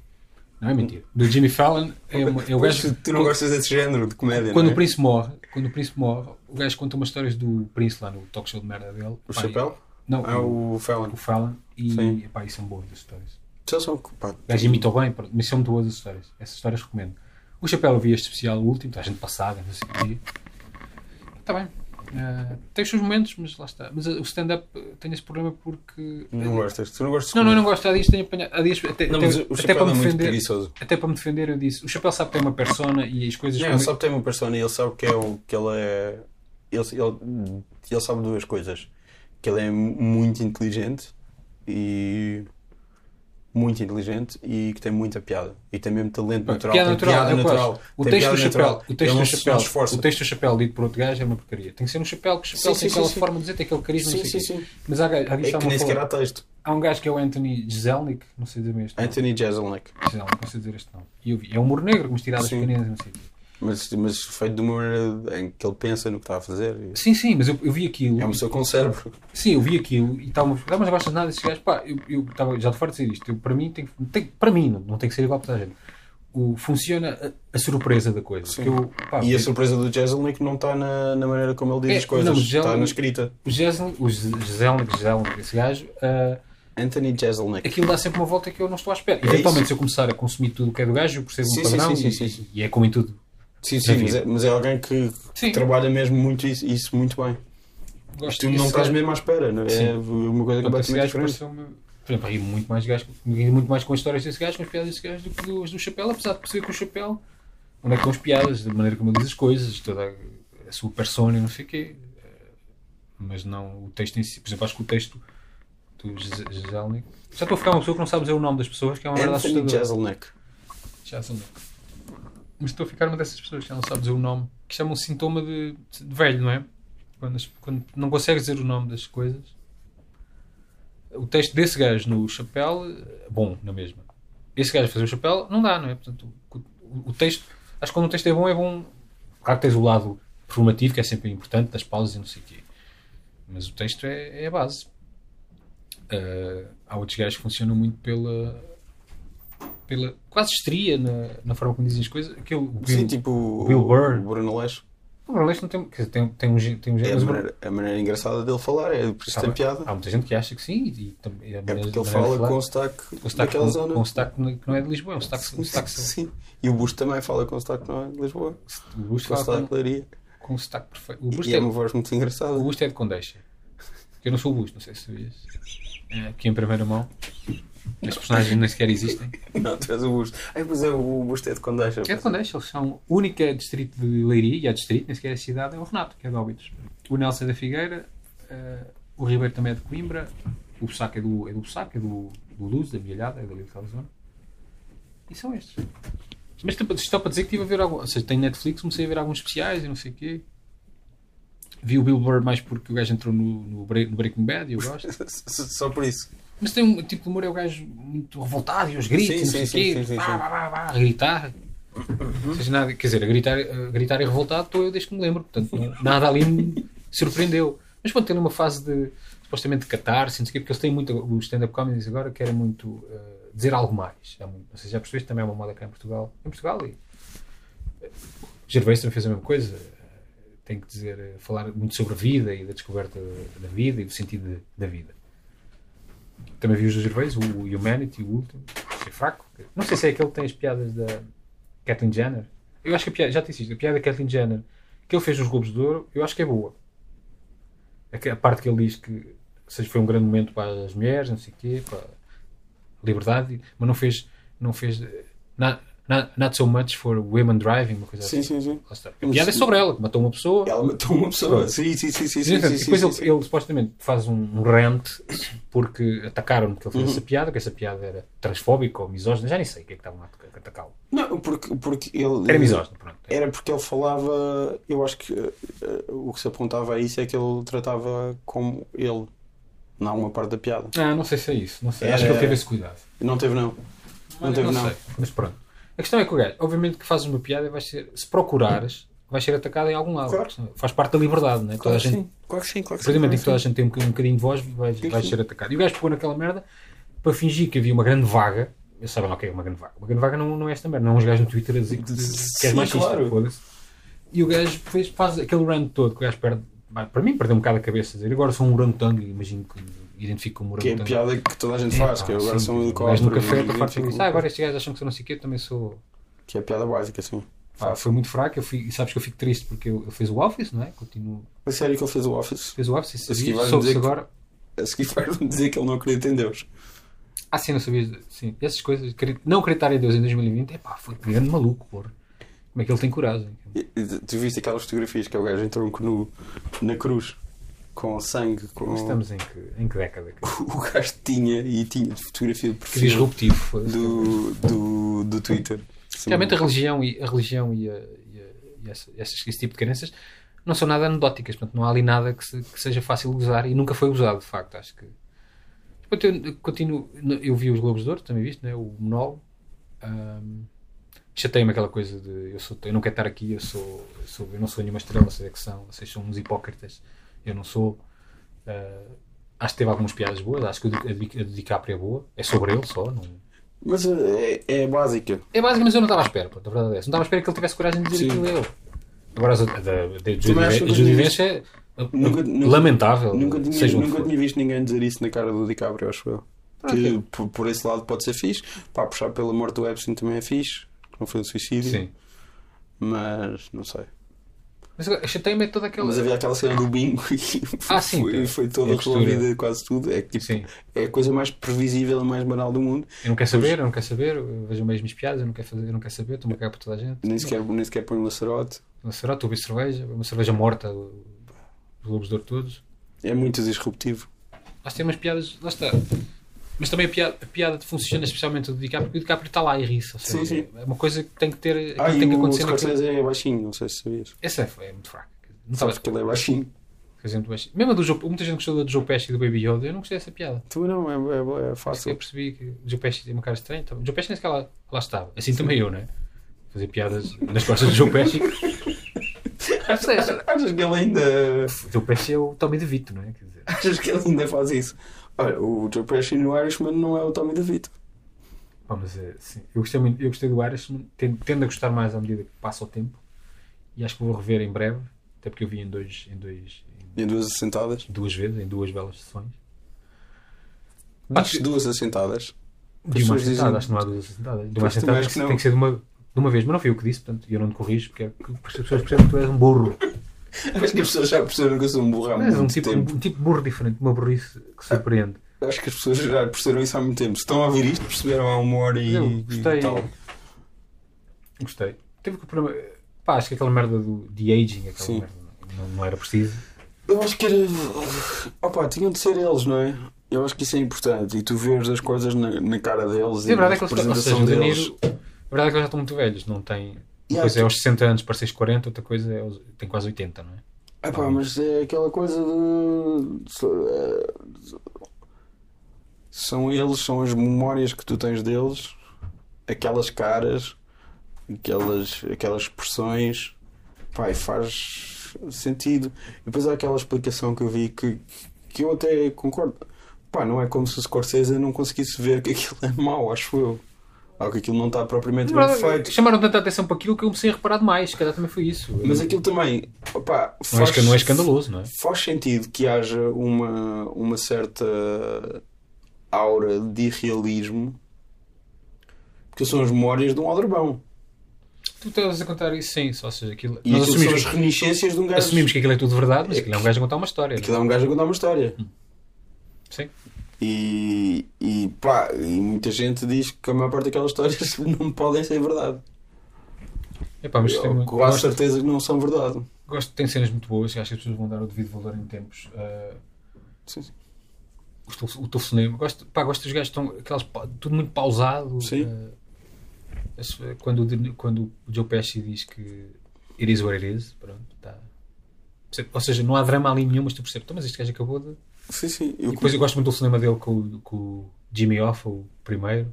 Speaker 2: Não é mentira. Do Jimmy Fallon é, uma, é o
Speaker 3: Mas
Speaker 2: gajo.
Speaker 3: tu- tu não gostas desse género de comédia,
Speaker 2: Quando
Speaker 3: não é?
Speaker 2: o príncipe morre, quando o príncipe morre, o gajo conta umas histórias do príncipe lá no talk show de merda dele.
Speaker 3: O
Speaker 2: Pá,
Speaker 3: chapéu?
Speaker 2: Não,
Speaker 3: É
Speaker 2: o,
Speaker 3: o Fallon.
Speaker 2: o Fallon
Speaker 3: Sim.
Speaker 2: e epá, isso são boas as histórias.
Speaker 3: Já são pá,
Speaker 2: O gajo imitou bem, pronto, mas são muito boas as histórias. Essas histórias recomendo. O chapéu eu vi este especial o último, está a gente passada, não sei o quê. Está bem. Ah, tem os seus momentos, mas lá está. Mas ah, o stand-up ah, tem esse problema porque.
Speaker 3: Não gostas? Tu não gostas de
Speaker 2: Não, não, eu
Speaker 3: comer?
Speaker 2: não gosto. Há dias tenho apanhado. Há dias, até,
Speaker 3: Não,
Speaker 2: até-
Speaker 3: mas o
Speaker 2: até
Speaker 3: Chapéu
Speaker 2: para me
Speaker 3: é muito
Speaker 2: defender.
Speaker 3: preguiçoso.
Speaker 2: Até para me defender, eu disse: o Chapéu sabe que tem uma persona e as coisas.
Speaker 3: Não, é
Speaker 2: como-
Speaker 3: ele sabe que tem uma persona e ele sabe que, é um, que ele é. Ele, ele, ele sabe duas coisas: que ele é mu- muito inteligente e. Muito inteligente e que tem muita piada. E tem mesmo talento natural.
Speaker 2: piada
Speaker 3: tem
Speaker 2: natural,
Speaker 3: piada
Speaker 2: eu gosto.
Speaker 3: natural.
Speaker 2: O
Speaker 3: tem
Speaker 2: texto
Speaker 3: piada
Speaker 2: do chapéu,
Speaker 3: natural.
Speaker 2: o
Speaker 3: Ele
Speaker 2: texto
Speaker 3: não
Speaker 2: do
Speaker 3: se- não
Speaker 2: chapéu,
Speaker 3: se esforça.
Speaker 2: o texto do chapéu lido por outro gajo é uma porcaria. Tem que ser um chapéu que o chapéu
Speaker 3: Sim,
Speaker 2: tem
Speaker 3: sim,
Speaker 2: aquela
Speaker 3: sim, sim.
Speaker 2: forma de dizer, tem aquele carisma.
Speaker 3: Sim,
Speaker 2: não sei o
Speaker 3: sim,
Speaker 2: quê.
Speaker 3: sim.
Speaker 2: Mas há, gajo- há,
Speaker 3: É
Speaker 2: disso há,
Speaker 3: que
Speaker 2: uma
Speaker 3: nem sequer
Speaker 2: forma-
Speaker 3: há texto.
Speaker 2: há um gajo que é o Anthony Jeselnik, não sei dizer mesmo.
Speaker 3: Anthony Jeselnik.
Speaker 2: Jeselnik, não sei dizer este nome. E eu vi. É humor negro, com umas tiradas
Speaker 3: É. Sim.
Speaker 2: pequeninas, não sei o quê.
Speaker 3: Mas, mas feito de uma maneira em que ele pensa no que está a fazer. E
Speaker 2: Sim, sim, mas eu, eu vi aquilo.
Speaker 3: É uma pessoa com cérebro.
Speaker 2: Sim, eu vi aquilo e estava ah, mas não gostas de nada desses gajos. Pá, eu, eu estava já de fora de dizer isto. Eu, para mim, tem, que- tem, para mim não, não tem que ser igual para toda a gente. O, funciona a, a surpresa da coisa.
Speaker 3: Sim.
Speaker 2: Que eu, pá,
Speaker 3: E a surpresa do Jeselnik não está na, na maneira como ele diz
Speaker 2: Ah, É,
Speaker 3: as coisas,
Speaker 2: não, mas
Speaker 3: está
Speaker 2: ele-
Speaker 3: na escrita.
Speaker 2: o Gesel, o Gesel, esse gajo, ah,
Speaker 3: Anthony Jeselnik.
Speaker 2: aquilo dá sempre uma volta que eu não estou à espera.
Speaker 3: É isso.
Speaker 2: Eventualmente, se eu começar a consumir tudo o que é do gajo, eu percebo
Speaker 3: Sim,
Speaker 2: um
Speaker 3: sim,
Speaker 2: padrão
Speaker 3: sim,
Speaker 2: e,
Speaker 3: sim, sim.
Speaker 2: e é como em tudo.
Speaker 3: Sim, sim,
Speaker 2: Enfim.
Speaker 3: mas é, mas é alguém que
Speaker 2: Sim.
Speaker 3: trabalha mesmo muito isso, isso muito bem.
Speaker 2: Gosto
Speaker 3: Tu não
Speaker 2: desse
Speaker 3: estás
Speaker 2: gajo.
Speaker 3: mesmo à espera, não é?
Speaker 2: Sim.
Speaker 3: É uma coisa
Speaker 2: Portanto, esse
Speaker 3: completamente
Speaker 2: gajo
Speaker 3: diferente.
Speaker 2: pareceu-me- Por exemplo, ri muito mais, gajo, ri muito mais com as histórias desse gajo, com as piadas desse gajo, do que do, do Chapéu, apesar de perceber que o Chapéu, onde é que estão as piadas, da maneira como ele diz as coisas, toda a, a sua persona e não sei o quê. Eh, Mas não o texto em si. Por exemplo, acho que o texto do Gis- Giselnik. Já estou a ficar uma pessoa que não sabe dizer o nome das pessoas, que é uma verdade
Speaker 3: Anthony
Speaker 2: assustadora.
Speaker 3: Jeselnik.
Speaker 2: Já são louco. Mas estou a ficar uma dessas pessoas que já não sabe dizer o nome, que chamam sintoma de, de velho, não é? Quando, as- quando não consegue dizer o nome das coisas. O texto desse gajo no chapéu, eh, bom, na mesma. Esse gajo fazer o chapéu, não dá, não é? Portanto, o, o- o texto, acho que quando o texto é bom, é bom. Claro que tens o lado formativo, que é sempre importante, das pausas e não sei o quê. Mas o texto é, é a base. Ah, há outros gajos que funcionam muito pela, pela quase estria na, na forma como dizem as coisas. Aquele, o Bill,
Speaker 3: Sim, tipo o,
Speaker 2: Bill Burr.
Speaker 3: o Bruno Leixo.
Speaker 2: o Bruno Leixo não tem, quer dizer, tem, tem um jeito. Tem um,
Speaker 3: É
Speaker 2: jeito
Speaker 3: a
Speaker 2: mas o
Speaker 3: maneira, a maneira engraçada dele falar, é por isso
Speaker 2: Bruno-
Speaker 3: tem piada.
Speaker 2: Há muita gente que acha que sim. E, e, tam- e a
Speaker 3: É
Speaker 2: maneira-
Speaker 3: porque ele
Speaker 2: maneira de
Speaker 3: fala
Speaker 2: falar,
Speaker 3: com o sotaque
Speaker 2: com sotaque,
Speaker 3: daquela
Speaker 2: com,
Speaker 3: zona.
Speaker 2: com um sotaque na- que não é de Lisboa, é um sotaque. Um sotaque
Speaker 3: Sim. E o Busto também fala com o sotaque, não é? De Lisboa.
Speaker 2: o Bruce
Speaker 3: Com o
Speaker 2: fala
Speaker 3: sotaque
Speaker 2: com,
Speaker 3: de Leiria.
Speaker 2: com um sotaque perfeito. O
Speaker 3: E
Speaker 2: Bruce
Speaker 3: é
Speaker 2: é,
Speaker 3: uma voz muito engraçada.
Speaker 2: o Busto é de Condeixa. Eu não sou o Bush, não sei se sabias. É, aqui em primeira mão. As personagens nem sequer existem.
Speaker 3: Não, tu és o Busto. Ai, pois é, o Busto é de Condeixa.
Speaker 2: É de Condeixa, eles são a única é distrito de Leiria, e há distrito, nem sequer é cidade, é o Renato, que é de Óbidos. O Nelson é da Figueira, eh, o Ribeiro também é de Coimbra, o Bussac é do, é do Bussac, é do, do Luz, da Milhada, é dali daquela zona. E são estes. Mas tipo, isto só para dizer que estive a ver algum. Ou seja, tenho Netflix, comecei a ver alguns especiais e não sei o quê. Vi o Billboard mais porque o gajo entrou no, no, Break- no Breaking Bad e eu gosto.
Speaker 3: Só por isso.
Speaker 2: Mas tem um tipo de humor, é o gajo muito revoltado e os gritos,
Speaker 3: Sim,
Speaker 2: e não sei o
Speaker 3: sim, sim,
Speaker 2: quê,
Speaker 3: sim, Uhum. sim,
Speaker 2: pá,
Speaker 3: sim.
Speaker 2: pá, pá, pá, a gritar. Ou seja, nada, quer dizer, a gritar, a gritar e revoltado estou eu desde que me lembro, portanto, não- nada ali me surpreendeu. Mas pronto, tem uma fase de supostamente de catarse, não sei o quê, porque eles têm muito, o stand-up comedy agora querem muito eh, dizer algo mais. É muito, ou seja, já percebeste também é uma moda cá em Portugal. Em Portugal e eh, Gervais também fez a mesma coisa. eh, Tem que dizer, eh, falar muito sobre a vida e da descoberta da vida e do sentido de- da vida. Também vi os do Gervais, o Humanity, o último. É fraco. Não sei se é aquele que tem as piadas da Kathleen Jenner. Eu acho que a piada, já te disse isto, a piada da Kathleen Jenner, que ele fez nos Globos de Ouro, eu acho que é boa. A que- A parte que ele diz que ou seja, foi um grande momento para as mulheres, não sei o quê, para a liberdade, mas não fez, não fez eh, not, not, not so much for women driving, uma coisa
Speaker 3: Sim,
Speaker 2: assim.
Speaker 3: sim, sim.
Speaker 2: Lá está. A piada é sobre ela, que matou uma pessoa.
Speaker 3: Ela matou uma pessoa. Sim, sim,
Speaker 2: Sim,
Speaker 3: sim, sim. sim, sim,
Speaker 2: portanto,
Speaker 3: sim,
Speaker 2: depois
Speaker 3: sim,
Speaker 2: ele, ele supostamente faz um um rant porque atacaram-me que ele
Speaker 3: Uhum.
Speaker 2: fez essa piada, que essa piada era transfóbica ou misógina, já nem sei o que é que estavam a ataca- a atacá-lo.
Speaker 3: Não, porque, porque ele.
Speaker 2: Era misógino, pronto.
Speaker 3: Era porque ele falava. Eu acho que eh, eh, o que se apontava a isso é que ele tratava como ele. Não uma parte da piada.
Speaker 2: Ah, não sei se é isso, não sei.
Speaker 3: Era-
Speaker 2: Acho que ele teve esse cuidado.
Speaker 3: Não teve, não. Não teve, não.
Speaker 2: sei, mas pronto. A questão é que o gajo, obviamente que fazes uma piada e vais ser, se procurares, vais ser atacado em algum lado.
Speaker 3: Claro.
Speaker 2: Faz parte da liberdade, não é? Toda a gente
Speaker 3: Claro que sim, claro
Speaker 2: A partir do momento em que toda a gente tem um boc- um bocadinho de voz, vais, vais ser atacado. E o gajo pegou naquela merda para fingir que havia uma grande vaga. Eu sabem lá o que é uma grande vaga. Uma grande vaga não, não é esta merda. Não há uns gajos no Twitter a dizer que, que és
Speaker 3: Sim,
Speaker 2: machista.
Speaker 3: claro.
Speaker 2: Foda-se. E o gajo fez, faz aquele rant todo que o gajo perde. vai, Para mim, perdeu um bocado a cabeça. a Dizer agora sou um orangotango e imagino que identifico como
Speaker 3: Que é a
Speaker 2: orangotango.
Speaker 3: piada que toda a gente faz, que eu agora sou um
Speaker 2: O gajo
Speaker 3: helicóptero.
Speaker 2: no café
Speaker 3: e-
Speaker 2: está farto de
Speaker 3: e-
Speaker 2: dizer, ah, agora estes gajos acham que sou não sei o quê, também sou.
Speaker 3: Que é a piada básica, sim.
Speaker 2: Pá, foi muito fraco. Eu fui, e sabes que eu fico triste porque eu, eu fiz o Office, não é? Continuo.
Speaker 3: A sério que ele fez o Office.
Speaker 2: Fez o Office e
Speaker 3: A seguir
Speaker 2: sabias,
Speaker 3: vais-me
Speaker 2: soube-se
Speaker 3: dizer que-
Speaker 2: agora.
Speaker 3: A seguir vai-me dizer que ele não acredita em Deus.
Speaker 2: Ah, sim, não sabias. Sim, essas coisas. acre- Não acreditar em Deus em 2020, epá, foi um grande maluco, porra. Como é que ele tem coragem?
Speaker 3: E- e Tu viste aquelas fotografias que é o gajo em tronco nu na cruz, com sangue, com.
Speaker 2: Mas Estamos em que, em que década? Que,
Speaker 3: O gajo tinha e tinha de fotografia de
Speaker 2: que
Speaker 3: perfil
Speaker 2: disruptivo. foda-se.
Speaker 3: do, do, do Twitter. Sim.
Speaker 2: Realmente a religião e, a religião e, a- e a- e essa- essas- esse tipo de crenças não são nada anedóticas, portanto, não há ali nada que, se- que seja fácil de usar e nunca foi usado, de facto, acho que. Portanto, eu continuo, eu vi os Globos de Ouro, também viste, né? o monólogo. Ahm, Chatei-me aquela coisa de eu, sou, eu não quero estar aqui, eu, sou, eu, sou, eu não sou nenhuma estrela, vocês é que são, vocês são uns hipócritas, eu não sou. Ah, acho que teve algumas piadas boas, acho que a de- a de DiCaprio é boa, é sobre ele só, não,
Speaker 3: Mas é, é básica.
Speaker 2: é básico, mas eu não estava à espera, pronto, a verdade é essa. Não estava à espera que ele tivesse coragem de dizer
Speaker 3: Sim.
Speaker 2: aquilo a ele. Agora, a da- da da
Speaker 3: Também acho
Speaker 2: Judy
Speaker 3: que
Speaker 2: a Judy
Speaker 3: nunca-
Speaker 2: Dench é uh,
Speaker 3: nunca- nunca-
Speaker 2: lamentável,
Speaker 3: Nunca tinha,
Speaker 2: seja um Ah, onde
Speaker 3: nunca
Speaker 2: for.
Speaker 3: tinha visto ninguém dizer isso na cara do DiCaprio, acho eu. Que por, por esse lado pode ser fixe. Pá, puxar pela morte do Epstein também é fixe. que Não foi um suicídio.
Speaker 2: Sim.
Speaker 3: Mas não sei.
Speaker 2: Mas agora, chatei-me é toda aquela.
Speaker 3: Mas havia aquela cena do bingo e foi,
Speaker 2: Ah, sim,
Speaker 3: foi,
Speaker 2: claro.
Speaker 3: foi
Speaker 2: É
Speaker 3: toda
Speaker 2: a postura.
Speaker 3: resolvida, quase tudo. É, que, tipo,
Speaker 2: Sim.
Speaker 3: é a coisa mais previsível e mais banal do mundo.
Speaker 2: Eu não quero saber, eu não quero saber, eu vejo mesmo as piadas, eu não quero, fazer, eu não quero saber, estou-me a cagar para toda a gente.
Speaker 3: Nem sequer, nem sequer põe um lacerote.
Speaker 2: Não será, estou a beber cerveja, uma cerveja morta, o- os lobos de ouro todos.
Speaker 3: É muito disruptivo.
Speaker 2: Acho que tem umas piadas, lá está. Mas também a piada, a piada funciona especialmente do DiCaprio, porque o DiCaprio está lá e ri-se. ou seja,
Speaker 3: Sim, sim.
Speaker 2: É uma coisa que tem que ter.
Speaker 3: Ah,
Speaker 2: que
Speaker 3: e
Speaker 2: tem que
Speaker 3: o
Speaker 2: acontecer naquele-
Speaker 3: Scorsese é baixinho, não sei se sabias.
Speaker 2: Essa é, é muito fraca. Não estava
Speaker 3: Sabes que ele é baixinho.
Speaker 2: Por exemplo, mas- mesmo a do Joe, muita gente gostou da do Joe Pesci e do Baby Yoda, eu não gostei dessa piada.
Speaker 3: Tu não, é, é, é
Speaker 2: Acho que eu
Speaker 3: fácil.
Speaker 2: percebi que o Joe Pesci tem uma cara estranha. Então, o Joe Pesci nem sequer lá, lá estava. Assim também eu, né? Fazer piadas nas costas do Joe Pesci. Acho que é essa.
Speaker 3: Achas que ele ainda.
Speaker 2: O Joe Pesci é o Tommy DeVito, não é? Quer dizer,
Speaker 3: Achas que ele ainda faz isso? Olha, o Joe Pesci no Irishman não é o Tommy DeVito.
Speaker 2: pá, mas é, sim. Eu gostei, muito, eu gostei do Irishman, tendo, tendo a gostar mais à medida que passa o tempo. E acho que vou rever em breve, até porque eu vi em, dois, em, dois, em
Speaker 3: Em duas assentadas.
Speaker 2: duas vezes, em duas belas sessões.
Speaker 3: Acho duas assentadas.
Speaker 2: De uma
Speaker 3: pessoas dizem-
Speaker 2: assentada, acho que não há duas assentadas. De uma
Speaker 3: Pois, também
Speaker 2: assentada
Speaker 3: acho que não.
Speaker 2: tem que ser de uma, de uma vez, mas não foi eu que disse, portanto, eu não te corrijo, porque é que as pessoas percebem que tu és um burro.
Speaker 3: Acho que as pessoas já perceberam que eu sou um burro há
Speaker 2: Mas é um
Speaker 3: muito
Speaker 2: tipo,
Speaker 3: tempo. Ah.
Speaker 2: um tipo de burro diferente, uma burrice que surpreende.
Speaker 3: Acho que as pessoas já perceberam isso há muito tempo. Se estão a ouvir isto, perceberam há uma hora e,
Speaker 2: Eu
Speaker 3: e
Speaker 2: gostei.
Speaker 3: tal.
Speaker 2: Gostei. Teve que o problema. Pá, acho que aquela merda do de aging, aquela
Speaker 3: Sim.
Speaker 2: merda, não, não era preciso.
Speaker 3: Eu acho que era. Opa, tinham de ser eles, não é? Eu acho que isso é importante. E tu vês as coisas na, na cara
Speaker 2: Mas
Speaker 3: deles
Speaker 2: a
Speaker 3: e na
Speaker 2: verdade é que eles estão. Ou seja,
Speaker 3: representação
Speaker 2: o De
Speaker 3: deles. tipo
Speaker 2: Niro, a verdade é que eles já estão muito velhos, não tem. Uma
Speaker 3: Yeah,
Speaker 2: coisa é
Speaker 3: tu-
Speaker 2: aos 60 anos, para 40, outra coisa é aos, tem quase 80, não é?
Speaker 3: Ah pá, mas é aquela coisa de. é, São eles, são as memórias que tu tens deles, aquelas caras, aquelas, aquelas expressões. Pá, e faz sentido. E depois há aquela explicação que eu vi que, que eu até concordo. Pá, não é como se o Scorsese não conseguisse ver que aquilo é mau, acho eu. Ou que aquilo não está propriamente bem
Speaker 2: Mas,
Speaker 3: feito.
Speaker 2: Chamaram tanta atenção para aquilo que eu comecei a reparar demais, se calhar também foi isso.
Speaker 3: Mas aquilo também, opá,
Speaker 2: não, é, esca-
Speaker 3: faz-
Speaker 2: não é escandaloso, não é?
Speaker 3: Faz sentido que haja uma, uma certa aura de realismo porque são as memórias de um aldrabão.
Speaker 2: Tu estás a contar isso sim, só ou seja, aquilo.
Speaker 3: E
Speaker 2: nós
Speaker 3: aquilo são
Speaker 2: assumimos,
Speaker 3: as reminiscências de um gajo.
Speaker 2: assumimos que aquilo é tudo verdade, mas aquilo é um gajo a contar uma história. não é?
Speaker 3: Aquilo é um gajo a contar uma história.
Speaker 2: Sim.
Speaker 3: E, e pá, e muita gente diz que a maior parte daquelas histórias não podem ser verdade.
Speaker 2: Epá, mas tem
Speaker 3: Eu,
Speaker 2: uma-
Speaker 3: com a
Speaker 2: gosto,
Speaker 3: certeza que não são verdade.
Speaker 2: gosto- tem cenas muito boas, e acho que as pessoas vão dar o devido valor em tempos. ah,
Speaker 3: Sim, sim.
Speaker 2: os tele- o telefonema. Gosto, pá, gosto dos gajos que estão aquelas, pa- tudo muito pausado.
Speaker 3: Sim.
Speaker 2: Ah, esse- quando, o De- quando o Joe Pesci diz que it is what it is, pronto, tá. Percebe? Ou seja, não há drama ali nenhum, mas tu percebes, "Então, mas este gajo acabou de.
Speaker 3: Sim, sim. Eu
Speaker 2: E depois eu gosto muito do cinema dele com, o- com o Jimmy Hoffa, o primeiro,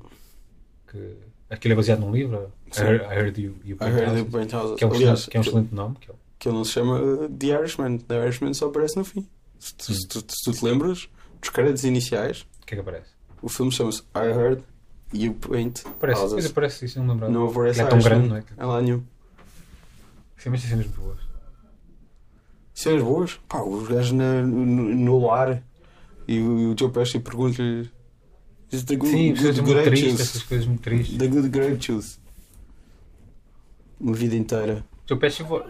Speaker 2: que aquilo é baseado num livro, I
Speaker 3: Sim.
Speaker 2: Heard, I Heard You, you
Speaker 3: I
Speaker 2: Played
Speaker 3: heard
Speaker 2: House,
Speaker 3: the penthouse.
Speaker 2: que é um,
Speaker 3: Aliás,
Speaker 2: excelente, que é um excelente nome. Que é o-
Speaker 3: que ele não se chama uh, The Irishman. The Irishman só aparece no fim. Se tu, se tu- se tu te lembras dos créditos iniciais,
Speaker 2: que é que aparece?
Speaker 3: o filme chama-se I Heard You Paint
Speaker 2: Aparece, depois
Speaker 3: Houses.
Speaker 2: aparece isso, não me lembrava.
Speaker 3: Não aparece
Speaker 2: é, Ele é tão
Speaker 3: Irishman
Speaker 2: grande, não é?
Speaker 3: Em lá nenhum.
Speaker 2: Sim, mas tem cenas muito boas.
Speaker 3: Cenas boas? Pá, os gajos na- no, no lar e o, o Joe Pesci pergunta-lhe Is the good,
Speaker 2: Sim,
Speaker 3: good
Speaker 2: coisas muito tristes, essas
Speaker 3: gracious?
Speaker 2: coisas muito tristes.
Speaker 3: The good gracious. Uma vida inteira.
Speaker 2: Joe Pesci vo-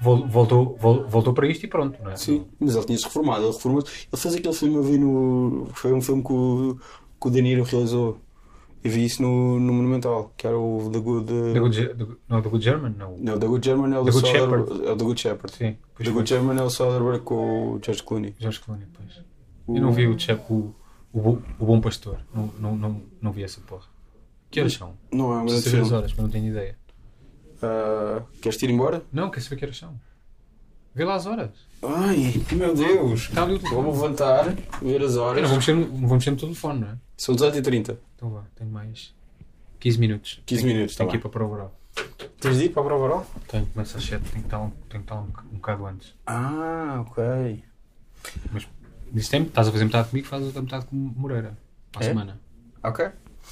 Speaker 2: vol- voltou, vol- voltou para isto e pronto, não é?
Speaker 3: Sim, mas ele tinha-se reformado. Ele, reformou ele fez aquele filme, eu vi no. Foi um filme que o, que o De Niro realizou. Eu vi isso no, no Monumental, que era o The Good.
Speaker 2: The Good, Ge- The Good- não é The Good German? Não.
Speaker 3: Não, The Good German é o
Speaker 2: The
Speaker 3: do
Speaker 2: Good
Speaker 3: Soderbergh- É o The Good Shepherd.
Speaker 2: Sim, pois foi.
Speaker 3: The Good German é o Soderbergh com o George Clooney.
Speaker 2: Jorge Clooney, pois. Eu não vi o, Che- o, o, Bo- o Bom Pastor. Não, não, não, não vi essa porra. Que horas são?
Speaker 3: Não é um grande
Speaker 2: Preciso saber as
Speaker 3: filme.
Speaker 2: horas, mas não tenho ideia.
Speaker 3: Ah, queres te ir embora?
Speaker 2: Não, quer saber que horas são? Vê lá as horas.
Speaker 3: Ai, meu Deus!
Speaker 2: Está ali o
Speaker 3: Vou me
Speaker 2: telefone.
Speaker 3: levantar, ver as
Speaker 2: Eu
Speaker 3: horas.
Speaker 2: não vou mexer, no- não vou mexer no telefone, não é?
Speaker 3: São 18h30.
Speaker 2: Então vá, tenho mais 15 minutos.
Speaker 3: 15
Speaker 2: Tenho-
Speaker 3: minutos, tá
Speaker 2: Tenho que ir
Speaker 3: bem.
Speaker 2: para procurar.
Speaker 3: Tens de ir para a prova oral?
Speaker 2: Tenho começa às 7, tenho que estar, um- tenho que estar um, boc- um bocado antes.
Speaker 3: Ah, ok.
Speaker 2: Mas nesse tempo, estás a fazer metade comigo, fazes outra metade com o Moreira. Para a
Speaker 3: É?
Speaker 2: semana.
Speaker 3: Ok.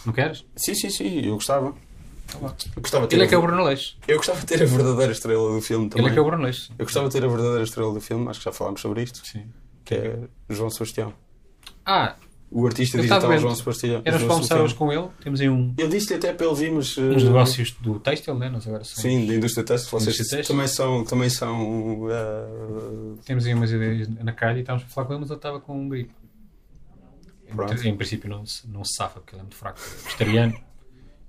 Speaker 2: Não queres?
Speaker 3: Sim, sim, sim, eu gostava.
Speaker 2: bom.
Speaker 3: Eu gostava de ter
Speaker 2: Ele é que é
Speaker 3: a-
Speaker 2: o Bruno Leixo.
Speaker 3: Eu gostava de ter a verdadeira estrela do filme também.
Speaker 2: Ele é que é o Bruno Leixo.
Speaker 3: Eu gostava de ter a verdadeira estrela do filme, acho que já falámos sobre isto,
Speaker 2: Sim.
Speaker 3: que é João Sebastião.
Speaker 2: Ah,
Speaker 3: O artista
Speaker 2: Ele
Speaker 3: digital
Speaker 2: está doente.
Speaker 3: João Sebastião.
Speaker 2: éramos
Speaker 3: João
Speaker 2: responsáveis
Speaker 3: Sebastião.
Speaker 2: com ele. Temos aí um,
Speaker 3: Eu disse-lhe até para ele vir, mas.
Speaker 2: uns
Speaker 3: eh,
Speaker 2: negócios do têxtil, né? Nós agora somos.
Speaker 3: Sim, da indústria têxtil. Vocês
Speaker 2: Indústria têxtil.
Speaker 3: também são. Também são eh,
Speaker 2: Temos aí umas ideias na calha e estávamos a falar com ele, mas ele estava com um gripe. Em-
Speaker 3: Pronto.
Speaker 2: Em princípio não se, não se safa, porque ele é muito fraco. Vegetariano,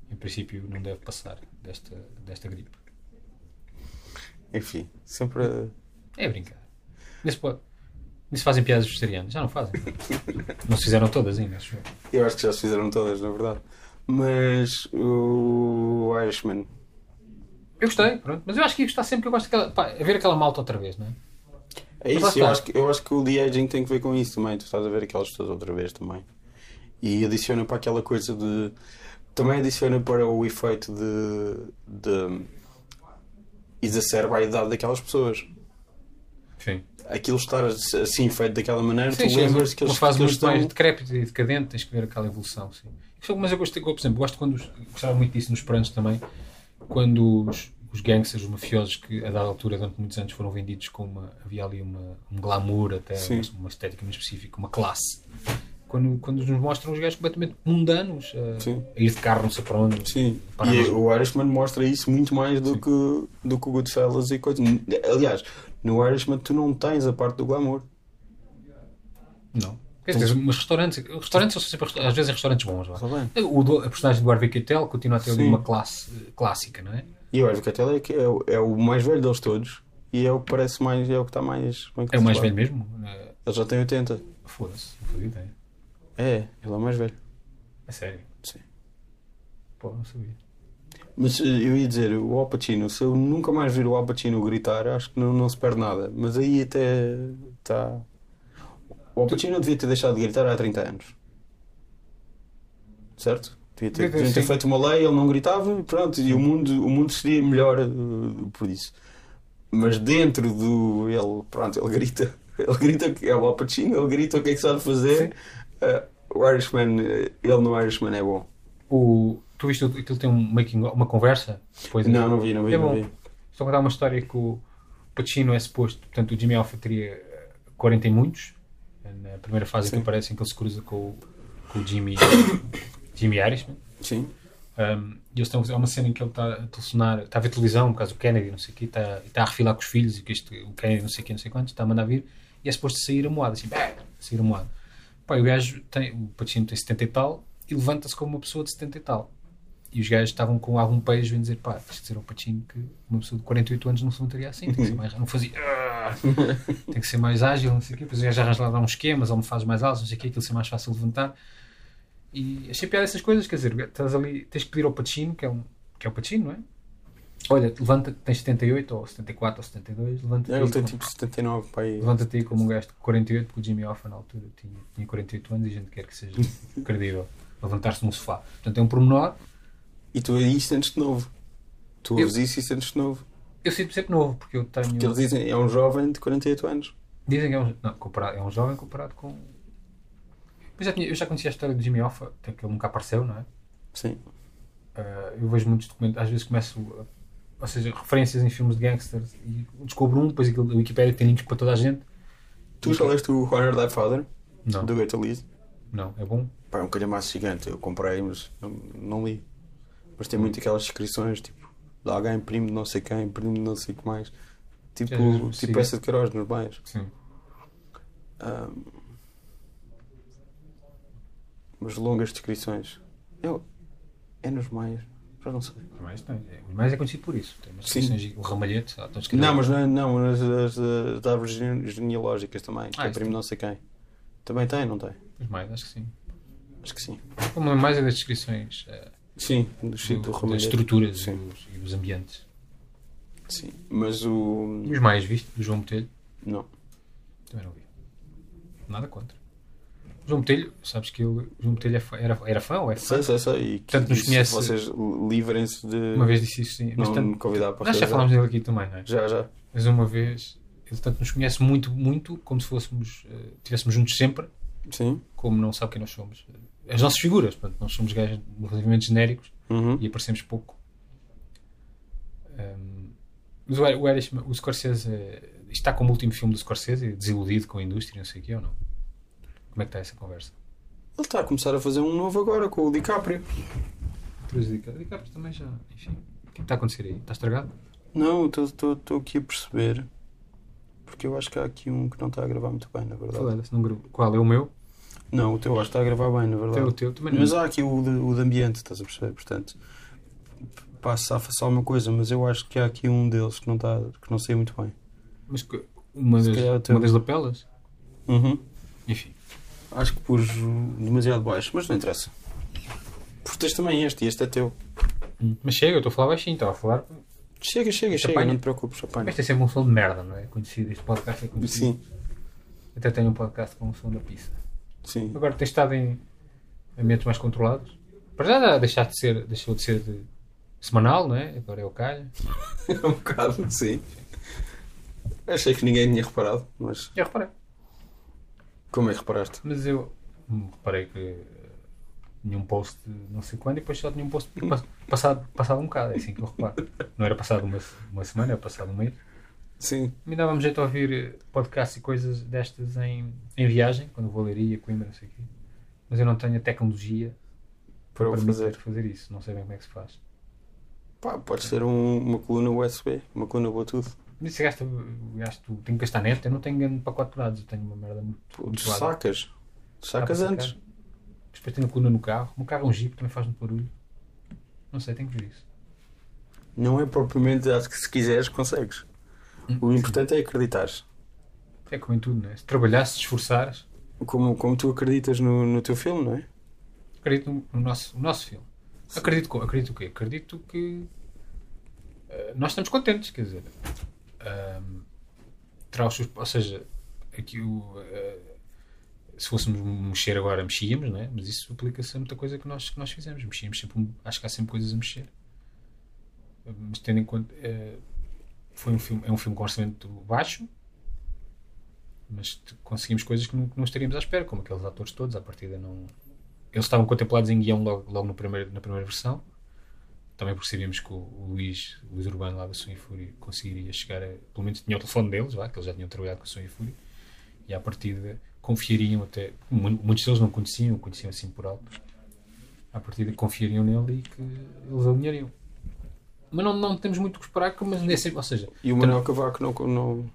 Speaker 2: em princípio não deve passar desta, desta gripe.
Speaker 3: enfim, sempre. eh,
Speaker 2: É brincar. Nisso, pode- nisso fazem piadas vegetarianas. Já não fazem. não se fizeram todas ainda, acho eu.
Speaker 3: Eu acho que já se fizeram todas, na verdade. Mas o Irishman.
Speaker 2: Eu gostei, pronto. Mas eu acho que isto está sempre que eu gosto daquela. Pá, a ver aquela malta outra vez, não é?
Speaker 3: É
Speaker 2: Mas lá
Speaker 3: isso, eu
Speaker 2: está.
Speaker 3: acho, que, eu acho que o de-aging tem que ver com isso também. Tu estás a ver aquelas pessoas outra vez também. E adiciona para aquela coisa de. Também adiciona para o efeito de. de exacerba a idade daquelas pessoas.
Speaker 2: Sim.
Speaker 3: Aquilo estar assim feito daquela maneira,
Speaker 2: Sim,
Speaker 3: tu
Speaker 2: sim,
Speaker 3: lembras que
Speaker 2: uma
Speaker 3: eles,
Speaker 2: fase
Speaker 3: que
Speaker 2: muito
Speaker 3: eles estão.
Speaker 2: mais decrépita e decadente, tens que ver aquela evolução. Sim. Mas eu gostei, eu, por exemplo, gosto quando os, gostava muito disso nos pranos também, quando os, os gangsters, os mafiosos que a dada altura, durante muitos anos, foram vendidos com uma. havia ali uma, um glamour, até
Speaker 3: Sim.
Speaker 2: uma, uma estética muito específica, uma classe. Quando, quando nos mostram os gajos completamente mundanos,
Speaker 3: Sim.
Speaker 2: a, a ir de carro não sei para onde,
Speaker 3: Sim,
Speaker 2: parar
Speaker 3: e
Speaker 2: nos-
Speaker 3: o Irishman mostra isso muito mais do que, do que o Goodfellas e coisas. Aliás, No Irishman tu não tens a parte do glamour.
Speaker 2: Não. Quer dizer, mas restaurantes, restaurantes são sempre, resta- às vezes, restaurantes bons. vá.
Speaker 3: Está bem.
Speaker 2: O, do- a personagem do Harvey Keitel continua a ter ali
Speaker 3: Sim.
Speaker 2: uma classe eh, clássica, não é?
Speaker 3: E o Harvey Keitel é, que é, o- é o mais velho deles todos e é o que parece mais, é o que está mais... bem
Speaker 2: É o mais
Speaker 3: conservado.
Speaker 2: velho mesmo? Eh,
Speaker 3: Ele já tem 80.
Speaker 2: Foda-se, não fazia ideia.
Speaker 3: É, ele é o mais velho.
Speaker 2: É sério?
Speaker 3: Sim.
Speaker 2: Pô, não sabia.
Speaker 3: Mas eh, eu ia dizer, o Al Pacino, se eu nunca mais vir o Al Pacino gritar, acho que não, não se perde nada. Mas aí até está. O Al Pacino devia ter deixado de gritar há 30 anos. Certo? Devia ter,
Speaker 2: Devia ter,
Speaker 3: deviam ter
Speaker 2: sim.
Speaker 3: feito uma lei, ele não gritava e pronto, e o mundo, o mundo seria melhor eh, por isso. Mas dentro do. Ele, pronto, ele grita. Ele grita que é o Al Pacino, ele grita o que é que sabe fazer. Eh, o Irishman, eh, ele no Irishman é bom.
Speaker 2: O, tu viste o- aquilo tem um making, uma conversa? Pois é.
Speaker 3: Não, não vi, não vi,
Speaker 2: É
Speaker 3: não
Speaker 2: bom.
Speaker 3: vi.
Speaker 2: Estou a contar uma história que o Pacino é suposto, portanto, o Jimmy Alfa teria eh, 40 e muitos, eh, na primeira fase em que aparece, em que ele se cruza com, o- com o Jimmy, Jimmy né? Irishman.
Speaker 3: Sim.
Speaker 2: Um, e eles estão, há uma cena em que ele está a telefonar, está a ver televisão, por causa do Kennedy, não sei o quê, está, está a refilar com os filhos, e que este, o Kennedy, não sei o quê, não sei quantos, está a mandar vir, e é suposto sair a moada, assim, bang, sair a moada. Pá, e o gajo, tem, o Pacino tem 70 e tal, e levanta-se como uma pessoa de 70 e tal. E os gajos estavam com algum peixe a dizer, pá, tens de dizer ao Pacino que uma pessoa de 48 anos não se levantaria assim, tem que ser mais, não fazia, "Ah", tem que ser mais ágil, não sei o quê, depois o gajo arranja lá dar uns esquemas, almofadas mais altas, não sei o quê, aquilo ser mais fácil de levantar. E achei piada essas coisas, quer dizer, estás ali, tens que pedir ao Pacino, que é, um, que é o Pacino, não é? Olha, levanta, tens 78 ou 74 ou 72, levanta-te
Speaker 3: É,
Speaker 2: aí,
Speaker 3: ele tem
Speaker 2: com-
Speaker 3: tipo 79 para aí.
Speaker 2: levanta-te aí como um gajo de 48, porque o Jimmy Hoffa na altura tinha, tinha 48 anos e a gente quer que seja credível levantar-se num sofá. Portanto, é um pormenor.
Speaker 3: E tu aí sentes-te novo. Tu ouves isso e sentes-te novo.
Speaker 2: Eu sinto-me sempre novo, porque eu tenho.
Speaker 3: Porque eles dizem, é um jovem de 48 anos.
Speaker 2: Dizem que é um, não, comparado, é um jovem comparado com. Eu já, tinha- eu já conhecia a história do Jimmy Hoffa, até que ele nunca apareceu, não é?
Speaker 3: Sim.
Speaker 2: Uh, eu vejo muitos documentos, às vezes começo, uh, ou seja, referências em filmes de gangsters e descobro um, depois aquilo, a Wikipédia tem links para toda a gente.
Speaker 3: Tu já leste o Honor Die Father,
Speaker 2: Não,
Speaker 3: do Gator Lee?
Speaker 2: não, é bom.
Speaker 3: Pá, é um calhamaço gigante. Eu comprei, mas não, não li. Mas
Speaker 2: Hum.
Speaker 3: tem muito aquelas descrições, tipo, de alguém, primo de não sei quem, primo de não sei o que mais. Tipo,
Speaker 2: Às vezes, É, sim.
Speaker 3: tipo peça de caroz nos bairros.
Speaker 2: Sim.
Speaker 3: Ahm. mas longas descrições. Eu, é nos mais, já não sei.
Speaker 2: Os mais, tem, é, os mais é conhecido por isso. Tem umas
Speaker 3: Sim.
Speaker 2: descrições gi- o ramalhete, ah, estão escritos-
Speaker 3: Não, mas não, não mas as, as árvores gene- genealógicas também, que
Speaker 2: Ah,
Speaker 3: é
Speaker 2: isso
Speaker 3: primo
Speaker 2: tem.
Speaker 3: não sei quem. Também tem, não tem?
Speaker 2: Os mais, acho que sim.
Speaker 3: Acho que sim.
Speaker 2: Como é mais é das descrições eh,
Speaker 3: Sim, do Chico
Speaker 2: do-
Speaker 3: do Romero.
Speaker 2: das estruturas e
Speaker 3: Sim,
Speaker 2: os, e os ambientes.
Speaker 3: sim. Mas o.
Speaker 2: E os mais, viste? Do João Botelho,
Speaker 3: Não.
Speaker 2: também não vi. Nada contra. João Botelho, sabes que ele, João Botelho é fã- era, era fã ou é fã?
Speaker 3: Sei, sei, sei. E que
Speaker 2: Portanto, nos
Speaker 3: isso,
Speaker 2: conhece-
Speaker 3: Vocês livrem-se de
Speaker 2: Uma vez disse isso, sim. Mas
Speaker 3: não
Speaker 2: tanto-
Speaker 3: me convidar para
Speaker 2: nós já
Speaker 3: realizar.
Speaker 2: falámos dele aqui também, não é?
Speaker 3: Já, já.
Speaker 2: Mas uma vez, ele tanto nos conhece muito, muito, como se fôssemos, eh, estivéssemos juntos sempre,
Speaker 3: Sim.
Speaker 2: como não sabe quem nós somos. As nossas figuras, portanto, nós somos gajos relativamente genéricos
Speaker 3: Uhum.
Speaker 2: e aparecemos pouco. Ahm, mas o, o, Irishman- o Scorsese, eh, isto está como o último filme do Scorsese, desiludido com a indústria, não sei o quê, ou não? Como é que está essa conversa?
Speaker 3: Ele está a começar a fazer um novo agora com o DiCaprio.
Speaker 2: DiCaprio também já, enfim. O que é que está a acontecer aí? Está estragado?
Speaker 3: Não, estou aqui a perceber. Porque eu acho que há aqui um que não está a gravar muito bem, na verdade.
Speaker 2: Foda-se, não gravo. Qual? É o meu?
Speaker 3: Não, o teu acho que está a gravar bem, na
Speaker 2: Até
Speaker 3: verdade.
Speaker 2: o teu também não. é?
Speaker 3: Mas há aqui o de, o de ambiente, estás a perceber? Portanto, pá, safa-se alguma coisa, mas eu acho que há aqui um deles que não, está, que não sei muito bem.
Speaker 2: Mas que- uma
Speaker 3: Se
Speaker 2: das,
Speaker 3: calhar é o teu.
Speaker 2: uma das lapelas?
Speaker 3: Uhum.
Speaker 2: Enfim.
Speaker 3: Acho que pus demasiado baixo, mas não interessa. Porque tens também este, e este é teu. Hum.
Speaker 2: Mas chega, eu estou a falar baixinho, estava a falar.
Speaker 3: Chega, chega, chega,
Speaker 2: apanha.
Speaker 3: não te preocupes, apanha.
Speaker 2: Mas tem sempre um som de merda, não é? Conhecido, este podcast é conhecido.
Speaker 3: Sim,
Speaker 2: Até tenho um podcast com o som da pizza.
Speaker 3: sim.
Speaker 2: Agora tens estado em ambientes mais controlados. Para já, já deixaste de ser, deixou de ser de- semanal, não é? Agora é o calho.
Speaker 3: um bocado, sim. Achei que ninguém tinha reparado, mas
Speaker 2: Já reparei.
Speaker 3: como é que reparaste?
Speaker 2: Mas eu hum, reparei que eh, nenhum post de não sei quando e depois só tinha um post de- pas- passado, passado um bocado, é assim que eu reparo. Não era passado uma, uma semana, era passado um mês.
Speaker 3: Sim.
Speaker 2: Me dava-me jeito a ouvir eh, podcasts e coisas destas em, em viagem, quando vou a Leiria, Coimbra, não sei o quê. Mas eu não tenho a tecnologia
Speaker 3: Para o
Speaker 2: para fazer.
Speaker 3: fazer.
Speaker 2: fazer isso. Não sei bem como é que se faz.
Speaker 3: Pá, pode ser um- uma coluna USB, uma coluna Bluetooth.
Speaker 2: Mas se gasta, gasto, tenho que gastar neste, eu não tenho grande pacote de dados, eu tenho uma merda muito.
Speaker 3: Tu
Speaker 2: muito larga.
Speaker 3: sacas. Tu
Speaker 2: Dá para
Speaker 3: sacas
Speaker 2: sacar.
Speaker 3: antes.
Speaker 2: Depois tenho a coluna no carro. No carro é um jeep, também faz muito barulho. Não sei, tenho que ver isso.
Speaker 3: Não é propriamente, acho que se quiseres, consegues. O importante é acreditares.
Speaker 2: É como em tudo, não é? Se trabalhares, se esforçares,
Speaker 3: Como, como tu acreditas no, no teu filme, não é?
Speaker 2: acredito no, no nosso, no nosso filme. Acredito, co- acredito o quê? Acredito que eh, nós estamos contentes, quer dizer. ahm, terá os seus, ou seja, aqui o, eh, se fôssemos mexer agora, mexíamos, não é? Mas isso aplica-se a muita coisa que nós, que nós fizemos. Mexíamos sempre, um- acho que há sempre coisas a mexer. Mas tendo em conta, eh, foi um filme, é um filme com orçamento baixo, mas t- conseguimos coisas que não, que não estaríamos à espera, como aqueles atores todos, à partida não, eles estavam contemplados em guião logo, logo no primeiro, na primeira versão. Também porque sabíamos que o, o Luís, o Luís Urbano lá da Som e Fúria conseguiria chegar a, pelo menos tinha o telefone deles, vá, que eles já tinham trabalhado com a Som e Fúria, e à partida confiariam até, mu- muitos deles não conheciam, conheciam assim por alto, à partida confiariam nele e que eles alinhariam. Mas não, não temos muito o que esperar, que- mas nem sempre, ou seja,
Speaker 3: E o Manuel Cavaco não. não...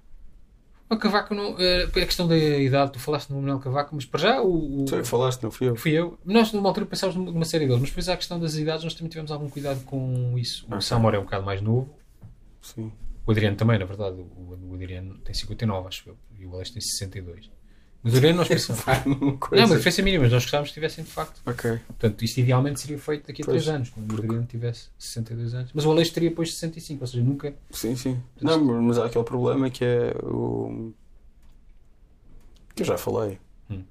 Speaker 2: o Cavaco não, eh, a questão da idade, tu falaste no Manuel Cavaco, mas para já o- o,
Speaker 3: Tu é que falaste, não fui eu.
Speaker 2: Fui eu. Nós, numa altura, pensávamos numa numa série deles, mas depois, há a questão das idades, nós também tivemos algum cuidado com isso. O
Speaker 3: Ok.
Speaker 2: Samora é um bocado mais novo,
Speaker 3: Sim.
Speaker 2: o Adriano também, na verdade. O, o Adriano tem 59, acho eu, e o Alex tem 62. Mas o Adriano nós pensávamos.
Speaker 3: Vai, uma
Speaker 2: Não,
Speaker 3: coisa.
Speaker 2: é uma diferença mínima, mas nós gostávamos que tivessem de facto.
Speaker 3: Ok.
Speaker 2: Portanto, isto idealmente seria feito daqui a
Speaker 3: Pois,
Speaker 2: 3 anos, quando o Adriano tivesse 62 anos. Mas o Alex teria depois 65, ou seja, nunca.
Speaker 3: Sim, sim. Não, mas há aquele problema que é o. que eu já falei.
Speaker 2: Hum.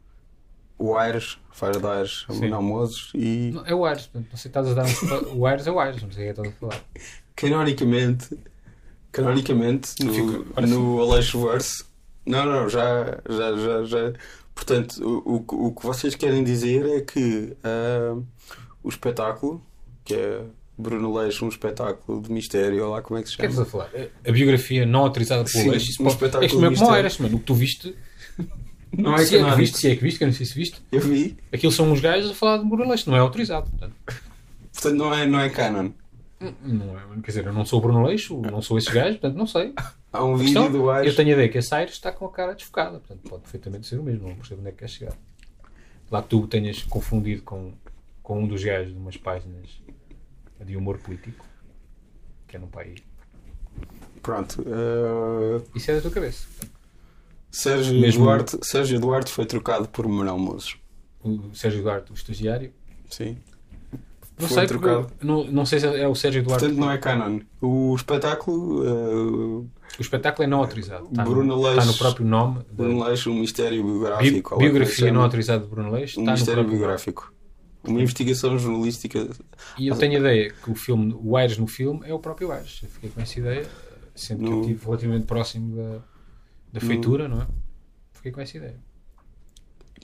Speaker 3: O Aires, faz de Aires,
Speaker 2: Sim.
Speaker 3: não Mozes, e
Speaker 2: Não, é o Aires, portanto, não sei se estás a dar um. spo- O Aires é o Aires, não sei o que é que estás a falar.
Speaker 3: canonicamente. Canonicamente, no,
Speaker 2: Fico- olha,
Speaker 3: no Aleixo Verse. Não, não, já. já, já, já. Portanto, o, o, que- o que vocês querem dizer é que ah, o espetáculo, que é Bruno Leixo, um espetáculo de mistério, lá como é que se
Speaker 2: O que é que
Speaker 3: chama?
Speaker 2: estás a falar? A- A biografia não autorizada pelo
Speaker 3: Sim,
Speaker 2: Alex, isso
Speaker 3: um
Speaker 2: pode-
Speaker 3: espetáculo
Speaker 2: É que não é como o
Speaker 3: mistério.
Speaker 2: Aires, mano. O que tu viste
Speaker 3: Não
Speaker 2: se é que
Speaker 3: canónico.
Speaker 2: viste, se é que viste, que eu não sei se viste,
Speaker 3: Eu vi.
Speaker 2: aquilo são uns gajos a falar de Brunellesco, não é autorizado. Portanto,
Speaker 3: Portanto, não é, não é canon.
Speaker 2: não é, quer dizer, eu não sou o Bruno Leixo, não sou esses gajos, portanto não sei.
Speaker 3: Há um
Speaker 2: A
Speaker 3: vídeo
Speaker 2: questão,
Speaker 3: do
Speaker 2: eu
Speaker 3: Aires.
Speaker 2: tenho a ideia que esse Aires está com a cara desfocada, portanto pode perfeitamente ser o mesmo, não percebo onde é que quer chegar. Lá que tu o tenhas confundido com, com um dos gajos de umas páginas de humor político, que é num país.
Speaker 3: Pronto. eh,
Speaker 2: Isso é da tua cabeça.
Speaker 3: Sérgio,
Speaker 2: Mesmo-
Speaker 3: Duarte, Sérgio Duarte foi trocado por Manuel Mozes.
Speaker 2: O Sérgio Duarte, o estagiário.
Speaker 3: Sim.
Speaker 2: Não
Speaker 3: Foi um
Speaker 2: sei, porque
Speaker 3: trocado.
Speaker 2: eu- não, não sei se é o Sérgio Duarte.
Speaker 3: Portanto, não é canon. O espetáculo, eh,
Speaker 2: O espetáculo é não autorizado. Está,
Speaker 3: Bruno
Speaker 2: no,
Speaker 3: Leixo.
Speaker 2: está no próprio nome da,
Speaker 3: Bruno Leixo, um mistério
Speaker 2: Bi-
Speaker 3: biográfico. ou lá como é que se
Speaker 2: biografia
Speaker 3: chama.
Speaker 2: não autorizada de Bruno Leix está
Speaker 3: Um
Speaker 2: no
Speaker 3: mistério
Speaker 2: próprio-
Speaker 3: biográfico. Uma investigação jornalística.
Speaker 2: E eu tenho a ideia que o filme, o Aires no filme, é o próprio Aires. Eu fiquei com essa ideia, sendo que eu
Speaker 3: No-
Speaker 2: estive relativamente próximo da, da feitura, não é? Fiquei com essa ideia.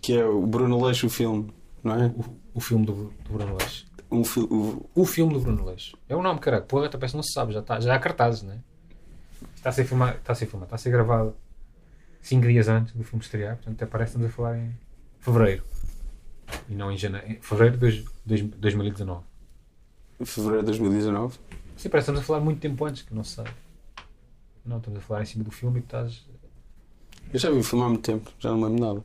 Speaker 3: Que é o Bruno Leixo, o filme, não é?
Speaker 2: O, o filme do, Bru- do Bruno Leix.
Speaker 3: Um fi- o-
Speaker 2: O filme do Bruno Leix. É o nome, caralho. Porra, até parece que não se sabe, já, está, já há cartazes, não é? Está a ser filmado, está a ser filmado, está a ser gravado 5 dias antes do filme estrear, portanto até parece que estamos a falar em fevereiro. E não em janeiro. Em fevereiro de dois- dois- 2019.
Speaker 3: fevereiro de 2019.
Speaker 2: Sim, parece que estamos a falar muito tempo antes, que não se sabe. Não, estamos a falar em cima do filme e estás.
Speaker 3: Eu já vi o filme há muito tempo, já não me lembro nada.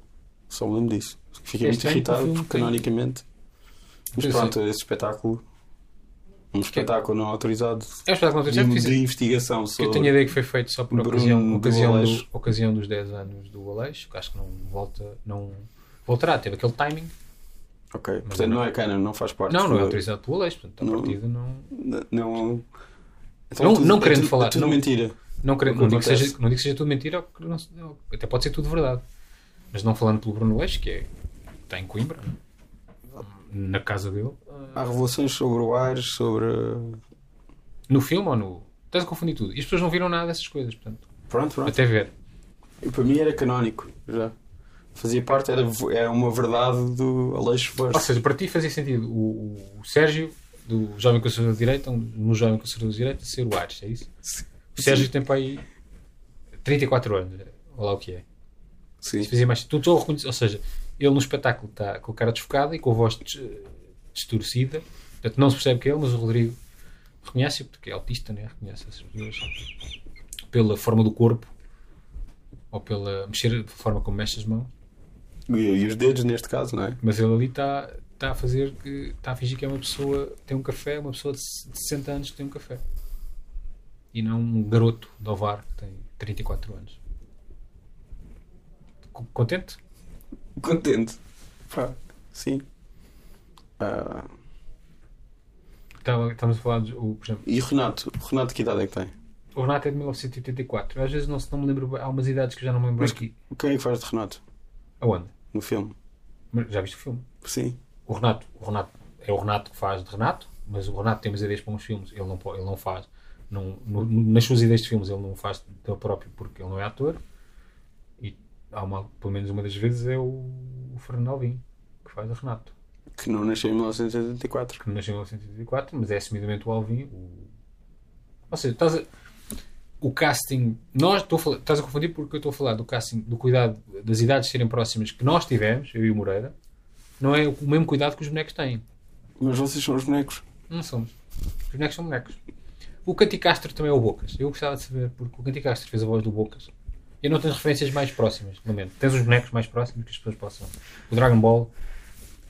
Speaker 3: Só me lembro disso. Fiquei
Speaker 2: É
Speaker 3: muito
Speaker 2: estranho que o
Speaker 3: irritado,
Speaker 2: filme
Speaker 3: porque
Speaker 2: tem-
Speaker 3: canonicamente. Mas
Speaker 2: Sim,
Speaker 3: pronto, esse espetáculo. Um espetáculo não autorizado.
Speaker 2: É um espetáculo
Speaker 3: De,
Speaker 2: autorizado que
Speaker 3: de
Speaker 2: fiz.
Speaker 3: investigação
Speaker 2: que Eu
Speaker 3: sobre.
Speaker 2: tenho a ideia que foi feito só por
Speaker 3: Bruno
Speaker 2: ocasião,
Speaker 3: do
Speaker 2: ocasião, do,
Speaker 3: Aleixo.
Speaker 2: ocasião dos 10 anos do Aleixo, que acho que não volta. Não voltará, teve aquele timing.
Speaker 3: Ok, portanto não é canon, não faz parte.
Speaker 2: Não, não é
Speaker 3: do-
Speaker 2: autorizado pelo Aleixo, portanto, a
Speaker 3: Não.
Speaker 2: partida não.
Speaker 3: N- Não.
Speaker 2: Não-
Speaker 3: é tudo-
Speaker 2: não
Speaker 3: é
Speaker 2: querendo
Speaker 3: tudo-
Speaker 2: falar,
Speaker 3: É tudo
Speaker 2: não-
Speaker 3: mentira.
Speaker 2: Não, creio,
Speaker 3: O que
Speaker 2: não, digo que
Speaker 3: acontece?
Speaker 2: seja, não digo que seja tudo mentira, ou que não se- ou- até pode ser tudo verdade. Mas não falando pelo Bruno Leixo, que é, está em Coimbra, na casa dele.
Speaker 3: Há revelações sobre o Ares, sobre.
Speaker 2: No filme ou no. Estás a confundir tudo. E as pessoas não viram nada dessas coisas, portanto.
Speaker 3: Pronto, pronto.
Speaker 2: Até ver.
Speaker 3: E para mim era canónico, já. Fazia parte, era, era uma verdade do Aleixo
Speaker 2: Ou
Speaker 3: Verso.
Speaker 2: seja, para ti fazia sentido o, o- o Sérgio, do Jovem Conservador de Direita, um- no Jovem Conservador de Direita, ser o Ares, é isso? O Sérgio tem para aí 34 anos, olha lá o que é.
Speaker 3: Sim.
Speaker 2: Isso fazia mais tu, tu reconheces- ou seja, ele no espetáculo está com a cara desfocada e com a voz des- distorcida, portanto não se percebe que é ele, mas o Rodrigo reconhece porque é autista, né? reconhece essas pessoas. pela forma do corpo ou pela mexer a forma como mexe as mãos.
Speaker 3: E, e os dedos, neste caso, não é?
Speaker 2: Mas ele ali está tá a fazer que está a fingir que é uma pessoa tem um café, uma pessoa de se- de 60 anos que tem um café. E não um garoto de Ovar que tem 34 anos. Co- Contente?
Speaker 3: Contente. Pá, sim. Ah,
Speaker 2: Estava- Tá, Estamos a falar, de, o, por exemplo,
Speaker 3: e o Renato? O Renato, que idade é que tem?
Speaker 2: o Renato é de 1984. Às vezes não, se- não me lembro, bem- há umas idades que eu já não me lembro
Speaker 3: Mas-
Speaker 2: aqui.
Speaker 3: Quem é que faz de Renato
Speaker 2: Aonde?
Speaker 3: no filme?
Speaker 2: Mas Já viste o filme?
Speaker 3: Sim.
Speaker 2: o Renato, o Renato é o Renato que faz de Renato, mas o Renato tem umas ideias para uns filmes, ele não, po- ele não faz. Não, no- nas suas ideias de filmes ele não faz dele próprio porque ele não é ator. E há uma, pelo menos uma das vezes é o, o Fernando Alvim que faz de Renato,
Speaker 3: Que não nasceu em 1984.
Speaker 2: que nasceu em 1984, mas é assumidamente o Alvim. O... Ou seja, estás a, o casting. Nós, estou a falar- estás a confundir porque eu estou a falar do casting, do cuidado das idades serem próximas que nós tivemos, eu e o Moreira, não é o mesmo cuidado que os bonecos têm.
Speaker 3: Mas vocês são os bonecos.
Speaker 2: Não somos. Os bonecos são bonecos. O Canticastro também é o Bocas. Eu gostava de saber, porque o Canticastro fez a voz do Bocas. Eu não tenho referências mais próximas, no momento. Tens os bonecos mais próximos que as pessoas possam. O Dragon Ball,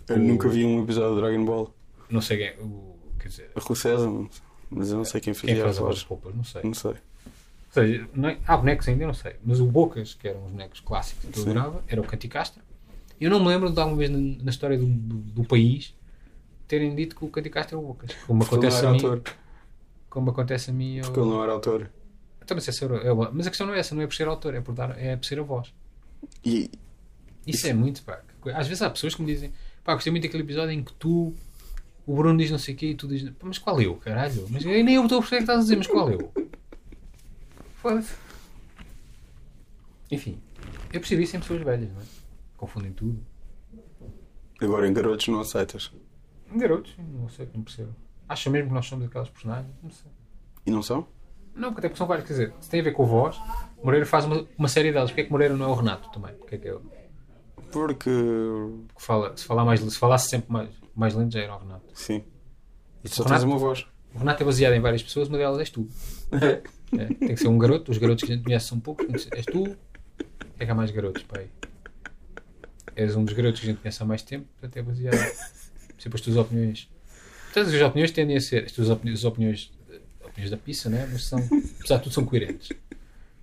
Speaker 3: Eu
Speaker 2: O-
Speaker 3: nunca vi um episódio de Dragon Ball.
Speaker 2: não sei quem. é, O, quer dizer,
Speaker 3: A Rua Sésamo, mas eu não sei quem é
Speaker 2: quem
Speaker 3: fazia
Speaker 2: faz
Speaker 3: as
Speaker 2: a voz
Speaker 3: vozes.
Speaker 2: de Poupas, não sei.
Speaker 3: Não sei.
Speaker 2: Ou seja, não é- há bonecos ainda, eu não sei. Mas o Bocas, que eram os bonecos clássicos que eu
Speaker 3: Sim.
Speaker 2: adorava, era o Canticastro. Eu não me lembro de alguma vez na, na história do, do- do país terem dito que o Canticastro é o Bocas. Como
Speaker 3: Porque ele não
Speaker 2: acontece
Speaker 3: era
Speaker 2: a mim.
Speaker 3: autor.
Speaker 2: Como acontece a mim. eu-
Speaker 3: Porque ele não era autor.
Speaker 2: Então, mas, essa é uma- mas a questão não é essa, não é por ser autor, é por, dar, é por ser a voz.
Speaker 3: E
Speaker 2: Isso, é muito, pá. que coi- Às vezes há pessoas que me dizem, pá, gostei muito daquele episódio em que tu, o Bruno diz não sei o quê e tu dizes, "Pá, mas qual eu, caralho? Mas eu nem eu estou a perceber o que estás a dizer, mas qual eu? Foda-se. Enfim, eu percebi isso em pessoas velhas, não é? Confundem tudo.
Speaker 3: agora em garotos não aceitas.
Speaker 2: Garotos, não sei, não percebo. Acham mesmo que nós somos aquelas personagens? Não sei.
Speaker 3: E não são?
Speaker 2: Não, porque até porque são vários, quer dizer, se tem a ver com a voz, Moreira faz uma, uma série delas. Porquê é que Moreira não é o Renato também? Porquê é que é o
Speaker 3: Porque.
Speaker 2: que fala? Se, falar mais, se falasse sempre mais, mais lento já era o Renato.
Speaker 3: Sim. E tu só
Speaker 2: Renato?
Speaker 3: tens uma voz.
Speaker 2: O Renato é baseado em várias pessoas, uma delas és tu. É, tem que ser um garoto, os garotos que a gente conhece são poucos, tem que ser- és tu. O que é que há mais garotos, pai? És um dos garotos que a gente conhece há mais tempo, portanto é baseado sempre as tuas opiniões. Portanto, as opiniões tendem a ser, as tuas opini- as opiniões, eh, opiniões da pizza, né? mas são, apesar de tudo, são coerentes.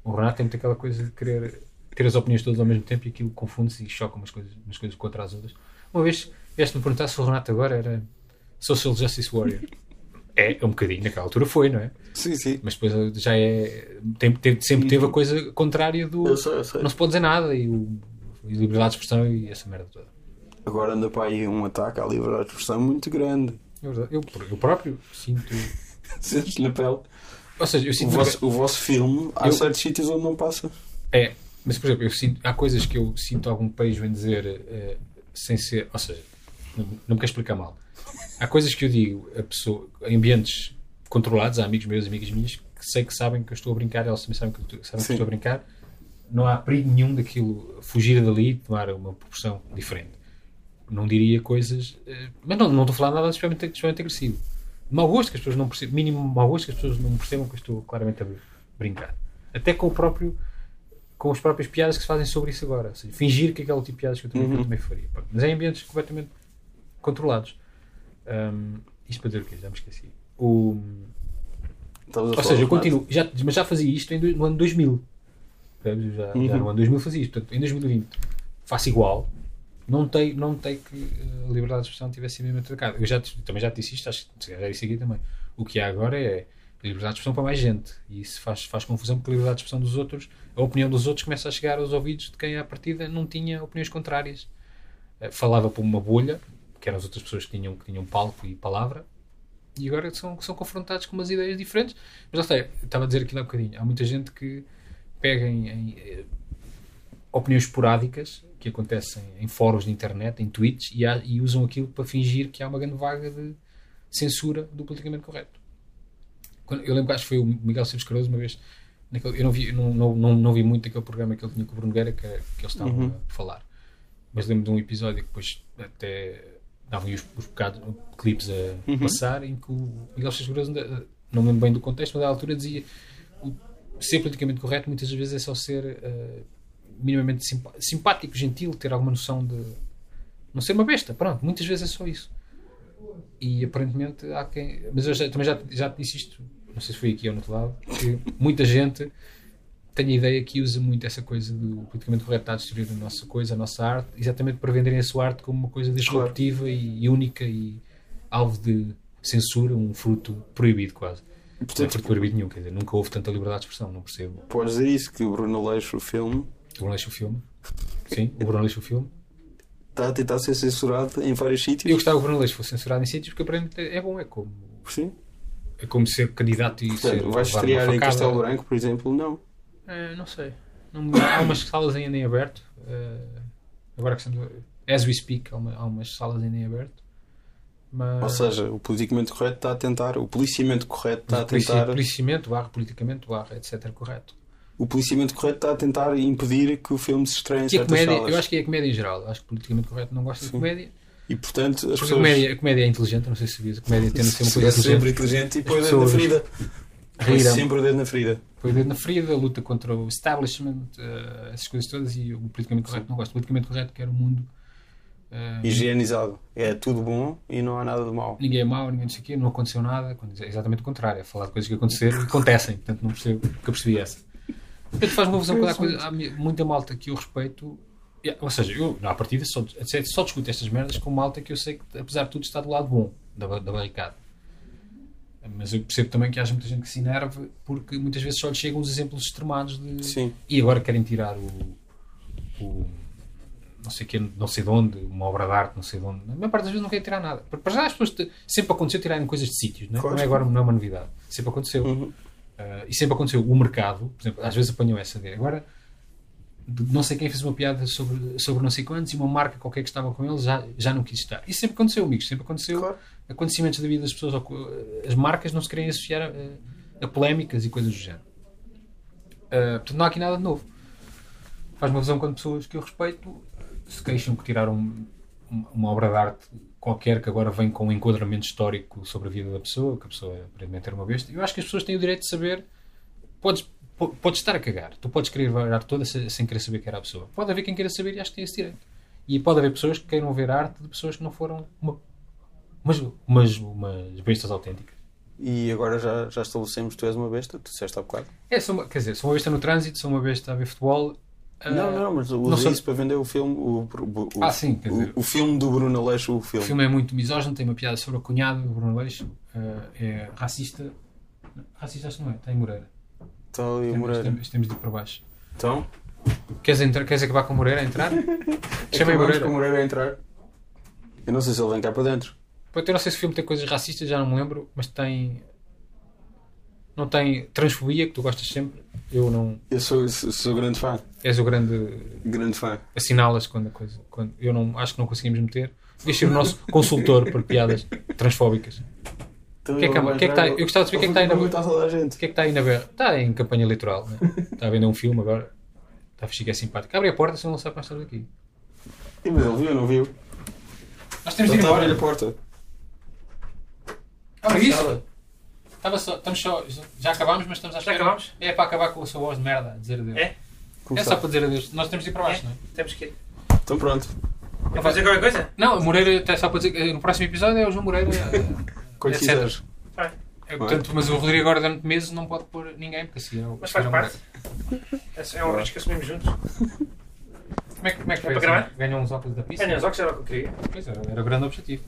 Speaker 2: O Renato tem muito aquela coisa de querer ter as opiniões todas ao mesmo tempo e aquilo confunde-se e choca umas coisas, umas coisas contra as outras. Uma vez, vieste-me perguntar se o Renato agora era Social Justice Warrior. É, um bocadinho, naquela altura foi, não é?
Speaker 3: Sim, sim.
Speaker 2: Mas depois já é. tem- tem- sempre teve a coisa contrária do.
Speaker 3: Uhum. Eu sei, eu sei.
Speaker 2: Não se pode dizer nada e, o, e liberdade de expressão e essa merda toda.
Speaker 3: Agora anda para aí um ataque à liberdade de expressão muito grande.
Speaker 2: É verdade. Eu, eu próprio sinto.
Speaker 3: Sentes na pele.
Speaker 2: Ou seja, eu
Speaker 3: O
Speaker 2: sinto.
Speaker 3: vosso, o vosso filme, há
Speaker 2: Eu-
Speaker 3: certos sítios onde não passa.
Speaker 2: É, mas por exemplo, eu sinto, há coisas que eu sinto algum pejo em dizer eh, sem ser. Ou seja, não, não me quero explicar mal. Há coisas que eu digo a pessoa, em ambientes controlados, há amigos meus, amigas minhas, que sei que sabem que eu estou a brincar, elas também sabem que eu estou- sabem que
Speaker 3: Sim.
Speaker 2: eu estou a brincar. Não há perigo nenhum daquilo fugir dali e tomar uma proporção diferente. Não diria coisas. eh, mas não, não estou a falar nada de especialmente, especialmente agressivo. Mau gosto que as pessoas não percebam, mínimo mau gosto que as pessoas não percebam que eu estou claramente a brincar. Até com o próprio com as próprias piadas que se fazem sobre isso agora. Ou seja, fingir que é aquele tipo de piadas que eu também, que eu também faria. Pronto. Mas em ambientes completamente controlados. Hum, isto para dizer o quê? Já me esqueci. O-
Speaker 3: Estavas a
Speaker 2: ou
Speaker 3: falar
Speaker 2: seja, eu
Speaker 3: do Renato.
Speaker 2: continuo, já, mas já fazia isto em do- no ano 2000. Percebes? Eu Já,
Speaker 3: Uhum.
Speaker 2: já no ano 2000 fazia isto. Portanto, em 2020 faço igual. Não tem, não tem que eh, a liberdade de expressão tivesse sido mesmo atacada. Eu já, te- também já te disse isto, acho que se calhar disse aqui também. O que há agora é liberdade de expressão para mais gente. E isso faz, faz confusão porque a liberdade de expressão dos outros, a opinião dos outros começa a chegar aos ouvidos de quem à partida não tinha opiniões contrárias. Eh, Falava por uma bolha, que eram as outras pessoas que tinham, que tinham palco e palavra, e agora são, são confrontados com umas ideias diferentes. Mas lá está, eu estava a dizer aquilo há bocadinho. Há muita gente que pega em, em, eh, opiniões esporádicas que acontecem em fóruns de internet, em tweets, e, há- e usam aquilo para fingir que há uma grande vaga de censura do politicamente correto. Quando- eu lembro que acho que foi o Miguel Silves Cardoso uma vez. naquele- eu não vi, não, não, não, não vi muito aquele programa que ele tinha com o Bruno Guerra que, que eles estavam a falar. Mas lembro de um episódio que depois até davam os, os bocados, um clipes a eh, passar, em que o Miguel Silves Cardoso, ainda- não me lembro bem do contexto, mas à altura dizia o- ser politicamente correto muitas vezes é só ser eh, minimamente simpa- simpático, gentil, ter alguma noção de não ser uma besta. Pronto, muitas vezes é só isso. E aparentemente há quem. Mas eu já- também já, já te disse isto, não sei se foi aqui ou no outro lado, que muita gente tem a ideia que usa muito essa coisa do politicamente correto está a destruir a nossa coisa, a nossa arte, exatamente para venderem a sua arte como uma coisa disruptiva e única e alvo de censura, um fruto proibido quase. Não é
Speaker 3: Portanto,
Speaker 2: fruto proibido nenhum, quer dizer, nunca houve tanta liberdade de expressão, não percebo.
Speaker 3: podes dizer isso, que o Bruno Leixo, o filme,
Speaker 2: O Bruno lixa o filme. Sim, o Bruno lixa o filme.
Speaker 3: está a tentar ser censurado em vários
Speaker 2: Eu
Speaker 3: sítios.
Speaker 2: gostava que o Bruno Leixo fosse censurado em sítios porque aparentemente é bom, é como,
Speaker 3: Sim.
Speaker 2: é como ser candidato e ser. levar
Speaker 3: Portanto, vais
Speaker 2: uma
Speaker 3: estrear em
Speaker 2: facada.
Speaker 3: Castelo Branco, por exemplo, não.
Speaker 2: É, não sei. Não me- há umas salas ainda em aberto. eh, agora que estamos. As we speak, há, uma- há umas salas ainda em aberto. Mas.
Speaker 3: Ou seja, o politicamente correto está a tentar, o policiamento correto está a
Speaker 2: o polici-
Speaker 3: tentar,
Speaker 2: policiamento, barra, politicamente, barra, etc. Correto.
Speaker 3: o policiamento correto está a tentar impedir que o filme se estreie em
Speaker 2: E a
Speaker 3: certas
Speaker 2: comédia,
Speaker 3: salas.
Speaker 2: eu acho que é a comédia em geral. Acho que politicamente correto não gosta de comédia.
Speaker 3: E portanto, as
Speaker 2: Porque a
Speaker 3: pessoas
Speaker 2: comédia, a comédia é inteligente, não sei se sabias. A comédia tende a ser uma coisa
Speaker 3: é sempre
Speaker 2: inteligente.
Speaker 3: inteligente e põe o
Speaker 2: As
Speaker 3: dedo na
Speaker 2: pessoas
Speaker 3: ferida. Põe
Speaker 2: Riram.
Speaker 3: sempre o dedo na ferida.
Speaker 2: Põe o dedo na ferida, luta contra o establishment, eh, essas coisas todas. E o politicamente correto não gosta. O politicamente correto quer o mundo. eh,
Speaker 3: Higienizado. É tudo bom e não há nada de mau.
Speaker 2: ninguém é mau, ninguém não sei o quê, não aconteceu nada. Quando É exatamente o contrário, é falar de coisas que aconteceram e acontecem, portanto não percebo, nunca percebi essa. Portanto faz-me confusão quando há, coisa, há mi- muita malta que eu respeito, e- ou seja, eu na partida só, é só discuto estas merdas com malta que eu sei que apesar de tudo está do lado bom da, ba- da barricada. Mas eu percebo também que haja muita gente que se enerva porque muitas vezes só lhe chegam os exemplos extremados de...
Speaker 3: Sim.
Speaker 2: E agora querem tirar o... o não sei, quê, não sei de onde, uma obra de arte, não sei de onde. A maior parte das vezes não querem tirar nada. Porque para já as pessoas te- sempre aconteceu tirarem coisas de sítios, não é?
Speaker 3: Claro. Uhum.
Speaker 2: Não é agora não é uma novidade. Sempre aconteceu. Ah, e sempre aconteceu o mercado, por exemplo, às vezes apanham essa ideia. Agora, de- não sei quem fez uma piada sobre, sobre não sei quantos e uma marca qualquer que estava com eles já, já não quis estar. Isso sempre aconteceu, amigos, sempre aconteceu.
Speaker 3: Claro.
Speaker 2: Acontecimentos da vida das pessoas, ao co- as marcas não se querem associar a, a polémicas e coisas do género. Ah, portanto, não há aqui nada de novo. Faz-me visão quando pessoas que eu respeito se queixam que tiraram uma- uma obra de arte qualquer que agora vem com um enquadramento histórico sobre a vida da pessoa, que a pessoa aparentemente era uma besta. Eu acho que as pessoas têm o direito de saber podes, po- podes estar a cagar. Tu podes querer ver a arte toda se- sem querer saber que era a pessoa. Pode haver quem queira saber e acho que tem esse direito. E pode haver pessoas que queiram ver arte de pessoas que não foram uma, umas, umas, umas bestas autênticas.
Speaker 3: E agora já, já estabelecemos que tu és uma besta, tu disseste há bocado.
Speaker 2: É, sou uma, quer dizer, sou uma besta no trânsito, sou uma besta a ver futebol. ah,
Speaker 3: não, não, mas usa
Speaker 2: não sou-
Speaker 3: isso para vender o filme. O, o, o-
Speaker 2: Ah, sim, quer dizer-
Speaker 3: o, o filme do Bruno Aleixo, o filme.
Speaker 2: O filme é muito misógino, tem uma piada sobre o cunhado, o Bruno Leixo. ah, é racista. Racista acho que não é, está em Moreira.
Speaker 3: Está
Speaker 2: é
Speaker 3: ali o Moreira.
Speaker 2: Temos, temos de ir para baixo.
Speaker 3: Então,
Speaker 2: Queres, entrar, queres acabar com o Moreira a entrar? Chamei
Speaker 3: acabamos
Speaker 2: Moreira.
Speaker 3: com é o Moreira a entrar. Eu não sei se ele vem cá para dentro.
Speaker 2: Pronto, eu não sei se o filme tem coisas racistas, já não me lembro, mas tem. Não tem transfobia, que tu gostas sempre. Eu não.
Speaker 3: Eu sou, sou, sou grande fã.
Speaker 2: És o grande.
Speaker 3: Grande fã.
Speaker 2: Assinalas quando a coisa. Quando, eu não, acho que não conseguimos meter. Devias ser o nosso consultor para piadas transfóbicas.
Speaker 3: Então,
Speaker 2: Que é que
Speaker 3: ele
Speaker 2: há-
Speaker 3: vai
Speaker 2: que é que
Speaker 3: entrar,
Speaker 2: tá-
Speaker 3: ele-
Speaker 2: eu gostava de saber
Speaker 3: ele
Speaker 2: que é que tá aí na-
Speaker 3: vai perguntar a toda a gente.
Speaker 2: O que é que está aí na berra? Está em campanha eleitoral, né? Está a vender um filme agora. Está a fingir que é simpático. Abre a porta, senão não sabe para estar daqui.
Speaker 3: Ih, Mas ele viu, não viu?
Speaker 2: Nós temos de
Speaker 3: Ele
Speaker 2: ir
Speaker 3: está a
Speaker 2: embora.
Speaker 3: abrir
Speaker 2: É
Speaker 3: a porta.
Speaker 2: Abre isso!
Speaker 3: Estava.
Speaker 2: Estava só, estamos só, já acabámos, mas estamos à espera.
Speaker 4: acabámos?
Speaker 2: É para acabar com a sua voz de merda, a dizer adeus.
Speaker 4: É?
Speaker 2: É
Speaker 3: Começar.
Speaker 2: só para dizer adeus. Nós temos de ir para baixo, não é?
Speaker 4: Temos que ir.
Speaker 3: Então pronto.
Speaker 4: Quer fazer qualquer coisa?
Speaker 2: Não, o Moreira está só para dizer que no próximo episódio é o João Moreira.
Speaker 3: Quando
Speaker 2: É
Speaker 3: quiseres.
Speaker 4: Tá bem.
Speaker 2: É, portanto, mas o Rodrigo agora durante meses não pode pôr ninguém, porque assim é o.
Speaker 4: Mas faz
Speaker 2: é o
Speaker 4: parte.
Speaker 2: Moreira.
Speaker 4: É- É um risco que assumimos juntos.
Speaker 2: Como é, que- como é que foi?
Speaker 4: para gravar?
Speaker 2: assim? Ganhou uns óculos da pista?
Speaker 4: Ganhei os óculos, era o É, que eu queria.
Speaker 2: Pois era, era o grande objetivo.